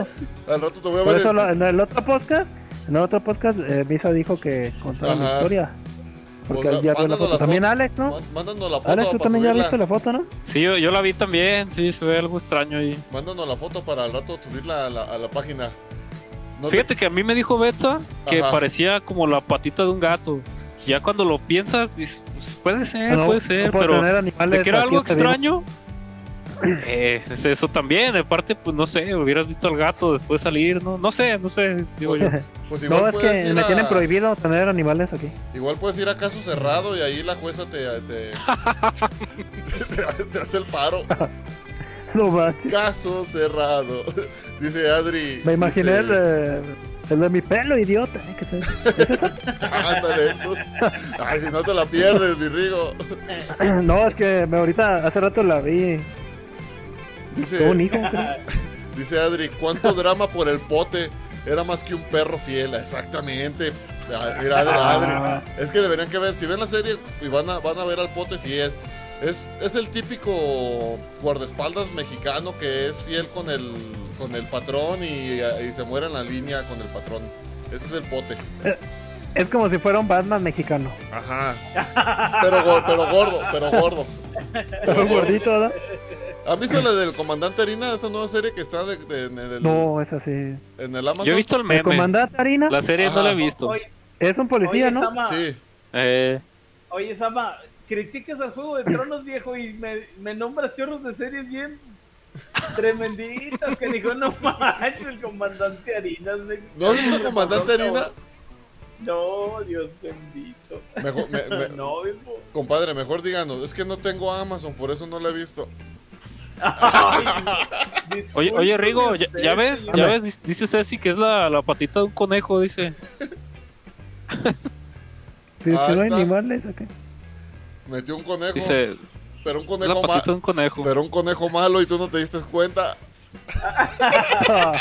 [SPEAKER 1] Al rato te voy a
[SPEAKER 4] Por
[SPEAKER 1] ver.
[SPEAKER 4] eso
[SPEAKER 1] en-
[SPEAKER 4] lo- en el otro podcast, en el otro podcast, eh, Misa dijo que contaba la
[SPEAKER 1] Ajá.
[SPEAKER 4] historia. Porque
[SPEAKER 1] Pues,
[SPEAKER 4] él ya vio la
[SPEAKER 1] mándanos
[SPEAKER 4] foto.
[SPEAKER 1] la
[SPEAKER 4] También
[SPEAKER 1] foto.
[SPEAKER 4] Alex, ¿no?
[SPEAKER 1] Má- Mándanos la foto
[SPEAKER 4] Alex, tú
[SPEAKER 1] para
[SPEAKER 4] también ya
[SPEAKER 1] subirla.
[SPEAKER 4] viste la foto, ¿no?
[SPEAKER 3] Sí, yo, yo la vi también. Sí, se ve algo extraño ahí.
[SPEAKER 1] Mándanos la foto para al rato subirla a la, a la página. No te-
[SPEAKER 3] Fíjate que a mí me dijo Betsa que
[SPEAKER 1] Ajá.
[SPEAKER 3] parecía como la patita de un gato. Ya cuando lo piensas, dices, pues, puede ser,
[SPEAKER 4] No,
[SPEAKER 3] puede ser,
[SPEAKER 4] no puedo
[SPEAKER 3] pero
[SPEAKER 4] tener animales
[SPEAKER 3] de que era
[SPEAKER 4] aquí,
[SPEAKER 3] algo
[SPEAKER 4] te digo.
[SPEAKER 3] extraño. eh, es eso también, aparte, pues no sé, hubieras visto al gato después salir, no, no sé, no sé, digo yo.
[SPEAKER 1] Pues igual
[SPEAKER 4] No, es
[SPEAKER 1] puedes
[SPEAKER 4] que
[SPEAKER 1] ir
[SPEAKER 4] me
[SPEAKER 1] a-
[SPEAKER 4] tienen prohibido tener animales aquí.
[SPEAKER 1] Igual puedes ir a caso cerrado y ahí la jueza te, te, te- te hace el paro.
[SPEAKER 4] No manches.
[SPEAKER 1] Caso cerrado. Dice Adri.
[SPEAKER 4] Me imaginé el,
[SPEAKER 1] dice,
[SPEAKER 4] eh, el de mi pelo, idiota. ¿eh? ¿Qué es eso? ¿Es eso?
[SPEAKER 1] Ándale, eso. Ay, si no te la pierdes, mi Rigo.
[SPEAKER 4] no, es que me ahorita hace rato la vi. Tuvo un
[SPEAKER 1] Dice,
[SPEAKER 4] hijo. creo.
[SPEAKER 1] dice Adri, ¿cuánto drama por el pote? Era más que un perro fiel, exactamente. Ah, Mira, Adri, Adri.
[SPEAKER 4] Ah,
[SPEAKER 1] Es que deberían que ver, si ven la serie y van a, van a ver al pote, si es. Es, es el típico guardaespaldas mexicano que es fiel con el, con el patrón y, y se muere en la línea con el patrón. Ese es el pote.
[SPEAKER 4] Es como si fuera un Batman mexicano.
[SPEAKER 1] Ajá. Pero, go- pero gordo, pero gordo.
[SPEAKER 4] Pero gordito, ¿verdad?
[SPEAKER 1] ¿Has visto la del Comandante Harina? Esa nueva serie que está de- de- en, el,
[SPEAKER 4] No, es así.
[SPEAKER 1] en el Amazon.
[SPEAKER 3] Yo he visto el
[SPEAKER 4] El
[SPEAKER 3] meme.
[SPEAKER 4] comandante Harina
[SPEAKER 3] La serie no la he
[SPEAKER 1] Ajá.
[SPEAKER 3] visto.
[SPEAKER 2] Oye,
[SPEAKER 4] es un
[SPEAKER 2] oye,
[SPEAKER 4] policía, ¿no?
[SPEAKER 2] Sama,
[SPEAKER 1] Sí.
[SPEAKER 3] Eh,
[SPEAKER 2] oye, Sama, criticas al Juego de Tronos, viejo, y me, me nombras chorros de series bien tremenditas que dijo, no manches, el comandante Harinas. me-
[SPEAKER 1] ¿No has visto el Comandante Harina?
[SPEAKER 2] No, Dios bendito.
[SPEAKER 1] Mejor, me- me-
[SPEAKER 2] No, viejo.
[SPEAKER 1] Compadre, mejor díganos. Es que no tengo Amazon, por eso no la he visto.
[SPEAKER 2] Ay,
[SPEAKER 3] Oye, oye, este, Rigo, ya,
[SPEAKER 2] disculpe
[SPEAKER 3] ya
[SPEAKER 2] usted,
[SPEAKER 3] ves,
[SPEAKER 2] señor.
[SPEAKER 3] ya ves, dis- dice Ceci que es la, la patita de un conejo, dice.
[SPEAKER 4] Sí, es
[SPEAKER 1] Ah,
[SPEAKER 4] que no hay
[SPEAKER 1] está.
[SPEAKER 4] animales. ¿o qué?
[SPEAKER 1] Metió un conejo,
[SPEAKER 3] Dice,
[SPEAKER 1] pero un
[SPEAKER 3] es la
[SPEAKER 1] conejo
[SPEAKER 3] patita de
[SPEAKER 1] malo.
[SPEAKER 3] un conejo.
[SPEAKER 1] Pero un conejo malo y tú no te diste cuenta.
[SPEAKER 4] Ah,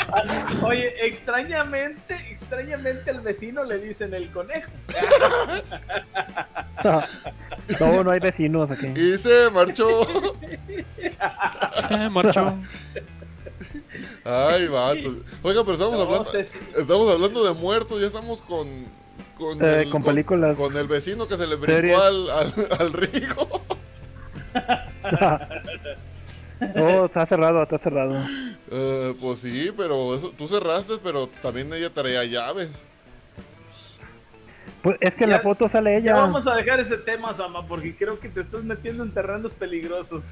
[SPEAKER 2] Oye, extrañamente, extrañamente al vecino le dicen el conejo.
[SPEAKER 4] ah. No, no hay vecinos aquí.
[SPEAKER 1] Y se marchó.
[SPEAKER 3] Se marchó.
[SPEAKER 1] Ay, va. Oiga, pero estamos
[SPEAKER 2] No,
[SPEAKER 1] hablando.
[SPEAKER 2] Ceci.
[SPEAKER 1] Estamos hablando de muertos, ya estamos con. Con,
[SPEAKER 4] Eh, con películas.
[SPEAKER 1] Con, el vecino que se le brincó
[SPEAKER 4] Series.
[SPEAKER 1] al, al, al Rigo.
[SPEAKER 4] No, está cerrado, está cerrado.
[SPEAKER 1] Eh, pues sí, pero eso, tú cerraste, pero también ella traía llaves.
[SPEAKER 4] Pues es que en la
[SPEAKER 2] Ya-
[SPEAKER 4] foto sale
[SPEAKER 2] Ya
[SPEAKER 4] ella.
[SPEAKER 2] vamos a dejar ese tema, Sama, porque creo que te estás metiendo en terrenos peligrosos.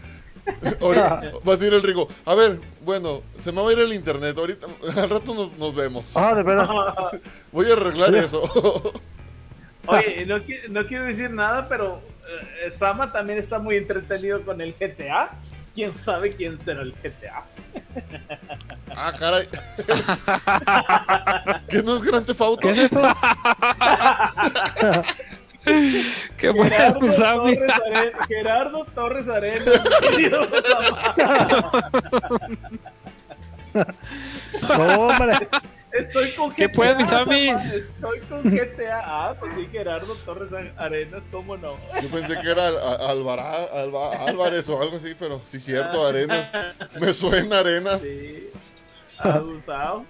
[SPEAKER 1] Ahorita
[SPEAKER 4] Ah.
[SPEAKER 1] va a decir el Rigo. A ver, bueno, se me va a ir el internet. Ahorita, al rato nos, nos vemos.
[SPEAKER 4] Ah, de verdad.
[SPEAKER 1] Voy a arreglar
[SPEAKER 4] Oye.
[SPEAKER 1] eso.
[SPEAKER 2] Oye, no, qui- no quiero decir nada, pero eh, Sama también está muy entretenido con el GTA. ¿Quién sabe quién será el GTA?
[SPEAKER 1] ah, caray. que no es grande Fauto.
[SPEAKER 4] ¿Qué es eso?
[SPEAKER 3] Qué bueno,
[SPEAKER 2] Gerardo,
[SPEAKER 3] pues, Sammy.
[SPEAKER 2] Torres Are- Gerardo Torres Arena, mi querido Sama.
[SPEAKER 4] No, hombre.
[SPEAKER 2] Estoy con GTA.
[SPEAKER 3] ¿Qué puede, mi Sammy?
[SPEAKER 2] Sama, Estoy con GTA. Ah, pues sí, Gerardo Torres A- Arenas, ¿cómo no?
[SPEAKER 1] Yo pensé que era Al- Al- Alvará- Alba- Álvarez o algo así, pero sí, cierto, Arenas. Me suena Arenas.
[SPEAKER 2] Sí. Abusado.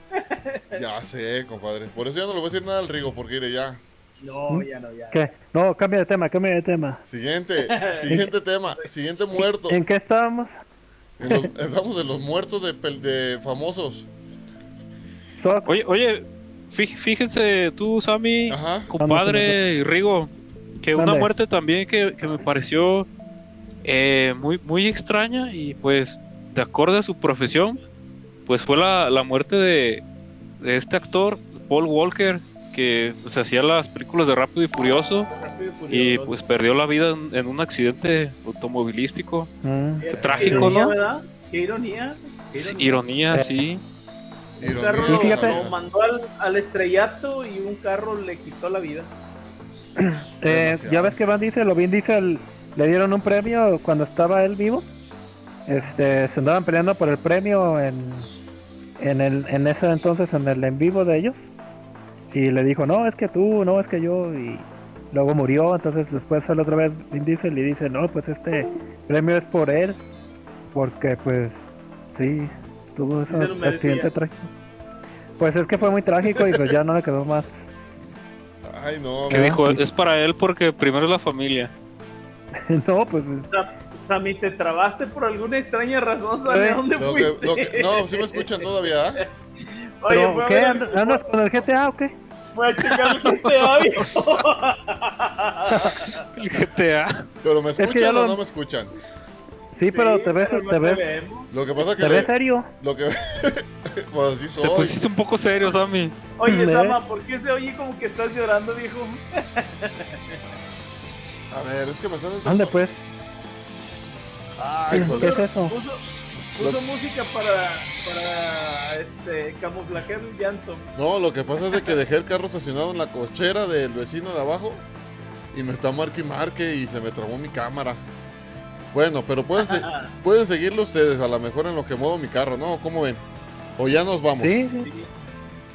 [SPEAKER 1] Ya sé, compadre. Por eso ya no le voy a decir nada al Rigo, porque iré ya.
[SPEAKER 2] No, ya no, ya.
[SPEAKER 4] ¿Qué? No, cambia de tema, cambia de tema.
[SPEAKER 1] Siguiente, siguiente tema, siguiente muerto.
[SPEAKER 4] ¿En qué estábamos?
[SPEAKER 1] En los- estamos de los muertos de, pel- de famosos.
[SPEAKER 4] So-
[SPEAKER 3] Oye, oye, fí- fíjense tú, Sammy,
[SPEAKER 1] Ajá.
[SPEAKER 3] compadre y Rigo, que una
[SPEAKER 4] Mande.
[SPEAKER 3] muerte también que, que me pareció eh, muy, muy extraña y pues de acuerdo a su profesión, pues fue la, la muerte de, de este actor, Paul Walker, que pues, hacía las películas de Rápido y Furioso
[SPEAKER 2] Rápido y
[SPEAKER 3] y
[SPEAKER 2] furioso.
[SPEAKER 3] pues perdió la vida en, en un accidente automovilístico.
[SPEAKER 4] Mm.
[SPEAKER 2] Qué
[SPEAKER 3] trágico,
[SPEAKER 2] ironía,
[SPEAKER 3] ¿no?
[SPEAKER 2] ¿verdad? Qué ironía. Qué ironía.
[SPEAKER 3] Ironía,
[SPEAKER 4] Eh.
[SPEAKER 3] sí.
[SPEAKER 2] Un
[SPEAKER 1] Ironía
[SPEAKER 2] carro
[SPEAKER 1] de la
[SPEAKER 4] fíjate.
[SPEAKER 2] lo
[SPEAKER 1] vida.
[SPEAKER 2] mandó al, al estrellato y un carro le quitó la vida.
[SPEAKER 4] Eh,
[SPEAKER 1] Demasiado.
[SPEAKER 4] ya ves que Van Diesel, o Vin Diesel le dieron un premio cuando estaba él vivo. Este, se andaban peleando por el premio en, en, el, en ese entonces, en el en vivo de ellos. Y le dijo, no, es que tú, no, es que yo. Y luego murió, entonces después sale otra vez Vin Diesel y dice, no, pues este premio es por él. Porque pues, sí, tuvo
[SPEAKER 2] Sí
[SPEAKER 4] ese
[SPEAKER 2] se lo merecía.
[SPEAKER 4] accidente trágico. Pues es que fue muy trágico y pues ya no le quedó más.
[SPEAKER 1] Ay, no.
[SPEAKER 3] Que
[SPEAKER 4] Ah.
[SPEAKER 3] dijo, es para él porque primero es la familia.
[SPEAKER 4] no, pues
[SPEAKER 2] Sammy, ¿te trabaste por alguna extraña razón? Sammy?
[SPEAKER 4] Eh,
[SPEAKER 2] ¿A dónde
[SPEAKER 1] Lo
[SPEAKER 2] fuiste?
[SPEAKER 1] que- lo que- no, sí me escuchan todavía. ¿ah?
[SPEAKER 2] Oye,
[SPEAKER 4] Pero,
[SPEAKER 2] fue a
[SPEAKER 4] ¿qué?
[SPEAKER 2] ver-
[SPEAKER 4] pues, ¿Andas andas con el GTA o qué?
[SPEAKER 2] fue a checar este el GTA, viejo.
[SPEAKER 3] El GTA.
[SPEAKER 1] Pero me
[SPEAKER 4] que
[SPEAKER 1] escuchan
[SPEAKER 4] ya
[SPEAKER 1] o
[SPEAKER 4] lo-
[SPEAKER 1] no me escuchan.
[SPEAKER 4] Sí, pero te ves,
[SPEAKER 2] no
[SPEAKER 4] te ves,
[SPEAKER 2] vemos.
[SPEAKER 1] Lo que pasa que
[SPEAKER 4] te ves
[SPEAKER 1] le-
[SPEAKER 4] serio.
[SPEAKER 1] lo que pues así
[SPEAKER 3] Te
[SPEAKER 1] soy.
[SPEAKER 3] pusiste un poco serio, Sammy.
[SPEAKER 2] Oye,
[SPEAKER 4] ¿Ves?
[SPEAKER 2] Sama, ¿por qué se oye como que estás llorando, viejo?
[SPEAKER 1] A ver, es que me están
[SPEAKER 4] ¿Dónde pues?
[SPEAKER 2] Ay,
[SPEAKER 1] pues,
[SPEAKER 4] ¿Qué es eso?
[SPEAKER 2] Puso, puso música para, para este, camuflajear el llanto.
[SPEAKER 1] No, lo que pasa es de que dejé el carro estacionado en la cochera del vecino de abajo y me está marque y marque y se me trabó mi cámara. Bueno, pero pueden, se- pueden seguirlo ustedes, a lo mejor en lo que muevo mi carro, ¿no? ¿Cómo ven? O ya nos vamos.
[SPEAKER 4] Sí, sí.
[SPEAKER 2] Sí.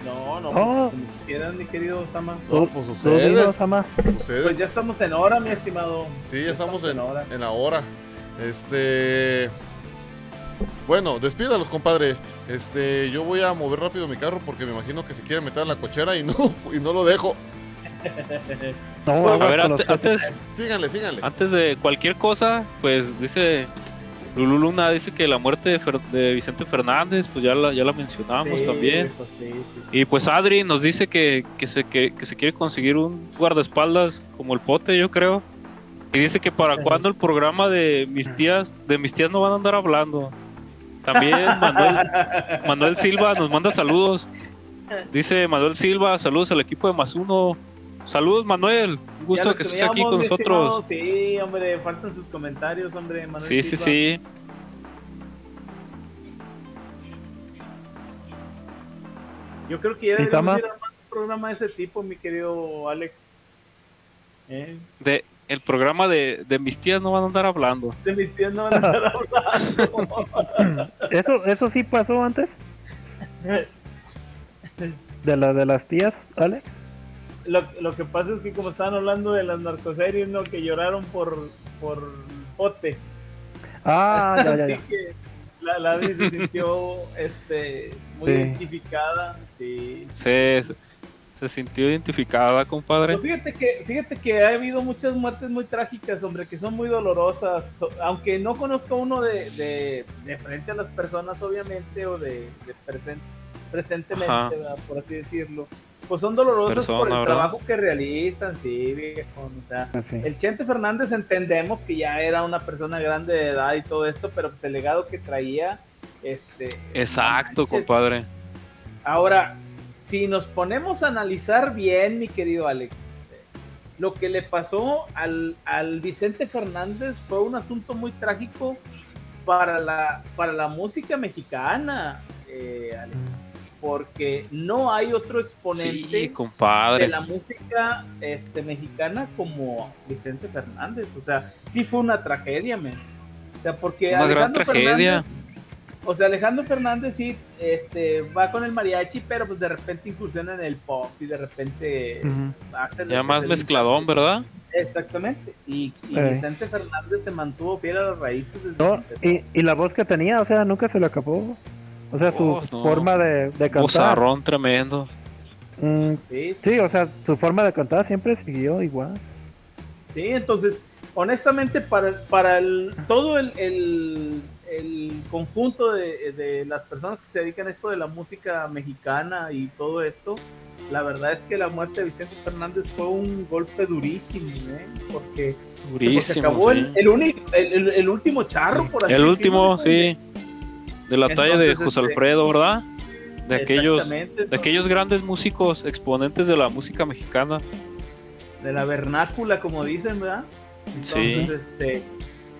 [SPEAKER 2] No, no,
[SPEAKER 4] Oh.
[SPEAKER 2] como quieran, mi querido Sama.
[SPEAKER 1] No, pues
[SPEAKER 4] Tú dinos,
[SPEAKER 1] ustedes,
[SPEAKER 4] ama.
[SPEAKER 1] ustedes.
[SPEAKER 2] Pues ya estamos en hora, mi estimado.
[SPEAKER 1] sí, ya estamos en,
[SPEAKER 2] hora.
[SPEAKER 1] en la hora. Este. Bueno, despídalos, compadre. Este, yo voy a mover rápido mi carro porque me imagino que se quiere meter en la cochera y no, y no lo dejo.
[SPEAKER 4] No,
[SPEAKER 3] A
[SPEAKER 4] aguas
[SPEAKER 3] ver,
[SPEAKER 4] con los
[SPEAKER 3] ante-
[SPEAKER 4] coches.
[SPEAKER 3] antes,
[SPEAKER 1] Síganle, síganle.
[SPEAKER 3] antes de cualquier cosa, pues dice Lulú Luna, dice que la muerte de, Fer- de Vicente Fernández, pues ya la, ya la mencionamos
[SPEAKER 2] Sí,
[SPEAKER 3] también.
[SPEAKER 2] pues sí, sí, sí.
[SPEAKER 3] Y pues Adri nos dice que, que se, que, que se quiere conseguir un guardaespaldas como el pote, yo creo. Y dice que para
[SPEAKER 4] Ajá.
[SPEAKER 3] cuando el programa de mis tías, de mis tías no van a andar hablando. También Manuel, Manuel Silva nos manda saludos. Dice Manuel Silva, saludos al equipo de Más Uno. Saludos Manuel, un
[SPEAKER 2] Ya
[SPEAKER 3] gusto
[SPEAKER 2] los
[SPEAKER 3] que estés aquí
[SPEAKER 2] teníamos,
[SPEAKER 3] con
[SPEAKER 2] mi
[SPEAKER 3] nosotros.
[SPEAKER 2] estimado. Sí, hombre, faltan sus comentarios, hombre. Manuel
[SPEAKER 3] Sí, sí,
[SPEAKER 2] Silva.
[SPEAKER 3] sí.
[SPEAKER 2] Yo creo que ya
[SPEAKER 4] ¿Y Tama?
[SPEAKER 2] deberíamos ir a más programa de ese tipo, mi querido Alex. ¿Eh?
[SPEAKER 3] De, el programa de, de mis tías no van a andar hablando.
[SPEAKER 2] De mis tías no van a estar hablando.
[SPEAKER 4] ¿Eso, ¿Eso sí pasó antes? ¿De la de las tías, Alex?
[SPEAKER 2] lo, lo que pasa es que como estaban hablando de las narcoseries, ¿no? Que lloraron por, por pote.
[SPEAKER 4] Ah, ya, ya,
[SPEAKER 2] Así
[SPEAKER 4] ya.
[SPEAKER 2] que la, la Adri se sintió este, muy
[SPEAKER 4] Sí.
[SPEAKER 2] identificada. Sí.
[SPEAKER 3] Se, se sintió identificada, compadre.
[SPEAKER 2] Pero fíjate que, fíjate que ha habido muchas muertes muy trágicas, hombre, que son muy dolorosas. So- Aunque no conozco uno de, de, de frente a las personas, obviamente, o de, de presen-
[SPEAKER 3] Ajá.
[SPEAKER 2] presentemente, ¿verdad? por así decirlo. Pues son dolorosas por el
[SPEAKER 3] Persona, ¿verdad?
[SPEAKER 2] trabajo que realizan, sí, viejo. O sea,
[SPEAKER 4] Ah, Sí.
[SPEAKER 2] el Chente Fernández entendemos que ya era una persona grande de edad y todo esto, pero pues el legado que traía, este... no
[SPEAKER 3] Exacto,
[SPEAKER 2] manches.
[SPEAKER 3] compadre.
[SPEAKER 2] Ahora, si nos ponemos a analizar bien, mi querido Alex, lo que le pasó al, al Vicente Fernández fue un asunto muy trágico para la, para la música mexicana, eh, Alex, porque no hay otro exponente
[SPEAKER 3] Sí, compadre.
[SPEAKER 2] de la música este, mexicana como Vicente Fernández. O sea, sí fue una tragedia, men. O sea, porque
[SPEAKER 3] Una gran tragedia.
[SPEAKER 2] Fernández- o sea, Alejandro Fernández sí este, va con el mariachi, pero pues de repente incursiona en el pop y de repente
[SPEAKER 4] Ujú.
[SPEAKER 2] hace lo
[SPEAKER 3] Ya
[SPEAKER 2] que
[SPEAKER 3] más
[SPEAKER 2] se le
[SPEAKER 3] mezcladón,
[SPEAKER 2] hace.
[SPEAKER 3] ¿verdad?
[SPEAKER 2] Exactamente. Y, y
[SPEAKER 4] Ey.
[SPEAKER 2] Vicente Fernández se mantuvo fiel a las raíces desde
[SPEAKER 4] No,
[SPEAKER 2] que empezó.
[SPEAKER 4] Oh, y, y la voz que tenía, o sea, nunca se le acabó. O sea, su
[SPEAKER 3] Oh, no.
[SPEAKER 4] forma de, de cantar.
[SPEAKER 3] Bozarrón tremendo.
[SPEAKER 4] Mm,
[SPEAKER 2] Sí, sí.
[SPEAKER 4] sí, o sea, su forma de cantar siempre siguió igual.
[SPEAKER 2] Sí, entonces, honestamente, para, para el- todo el, el- el conjunto de, de las personas que se dedican a esto de la música mexicana y todo esto, la verdad es que la muerte de Vicente Fernández fue un golpe durísimo, ¿eh? porque se- pues, se
[SPEAKER 3] Durísimo.
[SPEAKER 2] acabó
[SPEAKER 3] sí.
[SPEAKER 2] el, el, uni- el- el- el último charro, por así
[SPEAKER 3] El
[SPEAKER 2] decirlo,
[SPEAKER 3] último,
[SPEAKER 2] ¿no?
[SPEAKER 3] sí. De la talla de
[SPEAKER 2] Entonces,
[SPEAKER 3] José
[SPEAKER 2] este,
[SPEAKER 3] Alfredo, ¿verdad? De aquellos, de
[SPEAKER 2] Exactamente, ¿no?
[SPEAKER 3] aquellos grandes músicos, exponentes de la música mexicana.
[SPEAKER 2] de la vernácula, como dicen, ¿verdad? Entonces,
[SPEAKER 3] Sí.
[SPEAKER 2] este,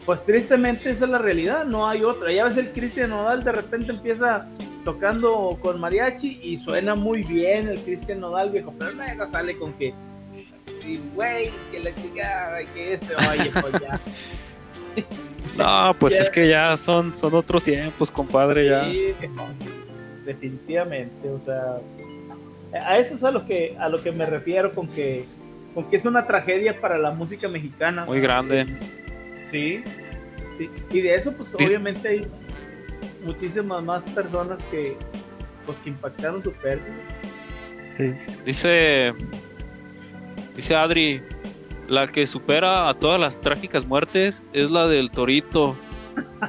[SPEAKER 2] pues tristemente esa es la realidad, no hay otra. Ya ves el Cristian Nodal de repente empieza tocando con mariachi y suena muy bien el Cristian Nodal, viejo, pero luego sale con que, y, güey, que la chica, que este, oye, pues ya.
[SPEAKER 3] No, pues
[SPEAKER 2] este, Ya.
[SPEAKER 3] es que ya son, son otros tiempos, compadre. Ya.
[SPEAKER 2] Sí, viejo, sí, definitivamente, o sea, a eso es a lo que, a lo que me refiero con que, con que es una tragedia para la música mexicana.
[SPEAKER 3] Muy grande.
[SPEAKER 2] Sí, sí. Y de eso, pues
[SPEAKER 3] Dis-
[SPEAKER 2] obviamente hay muchísimas más personas que, pues, que impactaron su pérdida.
[SPEAKER 4] Sí.
[SPEAKER 3] Dice, dice Adri, la que supera a todas las trágicas muertes es la del torito.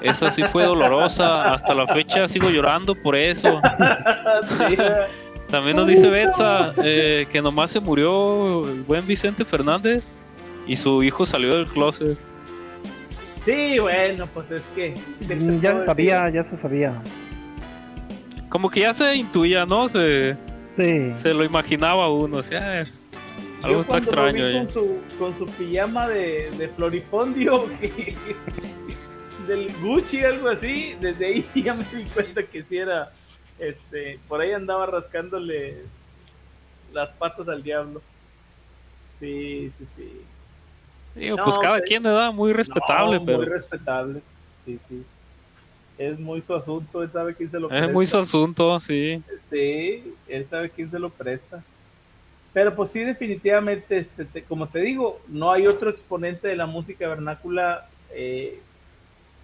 [SPEAKER 3] Esa sí fue dolorosa. Hasta la fecha sigo llorando por eso.
[SPEAKER 2] Sí,
[SPEAKER 3] También nos dice Betsa eh, que nomás se murió el buen Vicente Fernández y su hijo salió del closet.
[SPEAKER 2] sí, bueno, pues es que. ¿qué te
[SPEAKER 4] Mm, Ya
[SPEAKER 2] puedo
[SPEAKER 4] se sabía, ya se sabía.
[SPEAKER 3] Como que ya se intuía, ¿no? Se,
[SPEAKER 4] Sí.
[SPEAKER 3] se lo imaginaba uno. o sea, es-
[SPEAKER 2] decir?
[SPEAKER 3] algo
[SPEAKER 2] Yo
[SPEAKER 3] está
[SPEAKER 2] cuando lo vi
[SPEAKER 3] extraño. eh. ahí.
[SPEAKER 2] Con su, con su pijama de, de floripondio, que- del Gucci, algo así, desde ahí ya me di cuenta que si era. Este, por ahí andaba rascándole las patas al diablo. Sí, sí, sí.
[SPEAKER 3] Digo,
[SPEAKER 2] No,
[SPEAKER 3] pues cada
[SPEAKER 2] pues-
[SPEAKER 3] quien le da muy respetable,
[SPEAKER 2] No,
[SPEAKER 3] pero
[SPEAKER 2] Muy respetable, sí, sí. Es muy su asunto, él sabe quién se lo presta.
[SPEAKER 3] es muy su asunto, sí.
[SPEAKER 2] Sí, él sabe quién se lo presta. Pero pues sí, definitivamente, este, te- como te digo, no hay otro exponente de la música vernácula eh,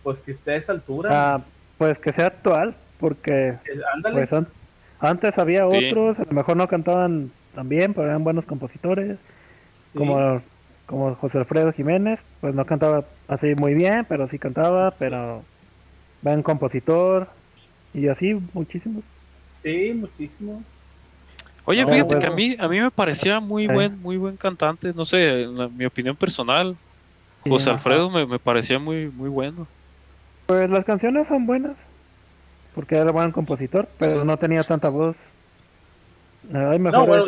[SPEAKER 2] pues que esté a esa altura.
[SPEAKER 4] Ah, pues que sea actual, porque
[SPEAKER 2] Eh, Ándale.
[SPEAKER 4] pues, an- antes había
[SPEAKER 3] Sí.
[SPEAKER 4] otros, a lo mejor no cantaban tan bien, pero eran buenos compositores,
[SPEAKER 2] sí.
[SPEAKER 4] como, como José Alfredo Jiménez, pues no cantaba así muy bien, pero sí cantaba, pero buen compositor, y así muchísimos.
[SPEAKER 2] Sí, muchísimo.
[SPEAKER 3] Oye,
[SPEAKER 4] No,
[SPEAKER 3] fíjate
[SPEAKER 4] bueno.
[SPEAKER 3] que a mí, a mí me parecía muy
[SPEAKER 4] Sí.
[SPEAKER 3] buen, muy buen cantante, no sé, en la- mi opinión personal,
[SPEAKER 4] Sí,
[SPEAKER 3] José
[SPEAKER 4] ajá.
[SPEAKER 3] Alfredo me, me parecía muy, muy bueno.
[SPEAKER 4] Pues las canciones son buenas, porque era buen compositor, pero no tenía tanta voz. Hay mejores,
[SPEAKER 2] No, bueno,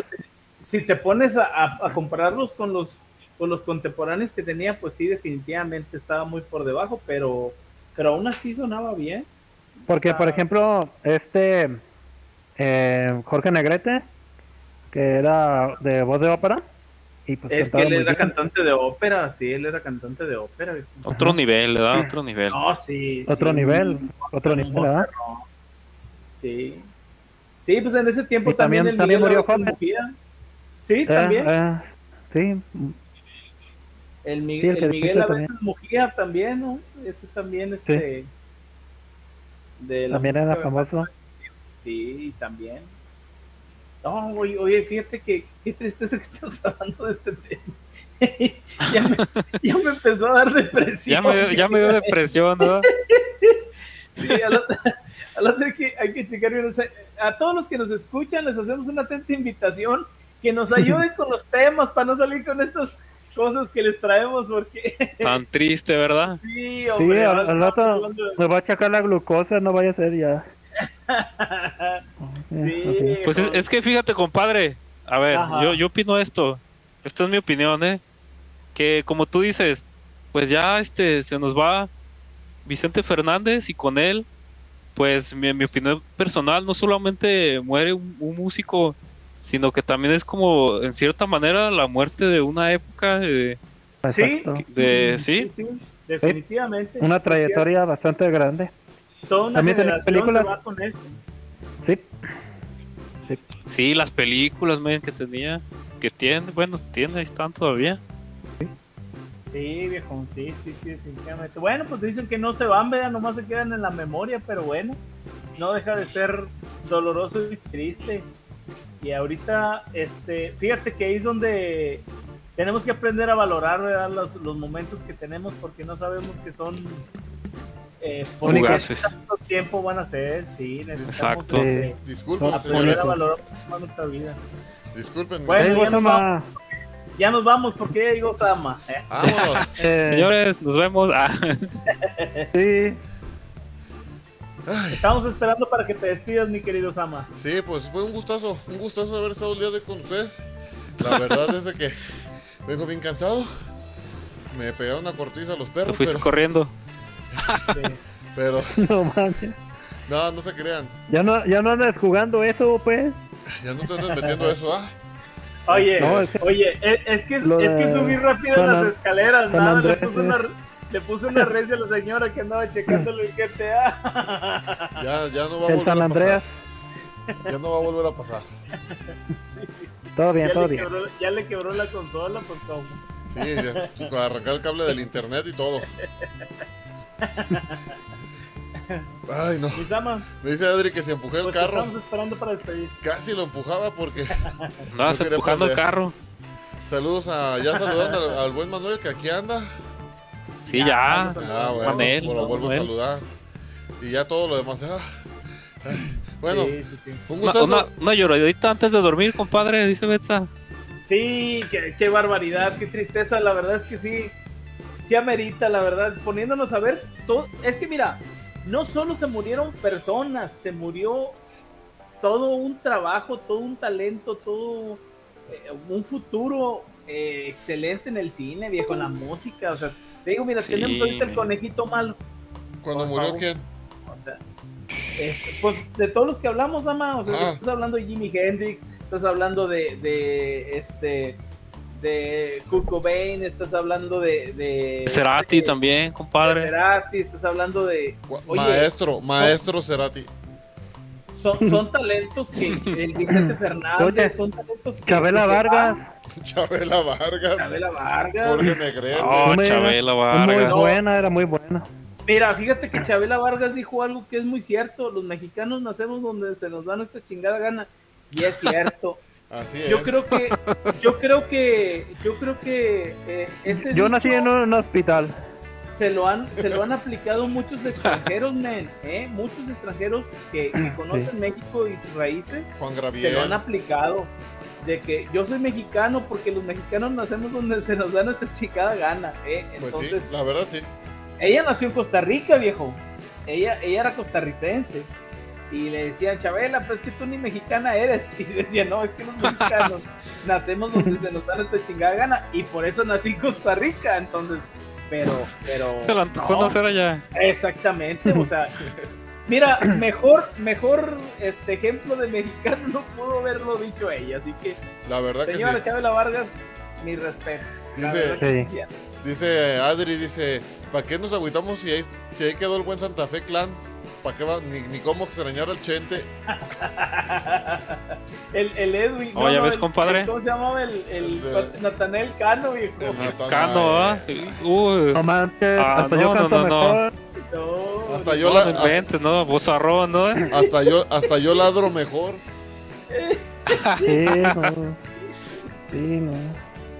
[SPEAKER 2] si te pones a, a- a compararlos con los, con los contemporáneos que tenía, pues sí, definitivamente estaba muy por debajo, pero, pero aún así sonaba bien.
[SPEAKER 4] porque por
[SPEAKER 2] ah.
[SPEAKER 4] ejemplo, este eh, Jorge Negrete, que era de voz de ópera, y pues
[SPEAKER 2] Es que
[SPEAKER 4] cantaba
[SPEAKER 2] él
[SPEAKER 4] muy
[SPEAKER 2] era
[SPEAKER 4] bien.
[SPEAKER 2] cantante de ópera, sí, él era cantante de ópera. viejo.
[SPEAKER 3] Otro nivel, le da otro nivel.
[SPEAKER 2] No, sí.
[SPEAKER 4] Otro
[SPEAKER 2] sí,
[SPEAKER 4] nivel,
[SPEAKER 2] un-
[SPEAKER 4] otro
[SPEAKER 2] un
[SPEAKER 4] nivel,
[SPEAKER 2] vocerrón.
[SPEAKER 4] ¿verdad?
[SPEAKER 2] Sí. Sí, pues en ese tiempo
[SPEAKER 4] Y
[SPEAKER 2] también,
[SPEAKER 4] también-
[SPEAKER 2] el
[SPEAKER 4] también
[SPEAKER 2] Miguel
[SPEAKER 4] murió
[SPEAKER 2] Ángel
[SPEAKER 4] joven.
[SPEAKER 2] Mejía. Sí,
[SPEAKER 4] Eh,
[SPEAKER 2] también.
[SPEAKER 4] eh, sí,
[SPEAKER 2] el, Mi-
[SPEAKER 4] sí, el
[SPEAKER 2] el
[SPEAKER 4] que
[SPEAKER 2] Miguel
[SPEAKER 4] escucha
[SPEAKER 2] a veces Mejía también, ¿no? Ese también, este. De la
[SPEAKER 4] también era
[SPEAKER 2] música
[SPEAKER 4] famoso.
[SPEAKER 2] Sí, también. No, oye, oye, fíjate que qué tristeza que estamos hablando de este tema. ya, me, ya me empezó a dar depresión.
[SPEAKER 3] Ya me, ya me dio depresión, ¿verdad?
[SPEAKER 2] Sí, al otro, al otro hay, que, hay que checar bien. O sea, a todos los que nos escuchan les hacemos una atenta invitación que nos ayuden con los temas para no salir con estas cosas que les traemos porque
[SPEAKER 3] Tan triste, ¿verdad?
[SPEAKER 2] sí, hombre,
[SPEAKER 4] Ah. al-
[SPEAKER 2] ahora
[SPEAKER 4] al
[SPEAKER 2] estamos
[SPEAKER 4] rato-
[SPEAKER 2] hablando de-
[SPEAKER 4] Me va a checar la glucosa, no vaya a ser ya.
[SPEAKER 2] Sí,
[SPEAKER 3] Pues es, es que fíjate, compadre. A ver,
[SPEAKER 2] Ajá.
[SPEAKER 3] yo, yo opino esto. Esta es mi opinión, ¿eh? Que como tú dices, pues ya este se nos va Vicente Fernández y con él, pues mi, mi opinión personal, no solamente muere un, un músico, sino que también es como, en cierta manera, la muerte de una época de...
[SPEAKER 2] Sí.
[SPEAKER 4] Exacto.
[SPEAKER 3] de- ¿sí?
[SPEAKER 2] definitivamente.
[SPEAKER 4] Una
[SPEAKER 2] Es cierto.
[SPEAKER 4] trayectoria bastante grande.
[SPEAKER 2] Toda una
[SPEAKER 4] También tenía
[SPEAKER 2] generación
[SPEAKER 4] películas.
[SPEAKER 2] se va con él.
[SPEAKER 4] Sí,
[SPEAKER 3] Sí, las películas, men, que tenía, que tiene, bueno, tiene, ahí están todavía.
[SPEAKER 2] Sí, viejo, sí, sí, sí, definitivamente. Bueno, pues dicen que no se van, vean, nomás se quedan en la memoria, pero bueno, no deja de ser doloroso y triste. Y ahorita, este, fíjate que ahí es donde tenemos que aprender a valorar ¿verdad? Los, los momentos que tenemos porque no sabemos que son eh, por qué
[SPEAKER 3] Fugaces.
[SPEAKER 2] tanto tiempo van a ser, sí, necesitamos
[SPEAKER 3] Exacto.
[SPEAKER 2] este,
[SPEAKER 1] Disculpen,
[SPEAKER 2] aprender a
[SPEAKER 1] señores.
[SPEAKER 2] valorar más nuestra vida.
[SPEAKER 1] Disculpen.
[SPEAKER 2] Bueno.
[SPEAKER 4] Ey,
[SPEAKER 2] ya
[SPEAKER 4] Gozama,
[SPEAKER 2] nos vamos. Ya nos vamos porque ya digo Sama. ¿eh?
[SPEAKER 1] Vámonos.
[SPEAKER 4] eh,
[SPEAKER 3] Señores, nos vemos. Ah.
[SPEAKER 4] Sí,
[SPEAKER 1] Ay,
[SPEAKER 2] Estamos esperando para que te despidas, mi querido Sama.
[SPEAKER 1] sí, pues fue un gustazo. Un gustazo haber estado el día de hoy con ustedes. La verdad es de que vengo bien cansado. Me pegaron una cortiza a los
[SPEAKER 3] Te
[SPEAKER 1] perros,
[SPEAKER 3] fuiste
[SPEAKER 1] pero,
[SPEAKER 3] pues corriendo.
[SPEAKER 2] Sí.
[SPEAKER 1] pero
[SPEAKER 4] no manches.
[SPEAKER 1] no, no se crean.
[SPEAKER 4] Ya no, ya no andas jugando eso, pues.
[SPEAKER 1] Ya no te andes metiendo a eso, ¿ah?
[SPEAKER 2] Oye,
[SPEAKER 4] No, es que-
[SPEAKER 2] oye, e- es que, es
[SPEAKER 4] Lo
[SPEAKER 2] que
[SPEAKER 4] de
[SPEAKER 2] subí rápido
[SPEAKER 4] San
[SPEAKER 2] las
[SPEAKER 4] An-
[SPEAKER 2] escaleras,
[SPEAKER 4] San
[SPEAKER 2] nada, le
[SPEAKER 4] Andrés,
[SPEAKER 2] puse,
[SPEAKER 4] eh.
[SPEAKER 2] una, le puse una recia a la señora que andaba checando el GTA.
[SPEAKER 1] Ya, ya no va a
[SPEAKER 4] El
[SPEAKER 1] volver
[SPEAKER 4] San
[SPEAKER 1] a
[SPEAKER 4] Andreas.
[SPEAKER 1] pasar. Ya no va a volver a pasar.
[SPEAKER 2] Sí,
[SPEAKER 4] Todo bien,
[SPEAKER 2] ya,
[SPEAKER 4] todo
[SPEAKER 2] le
[SPEAKER 4] bien.
[SPEAKER 2] quebró, ya le quebró la consola, pues como.
[SPEAKER 1] Sí, ya, para arrancar el cable del internet y todo. Ay, no.
[SPEAKER 2] Mi Sama,
[SPEAKER 1] Me dice Adri que si empujé el
[SPEAKER 2] pues te
[SPEAKER 1] carro,
[SPEAKER 2] estamos esperando para despedir.
[SPEAKER 1] casi lo empujaba porque.
[SPEAKER 3] Andabas
[SPEAKER 1] No quería
[SPEAKER 3] empujando el
[SPEAKER 1] perder.
[SPEAKER 3] carro.
[SPEAKER 1] Saludos a. Ya saludaron al, al buen Manuel que aquí anda.
[SPEAKER 3] Sí,
[SPEAKER 2] Ya,
[SPEAKER 3] ya.
[SPEAKER 2] vamos a-
[SPEAKER 1] Ah, bueno,
[SPEAKER 3] Manuel,
[SPEAKER 1] lo vuelvo
[SPEAKER 3] Manuel.
[SPEAKER 1] a saludar. Y ya todo lo demás. ah. Ay, Bueno,
[SPEAKER 2] Sí, sí, sí.
[SPEAKER 1] un
[SPEAKER 3] Una,
[SPEAKER 1] gustazo.
[SPEAKER 3] una- una lloradita antes de dormir, compadre, dice Betsa.
[SPEAKER 2] Sí, qué, qué barbaridad, qué tristeza, la verdad es que sí, sí amerita, la verdad, poniéndonos a ver, todo, es que mira, no solo se murieron personas, se murió todo un trabajo, todo un talento, todo eh, un futuro eh, excelente en el cine, viejo, en la música, o sea, te digo, mira,
[SPEAKER 3] Sí,
[SPEAKER 2] tenemos ahorita el
[SPEAKER 3] men.
[SPEAKER 2] conejito malo,
[SPEAKER 1] Cuando
[SPEAKER 2] por
[SPEAKER 1] murió
[SPEAKER 2] favor.
[SPEAKER 1] quién.
[SPEAKER 2] o sea, este, pues de todos los que hablamos, ama, o sea,
[SPEAKER 1] Ah.
[SPEAKER 2] estás hablando de Jimi Hendrix, estás hablando de, de este de Kurt Cobain, estás hablando de,
[SPEAKER 4] Eh,
[SPEAKER 2] de
[SPEAKER 3] Cerati
[SPEAKER 2] de-
[SPEAKER 3] también,
[SPEAKER 2] de
[SPEAKER 3] compadre.
[SPEAKER 2] Cerati, estás hablando de
[SPEAKER 1] Gua-
[SPEAKER 2] Oye.
[SPEAKER 1] maestro, maestro Cerati.
[SPEAKER 2] son, son talentos que el Vicente Fernández,
[SPEAKER 4] Oye,
[SPEAKER 2] son talentos que
[SPEAKER 4] Chabela
[SPEAKER 2] que se
[SPEAKER 4] Vargas,
[SPEAKER 2] van.
[SPEAKER 1] Chabela Vargas.
[SPEAKER 2] Chabela Vargas,
[SPEAKER 1] Jorge Negrete.
[SPEAKER 3] Oh,
[SPEAKER 4] No me digas.
[SPEAKER 3] Chabela
[SPEAKER 4] muy
[SPEAKER 3] Vargas.
[SPEAKER 4] buena, era muy buena.
[SPEAKER 2] Mira, fíjate que Chabela Vargas dijo algo que es muy cierto. Los mexicanos nacemos donde se nos da nuestra chingada gana. Y es cierto.
[SPEAKER 1] Así es.
[SPEAKER 2] Yo creo que, yo creo que, yo creo que eh, ese
[SPEAKER 4] Yo nací
[SPEAKER 2] dicho
[SPEAKER 4] en un hospital.
[SPEAKER 2] se lo han, se lo han aplicado muchos extranjeros, men, ¿eh? muchos extranjeros que, que conocen
[SPEAKER 4] Sí.
[SPEAKER 2] México y sus raíces
[SPEAKER 1] Juan
[SPEAKER 2] se lo han
[SPEAKER 1] Gabriel.
[SPEAKER 2] aplicado. De que yo soy mexicano porque los mexicanos nacemos donde se nos da nuestra chingada gana. ¿eh?
[SPEAKER 1] Pues
[SPEAKER 2] Entonces,
[SPEAKER 1] sí, la verdad sí.
[SPEAKER 2] ella nació en Costa Rica, viejo. Ella, ella era costarricense. Y le decían, Chabela, pues que tú ni mexicana eres. Y decía, no, es que los mexicanos nacemos donde se nos da nuestra chingada gana. Y por eso nací en Costa Rica. Entonces, pero, pero.
[SPEAKER 3] Se la antojó
[SPEAKER 2] no,
[SPEAKER 3] nacer allá.
[SPEAKER 2] Exactamente, o sea. Mira, mejor, mejor este ejemplo de mexicano no pudo haberlo dicho ella. Así que,
[SPEAKER 1] La verdad que
[SPEAKER 2] señora
[SPEAKER 1] sí.
[SPEAKER 2] Chabela Vargas, mis respetos. La
[SPEAKER 1] Dice-
[SPEAKER 2] verdad que sí.
[SPEAKER 1] Dice Adri, dice, ¿para qué nos agüitamos si ahí, si ahí quedó el buen Santa Fe clan? ¿Para qué va? Ni, ni cómo extrañar al Chente.
[SPEAKER 2] El, el Edwin.
[SPEAKER 3] Oh, ya ves,
[SPEAKER 2] el-
[SPEAKER 3] compadre.
[SPEAKER 2] el- ¿Cómo se llamaba el, el
[SPEAKER 1] El de-
[SPEAKER 2] Natanel Cano, viejo?
[SPEAKER 1] El Natanael.
[SPEAKER 3] Cano, ¿ah? Uy,
[SPEAKER 4] No manches,
[SPEAKER 3] Ah,
[SPEAKER 4] hasta
[SPEAKER 3] no,
[SPEAKER 4] yo
[SPEAKER 3] no,
[SPEAKER 4] canto
[SPEAKER 3] no, no.
[SPEAKER 4] mejor.
[SPEAKER 2] No,
[SPEAKER 1] Hasta yo,
[SPEAKER 3] no,
[SPEAKER 1] la-
[SPEAKER 3] no inventes, ¿no? Bozarrón, ¿no?
[SPEAKER 1] Hasta yo, hasta yo ladro mejor.
[SPEAKER 4] Sí, no. Sí, no.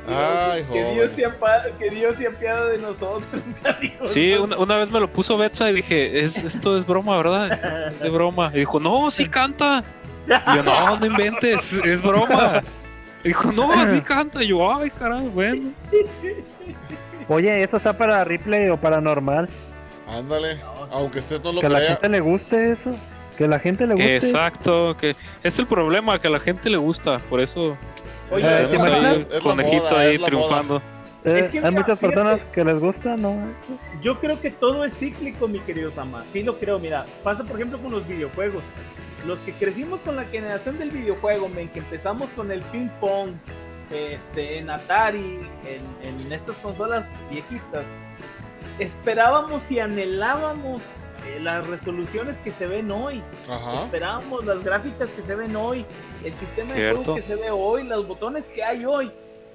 [SPEAKER 1] Ay,
[SPEAKER 2] que, Dios se
[SPEAKER 1] joven.
[SPEAKER 2] apa- que Dios se apiada de nosotros, canijo.
[SPEAKER 3] Sí, una, una vez me lo puso Betsa y dije, es, esto es broma, ¿verdad? Es de broma. Y dijo, no, sí canta. Y yo, no, no inventes, es broma. Y dijo, no, sí canta. Y yo, ay, carajo, bueno.
[SPEAKER 4] Oye, ¿eso está para Ripley o paranormal?
[SPEAKER 1] Ándale. Aunque usted no lo
[SPEAKER 4] que a la
[SPEAKER 1] crea.
[SPEAKER 4] gente le guste eso. Que a la gente le guste.
[SPEAKER 3] Exacto, que es el problema, que a la gente le gusta, por eso
[SPEAKER 1] Oye,
[SPEAKER 4] Eh,
[SPEAKER 3] tenemos
[SPEAKER 4] ¿te
[SPEAKER 3] ahí
[SPEAKER 4] imaginas?
[SPEAKER 3] el
[SPEAKER 1] Es la
[SPEAKER 3] conejito
[SPEAKER 1] moda,
[SPEAKER 3] ahí
[SPEAKER 1] es la
[SPEAKER 3] triunfando.
[SPEAKER 4] Eh,
[SPEAKER 2] Es que
[SPEAKER 4] hay
[SPEAKER 2] mira,
[SPEAKER 4] muchas
[SPEAKER 2] fíjate.
[SPEAKER 4] personas que les gusta, ¿no?
[SPEAKER 2] Yo creo que todo es cíclico, mi querido Sama. Sí lo creo, mira. Pasa, por ejemplo, con los videojuegos. Los que crecimos con la generación del videojuego, men, que empezamos con el ping pong, este, en Atari, en, en estas consolas viejitas, esperábamos y anhelábamos eh, las resoluciones que se ven hoy.
[SPEAKER 1] Ajá.
[SPEAKER 2] esperábamos las gráficas que se ven hoy, el sistema de
[SPEAKER 3] Cierto.
[SPEAKER 2] juego que se ve hoy, los botones que hay hoy.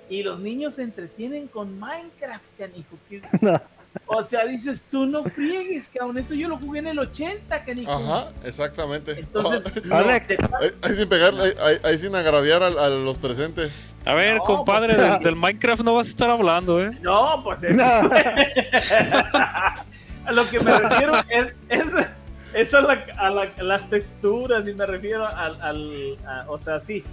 [SPEAKER 2] Y los niños se entretienen con Minecraft, canijo. que-
[SPEAKER 4] No.
[SPEAKER 2] O sea, dices, tú no friegues, cabrón. Eso yo lo jugué en el 80, canijo.
[SPEAKER 1] Ajá, exactamente.
[SPEAKER 2] Entonces, no,
[SPEAKER 4] Alex.
[SPEAKER 2] te-
[SPEAKER 1] ahí, ahí sin pegarle, ahí, ahí- ahí sin agraviar al- a, los presentes.
[SPEAKER 3] A ver,
[SPEAKER 2] No,
[SPEAKER 3] compadre,
[SPEAKER 2] pues,
[SPEAKER 3] del, del Minecraft no vas a estar hablando, ¿eh?
[SPEAKER 2] no, pues es-
[SPEAKER 4] No.
[SPEAKER 2] a lo que me refiero es, es- es a, la- a la- a las texturas y me refiero al, al- a- o sea, sí,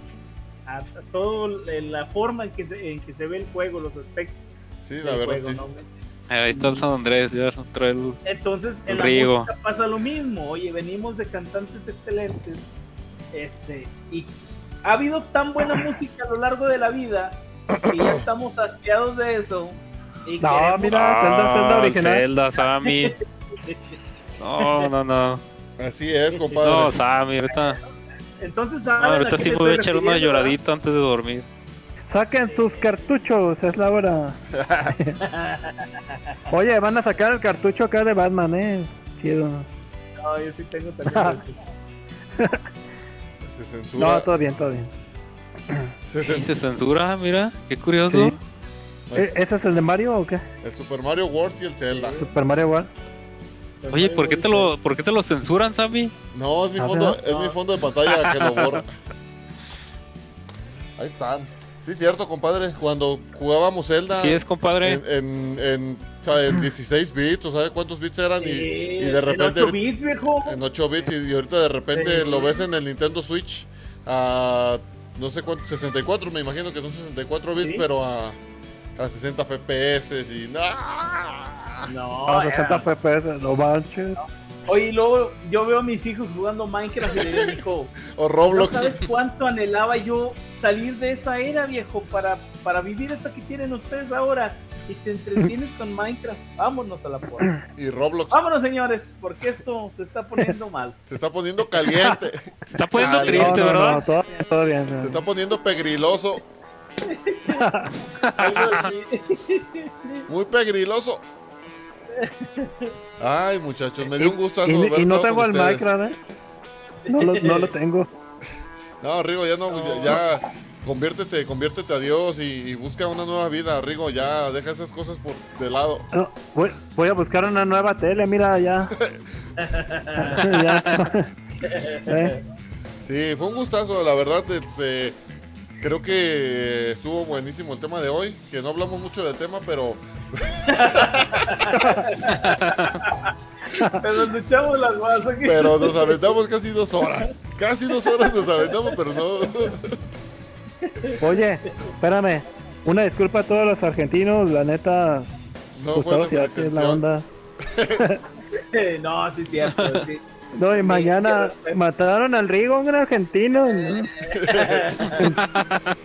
[SPEAKER 2] a, a todo el- la forma en que, se, en que se ve el juego, los aspectos
[SPEAKER 1] Sí,
[SPEAKER 2] del
[SPEAKER 1] la verdad,
[SPEAKER 2] juego,
[SPEAKER 1] sí.
[SPEAKER 2] ¿no, men?
[SPEAKER 3] Eh, Ahí está el San Andrés, ya trae el...
[SPEAKER 2] Entonces, en
[SPEAKER 3] Rigo.
[SPEAKER 2] la música pasa lo mismo. Oye, venimos de cantantes excelentes. Este, y ha habido tan buena música a lo largo de la vida que ya estamos hastiados de eso. Y
[SPEAKER 4] No,
[SPEAKER 2] queremos-
[SPEAKER 4] mira. Ah, Zelda, Zelda original.
[SPEAKER 3] Zelda, Sammy. No, no, no.
[SPEAKER 1] Así es,
[SPEAKER 3] No,
[SPEAKER 1] compadre.
[SPEAKER 3] Sammy, ahorita,
[SPEAKER 2] Entonces,
[SPEAKER 3] no,
[SPEAKER 2] ¿saben
[SPEAKER 3] ahorita
[SPEAKER 2] qué
[SPEAKER 3] sí
[SPEAKER 2] me
[SPEAKER 3] me voy a
[SPEAKER 2] estoy
[SPEAKER 3] echar
[SPEAKER 2] refiriendo,
[SPEAKER 3] una
[SPEAKER 2] verdad?
[SPEAKER 3] lloradita antes de dormir.
[SPEAKER 4] Saquen sus cartuchos, es la hora. Oye, van a sacar el cartucho acá de Batman, ¿eh? Chido.
[SPEAKER 2] No, yo sí tengo también. eso.
[SPEAKER 1] Se
[SPEAKER 4] No,
[SPEAKER 1] censura.
[SPEAKER 4] todo bien, todo bien.
[SPEAKER 1] se
[SPEAKER 3] Y se
[SPEAKER 1] cen-
[SPEAKER 3] censura, mira, qué curioso.
[SPEAKER 4] Sí. ¿E- ¿Ese es el de Mario o qué?
[SPEAKER 1] El Super Mario World y el Zelda.
[SPEAKER 4] Super Mario World.
[SPEAKER 3] Oye, ¿por qué te lo, por qué te lo censuran, Sammy?
[SPEAKER 1] No, es mi
[SPEAKER 4] Ah,
[SPEAKER 1] fondo,
[SPEAKER 2] ¿verdad?
[SPEAKER 1] es mi fondo de pantalla que lo borra. Ahí están. Sí, cierto, compadre. Cuando jugábamos Zelda
[SPEAKER 3] Sí, es compadre.
[SPEAKER 1] en, en, en, o sea, en 16 bits, o ¿sabes cuántos bits eran?
[SPEAKER 2] Sí,
[SPEAKER 1] y, y
[SPEAKER 2] en
[SPEAKER 1] de repente,
[SPEAKER 2] 8 bits, viejo.
[SPEAKER 1] en 8 bits, y, y ahorita de repente
[SPEAKER 2] Sí.
[SPEAKER 1] lo ves en el Nintendo Switch a no sé cuánto, 64, me imagino que son 64 bits,
[SPEAKER 2] Sí.
[SPEAKER 1] pero a, a 60 FPS y ¡ah!
[SPEAKER 2] No,
[SPEAKER 4] No,
[SPEAKER 2] era-
[SPEAKER 4] 60 FPS, lo manches.
[SPEAKER 2] Oye, y luego yo veo a mis hijos jugando Minecraft y le digo,
[SPEAKER 1] o
[SPEAKER 2] No
[SPEAKER 1] Roblox.
[SPEAKER 2] sabes cuánto anhelaba yo salir de esa era, viejo, para, para vivir esta que tienen ustedes ahora. Y te entretienes con Minecraft. Vámonos a la puerta.
[SPEAKER 1] Y Roblox
[SPEAKER 2] Vámonos, señores, porque esto se está poniendo mal.
[SPEAKER 1] se está poniendo caliente,
[SPEAKER 3] Se está poniendo
[SPEAKER 1] Ah,
[SPEAKER 3] triste,
[SPEAKER 4] no, no,
[SPEAKER 3] ¿verdad?
[SPEAKER 4] no, todo bien, todo bien.
[SPEAKER 1] se está poniendo pegriloso.
[SPEAKER 2] Algo así.
[SPEAKER 1] Muy pegriloso. Ay, muchachos, me dio un gusto
[SPEAKER 4] Y,
[SPEAKER 1] haber
[SPEAKER 4] y no
[SPEAKER 1] estado
[SPEAKER 4] tengo
[SPEAKER 1] con
[SPEAKER 4] el
[SPEAKER 1] ustedes.
[SPEAKER 4] Minecraft, ¿eh? No lo, no lo tengo.
[SPEAKER 1] No, Rigo, ya no,
[SPEAKER 2] No.
[SPEAKER 1] ya, ya Conviértete, conviértete a Dios y, y busca una nueva vida, Rigo. Ya deja esas cosas por de lado.
[SPEAKER 4] No, voy, voy a buscar una nueva tele, mira, ya. Ya. Eh,
[SPEAKER 1] Sí, fue un gustazo, la verdad. este, creo que estuvo buenísimo el tema de hoy. Que no hablamos mucho del tema, pero
[SPEAKER 2] Pero nos echamos las guasas aquí.
[SPEAKER 1] Pero nos aventamos casi dos horas. Casi dos horas nos aventamos, pero no.
[SPEAKER 4] Oye, espérame. Una disculpa a todos los argentinos, la neta. pues,
[SPEAKER 1] No fue
[SPEAKER 4] Gustavo
[SPEAKER 1] nuestra
[SPEAKER 4] Cerati es la
[SPEAKER 1] intención.
[SPEAKER 4] onda.
[SPEAKER 2] No, sí, es cierto. Sí.
[SPEAKER 4] No, y mañana
[SPEAKER 2] respeto.
[SPEAKER 4] mataron al Rigo, un argentino. ¿no?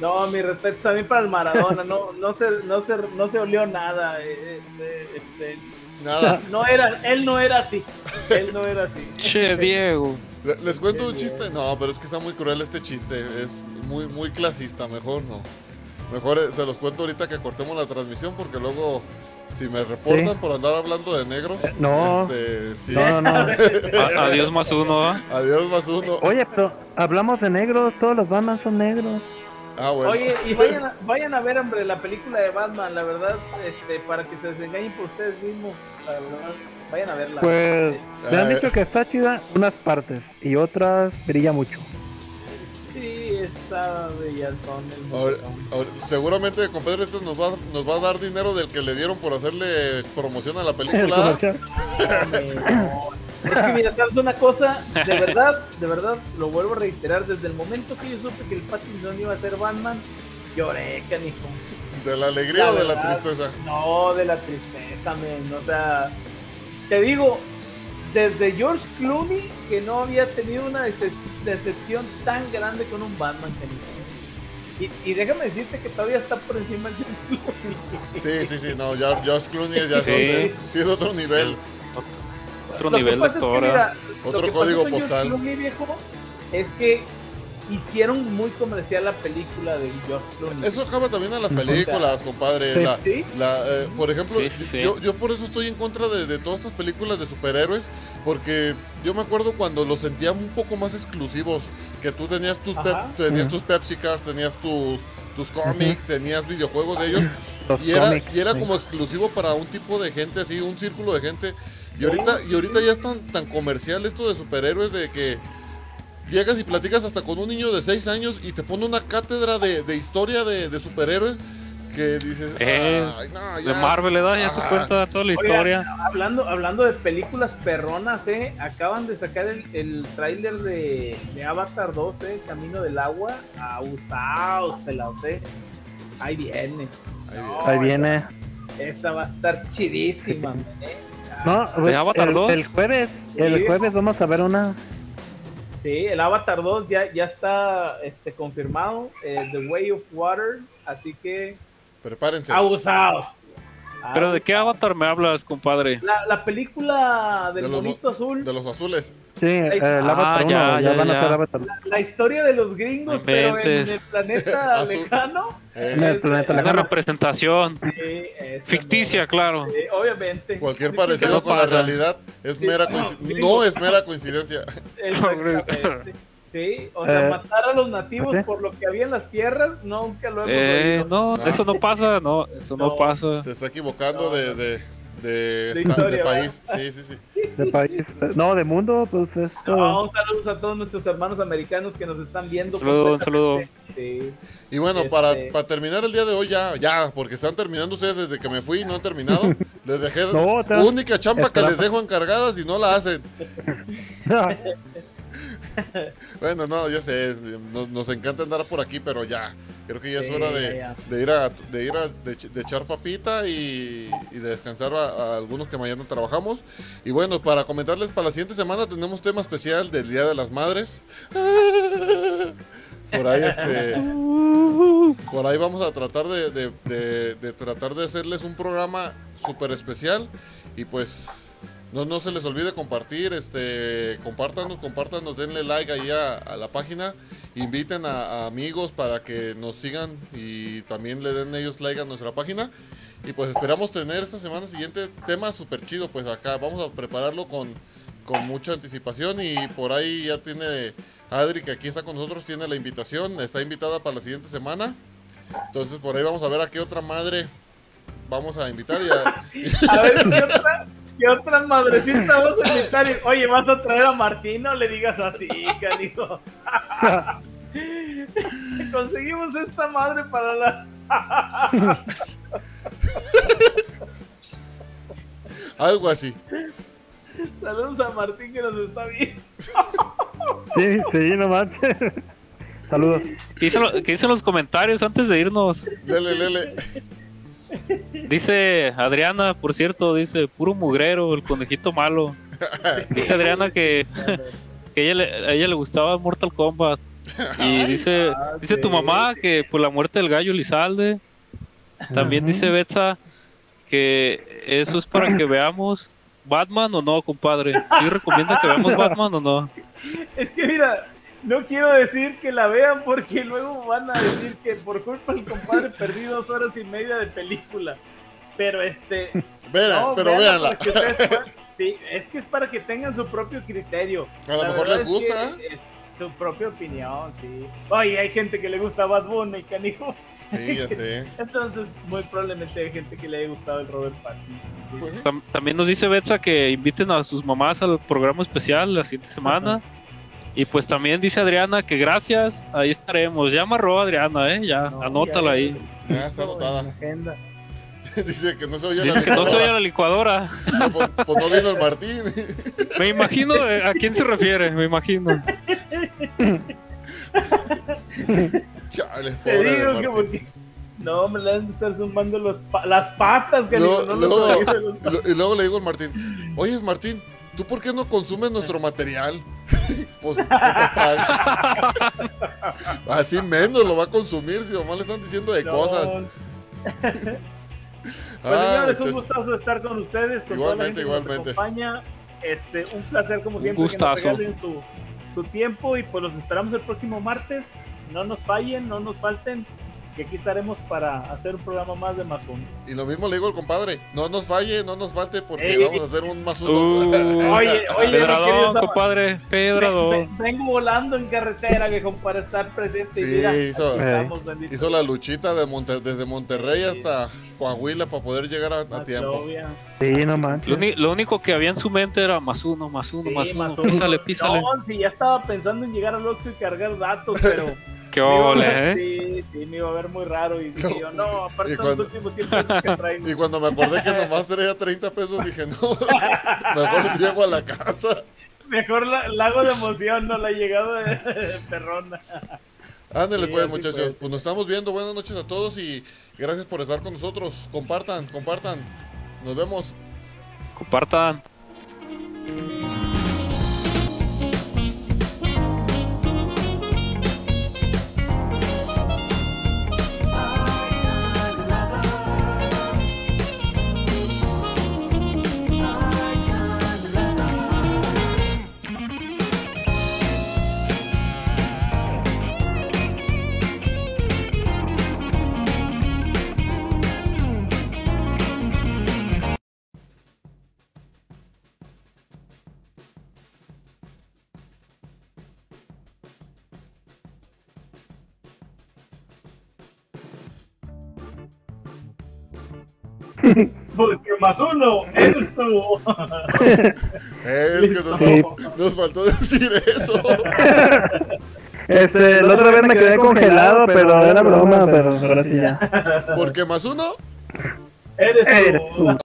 [SPEAKER 2] No, mi respeto también para el Maradona. No, no, se, no, se, no se olió nada. eh, eh, este,
[SPEAKER 1] Nada.
[SPEAKER 2] no era, él no era así. Él no era así.
[SPEAKER 3] Che, Diego.
[SPEAKER 1] Le- Les cuento un chiste. No, pero es que está muy cruel este chiste. Es muy, muy clasista. Mejor no. Mejor eh, se los cuento ahorita que cortemos la transmisión porque luego si me reportan
[SPEAKER 4] Sí. Eh,
[SPEAKER 1] por andar hablando de negros.
[SPEAKER 4] no.
[SPEAKER 1] este, sí.
[SPEAKER 4] No, no, no.
[SPEAKER 3] A- adiós más uno, ¿va?
[SPEAKER 1] Adiós más uno.
[SPEAKER 4] Oye, pero hablamos de negros, todos los bandas son negros.
[SPEAKER 1] Ah, bueno.
[SPEAKER 2] Oye, y vayan a, vayan a ver, hombre, la película de Batman, la verdad, este, para que se desengañen por ustedes mismos. La verdad, vayan a verla.
[SPEAKER 4] Pues me han
[SPEAKER 1] Eh.
[SPEAKER 4] dicho que está chida unas partes y otras brilla mucho.
[SPEAKER 2] Sí, está bellantón el
[SPEAKER 1] Ahora-
[SPEAKER 2] mundo.
[SPEAKER 1] ahora- seguramente compadre este nos va, nos va a dar dinero del que le dieron por hacerle promoción a la
[SPEAKER 4] El
[SPEAKER 1] película.
[SPEAKER 4] comercial.
[SPEAKER 2] No. Es que mira, sabes una cosa, de verdad, de verdad, lo vuelvo a reiterar, desde el momento que yo supe que el Pattinson iba a ser Batman, lloré, canijo.
[SPEAKER 1] De la alegría
[SPEAKER 2] La
[SPEAKER 1] o de la
[SPEAKER 2] verdad.
[SPEAKER 1] tristeza.
[SPEAKER 2] No, de la tristeza, men, o sea, te digo, desde George Clooney, que no había tenido una dece- decepción tan grande con un Batman, canijo. Y, y déjame decirte que todavía está por encima de George
[SPEAKER 1] Sí,
[SPEAKER 2] Clooney.
[SPEAKER 1] sí, sí, no, ya Josh Clooney ya es
[SPEAKER 3] Sí.
[SPEAKER 1] otro- sí, es otro nivel.
[SPEAKER 3] Otro
[SPEAKER 2] Lo que
[SPEAKER 3] nivel de ¿eh?
[SPEAKER 2] pasa es que,
[SPEAKER 3] actora.
[SPEAKER 2] mira, lo
[SPEAKER 1] Otro
[SPEAKER 2] que pasó
[SPEAKER 1] código
[SPEAKER 2] con George
[SPEAKER 1] postal.
[SPEAKER 2] Clooney, viejo, es que hicieron muy comercial la película de George Clooney.
[SPEAKER 1] Eso acaba también a las películas, compadre.
[SPEAKER 4] Sí.
[SPEAKER 1] La-
[SPEAKER 2] ¿Sí?
[SPEAKER 1] la, eh, por ejemplo,
[SPEAKER 3] Sí, sí, sí.
[SPEAKER 1] Yo, yo por eso estoy en contra de, de todas estas películas de superhéroes, porque yo me acuerdo cuando los sentía un poco más exclusivos, que tú tenías tus,
[SPEAKER 2] Ajá.
[SPEAKER 1] pep- tenías
[SPEAKER 4] Ujú.
[SPEAKER 1] tus Pepsi Cars, tenías tus, tus cómics, tenías videojuegos de ellos,
[SPEAKER 4] Los
[SPEAKER 1] y era,
[SPEAKER 4] cómics,
[SPEAKER 1] y era
[SPEAKER 4] sí.
[SPEAKER 1] como exclusivo para un tipo de gente así, un círculo de gente. Y ahorita, y ahorita ya es tan, tan comercial esto de superhéroes de que llegas y platicas hasta con un niño de 6 años y te pone una cátedra de, de historia de, de superhéroes que dices,
[SPEAKER 3] Eh,
[SPEAKER 1] "Ay, no,
[SPEAKER 3] De
[SPEAKER 1] ya".
[SPEAKER 3] Marvel, ¿verdad? Ya te
[SPEAKER 1] Ajá.
[SPEAKER 3] cuenta toda la
[SPEAKER 2] Oiga,
[SPEAKER 3] historia.
[SPEAKER 2] Hablando, hablando de películas perronas, ¿eh? acaban de sacar el, el tráiler de, de Avatar 2, ¿eh? Camino del Agua, a usados, pelados, ¿eh? Ahí
[SPEAKER 1] Ahí
[SPEAKER 2] viene.
[SPEAKER 1] viene.
[SPEAKER 2] No,
[SPEAKER 4] Ahí viene.
[SPEAKER 2] Esa va a estar chidísima. men, ¿eh?
[SPEAKER 4] No, pues,
[SPEAKER 3] Avatar
[SPEAKER 4] el,
[SPEAKER 3] 2?
[SPEAKER 4] el jueves,
[SPEAKER 2] Sí.
[SPEAKER 4] el jueves vamos a ver una.
[SPEAKER 2] Sí, el Avatar 2 ya, ya está este, confirmado. eh, The Way of Water. Así que
[SPEAKER 1] Prepárense.
[SPEAKER 2] Ah, abusados.
[SPEAKER 3] Pero ¿de qué avatar me hablas, compadre?
[SPEAKER 2] La, la película del
[SPEAKER 1] De los
[SPEAKER 2] monito azul,
[SPEAKER 1] De los azules.
[SPEAKER 4] Sí, el
[SPEAKER 2] Ah,
[SPEAKER 4] Avatar 1,
[SPEAKER 3] ya,
[SPEAKER 4] ya,
[SPEAKER 3] ya,
[SPEAKER 4] van
[SPEAKER 3] ya.
[SPEAKER 4] a hacer Avatar
[SPEAKER 2] la historia de los gringos,
[SPEAKER 3] No
[SPEAKER 2] pero en
[SPEAKER 3] inventes.
[SPEAKER 2] el planeta
[SPEAKER 1] Azul.
[SPEAKER 2] lejano.
[SPEAKER 1] Eh,
[SPEAKER 4] En el
[SPEAKER 2] Ese-
[SPEAKER 4] planeta
[SPEAKER 3] Una
[SPEAKER 4] lejano.
[SPEAKER 3] representación
[SPEAKER 2] Sí, esa
[SPEAKER 3] ficticia, claro.
[SPEAKER 2] mera. Sí, obviamente.
[SPEAKER 1] Eh, cualquier
[SPEAKER 3] Que
[SPEAKER 1] parecido
[SPEAKER 3] no
[SPEAKER 1] con la
[SPEAKER 3] pasa.
[SPEAKER 1] realidad es
[SPEAKER 2] Sí.
[SPEAKER 1] mera
[SPEAKER 2] No,
[SPEAKER 1] coinci-
[SPEAKER 2] digo-
[SPEAKER 1] no es mera coincidencia.
[SPEAKER 2] Exactamente. Sí, o sea,
[SPEAKER 4] Eh,
[SPEAKER 2] matar a los nativos
[SPEAKER 4] ¿ok? por
[SPEAKER 2] por lo que había en las tierras, nunca lo hemos
[SPEAKER 3] Eh,
[SPEAKER 2] oído.
[SPEAKER 3] no,
[SPEAKER 1] No.
[SPEAKER 3] eso no pasa, no, eso no,
[SPEAKER 2] No.
[SPEAKER 3] pasa.
[SPEAKER 1] Se está equivocando
[SPEAKER 2] No,
[SPEAKER 1] de,
[SPEAKER 2] no.
[SPEAKER 1] de, de, esta- de
[SPEAKER 2] De historia,
[SPEAKER 1] país. Sí, sí, sí.
[SPEAKER 4] de país. No, de mundo, pues esto.
[SPEAKER 2] No, saludos Ah, a todos nuestros hermanos americanos que nos están
[SPEAKER 3] Un
[SPEAKER 2] viendo.
[SPEAKER 3] saludo, un saludo.
[SPEAKER 2] Sí.
[SPEAKER 1] Y bueno, para,
[SPEAKER 2] Este-
[SPEAKER 1] para terminar el día de hoy ya, ya, porque están terminando ustedes desde que me fui y no han terminado. Les dejé
[SPEAKER 4] No, te-
[SPEAKER 1] única chamba que
[SPEAKER 4] espera.
[SPEAKER 1] les dejo encargadas y no la hacen. Bueno, no, yo sé, nos, nos encanta andar por aquí, pero ya, creo que ya es
[SPEAKER 2] Sí,
[SPEAKER 1] hora
[SPEAKER 2] ya,
[SPEAKER 1] de,
[SPEAKER 2] ya.
[SPEAKER 1] de ir a, de ir a de, ch- de echar papita y, y de descansar a, a algunos que mañana trabajamos. Y bueno, para comentarles, para la siguiente semana tenemos tema especial del Día de las Madres. Por ahí este... Por ahí vamos a tratar de, de- de- de tratar de hacerles un programa súper especial y pues no, no se les olvide compartir, este, compártanos, compártanos, denle like ahí a, a la página, inviten a, a amigos para que nos sigan y también le den ellos like a nuestra página y pues esperamos tener esta semana siguiente tema súper chido, pues acá vamos a prepararlo con, con mucha anticipación y por ahí ya tiene Adri, que aquí está con nosotros, tiene la invitación, está invitada para la siguiente semana. Entonces por ahí vamos a ver a qué otra madre vamos a invitar. Y a-
[SPEAKER 2] A ver, ¿qué otra, qué otra madrecita vas a invitar? Y, Oye, ¿vas a traer a Martín? No le digas así, canijo. Conseguimos esta madre para la...
[SPEAKER 1] algo así.
[SPEAKER 2] Saludos a Martín que nos está viendo.
[SPEAKER 4] Sí, sí, no manches. Saludos.
[SPEAKER 3] ¿Qué dicen, lo- qué dicen los comentarios antes de irnos?
[SPEAKER 1] Lele, lele.
[SPEAKER 3] Dice Adriana, por cierto, dice puro mugrero, el conejito malo. Dice Adriana que, que ella le, a ella le gustaba Mortal Kombat. Y dice,
[SPEAKER 2] ah,
[SPEAKER 3] dice tu
[SPEAKER 2] sí,
[SPEAKER 3] mamá
[SPEAKER 2] sí.
[SPEAKER 3] que por la muerte del gallo Lizalde. También
[SPEAKER 4] Ujú.
[SPEAKER 3] dice Betsa que eso es para que veamos Batman o no, compadre. Yo recomiendo que veamos Batman o no.
[SPEAKER 2] Es que mira, no quiero decir que la vean porque luego van a decir que por culpa del compadre perdí dos horas y media de película. Pero este,
[SPEAKER 1] Vean,
[SPEAKER 2] No,
[SPEAKER 1] pero véanla.
[SPEAKER 2] para que ustedes puedan- sí, es que es para que tengan su propio criterio.
[SPEAKER 1] A lo
[SPEAKER 2] pues. La
[SPEAKER 1] mejor
[SPEAKER 2] verdad
[SPEAKER 1] les
[SPEAKER 2] es que
[SPEAKER 1] gusta, ¿eh?
[SPEAKER 2] es su propia opinión, sí. Oye, hay gente que le gusta Bad Bunny, canijo.
[SPEAKER 1] Sí, ya sé.
[SPEAKER 2] Entonces, muy probablemente hay gente que le haya gustado el Robert Pattinson. sí.
[SPEAKER 1] Pues sí.
[SPEAKER 3] Tam- también nos dice Betsa que inviten a sus mamás al programa especial la siguiente semana. Y pues también dice Adriana que gracias, ahí estaremos. Ya amarró a Adriana, ¿eh? Ya,
[SPEAKER 2] No,
[SPEAKER 3] anótala
[SPEAKER 2] ya-
[SPEAKER 3] ahí.
[SPEAKER 1] Ya está
[SPEAKER 2] Todo en la
[SPEAKER 1] anotada.
[SPEAKER 2] agenda.
[SPEAKER 1] Dice que no se oye la
[SPEAKER 3] Dice que no se oye
[SPEAKER 1] licuadora.
[SPEAKER 3] la licuadora.
[SPEAKER 1] Pues, pues no vino el Martín.
[SPEAKER 3] Me imagino eh, a quién se refiere, me imagino.
[SPEAKER 1] Chales,
[SPEAKER 2] Te
[SPEAKER 1] pobre del
[SPEAKER 2] digo que
[SPEAKER 1] Martín.
[SPEAKER 2] porque... No, me le han de estar zumbando los pa- las patas,
[SPEAKER 1] Luego-
[SPEAKER 2] canijo. No, los
[SPEAKER 1] luego-
[SPEAKER 2] oídos, los-
[SPEAKER 1] lo- y luego le digo al Martín, oye Martín, ¿tú por qué no consumes nuestro material? Pues, así menos lo va a consumir si nomás le están diciendo de
[SPEAKER 2] no.
[SPEAKER 1] cosas.
[SPEAKER 2] Pues
[SPEAKER 1] Ah,
[SPEAKER 2] señores, un
[SPEAKER 1] muchacho.
[SPEAKER 2] gustazo estar con ustedes, con toda la gente
[SPEAKER 1] Igualmente,
[SPEAKER 2] que nos acompaña. Este, un placer como
[SPEAKER 3] Un
[SPEAKER 2] siempre que
[SPEAKER 3] gustazo.
[SPEAKER 2] nos regalen su, su tiempo y pues los esperamos el próximo martes. No nos fallen, no nos falten, que aquí estaremos para hacer un programa más de más uno.
[SPEAKER 1] Y lo mismo le digo al compadre, no nos falle, no nos falte porque
[SPEAKER 2] Ey.
[SPEAKER 1] vamos a hacer un más uno.
[SPEAKER 3] Uh,
[SPEAKER 2] Oye,
[SPEAKER 1] Ah,
[SPEAKER 2] oye, mi querido
[SPEAKER 3] Pedradón,
[SPEAKER 2] Sama,
[SPEAKER 3] compadre,
[SPEAKER 2] ve-
[SPEAKER 3] Pedradón.
[SPEAKER 2] ve- vengo volando en carretera, viejo, para estar presente. y
[SPEAKER 1] Sí,
[SPEAKER 2] mira,
[SPEAKER 1] hizo-
[SPEAKER 2] aquí estamos, bendito
[SPEAKER 1] Hizo la luchita de Monte- desde Monterrey
[SPEAKER 2] Sí.
[SPEAKER 1] hasta Coahuila para poder llegar a, a
[SPEAKER 2] Dios,
[SPEAKER 1] tiempo.
[SPEAKER 2] novia.
[SPEAKER 4] Sí, no
[SPEAKER 3] Lo,
[SPEAKER 4] manches.
[SPEAKER 3] uni- lo único que había en su mente era más uno, más uno,
[SPEAKER 2] Sí,
[SPEAKER 3] más uno.
[SPEAKER 2] más uno.
[SPEAKER 3] Písale, písale.
[SPEAKER 2] No, sí, ya estaba pensando en llegar al Oxxo y cargar datos, pero...
[SPEAKER 3] Qué
[SPEAKER 2] Me iba a
[SPEAKER 3] ole,
[SPEAKER 2] ver-
[SPEAKER 3] ¿eh?
[SPEAKER 2] Sí, sí, me iba a ver muy raro. Y dije
[SPEAKER 1] No.
[SPEAKER 2] yo, no, aparte
[SPEAKER 1] Y
[SPEAKER 2] son
[SPEAKER 1] cuando-
[SPEAKER 2] los últimos 100 pesos que traigo.
[SPEAKER 1] Y cuando me acordé que nomás traía 30 pesos, dije, no, mejor llego a la casa.
[SPEAKER 2] Mejor la, la hago de emoción, no la he llegado de, de perrona.
[SPEAKER 1] Ándale
[SPEAKER 2] Sí,
[SPEAKER 1] pues
[SPEAKER 2] así
[SPEAKER 1] muchachos,
[SPEAKER 2] pues.
[SPEAKER 1] pues. nos estamos viendo, buenas noches a todos y gracias por estar con nosotros, compartan, compartan, nos vemos.
[SPEAKER 3] Compartan.
[SPEAKER 2] Porque más uno, eres tú.
[SPEAKER 1] Eh, es que nos,
[SPEAKER 2] Listo.
[SPEAKER 1] nos faltó decir eso.
[SPEAKER 4] Este, la otra vez me quedé congelado, pero era broma, pero ahora sí ya.
[SPEAKER 1] Porque más uno
[SPEAKER 2] Eres tú.
[SPEAKER 4] Eres tú.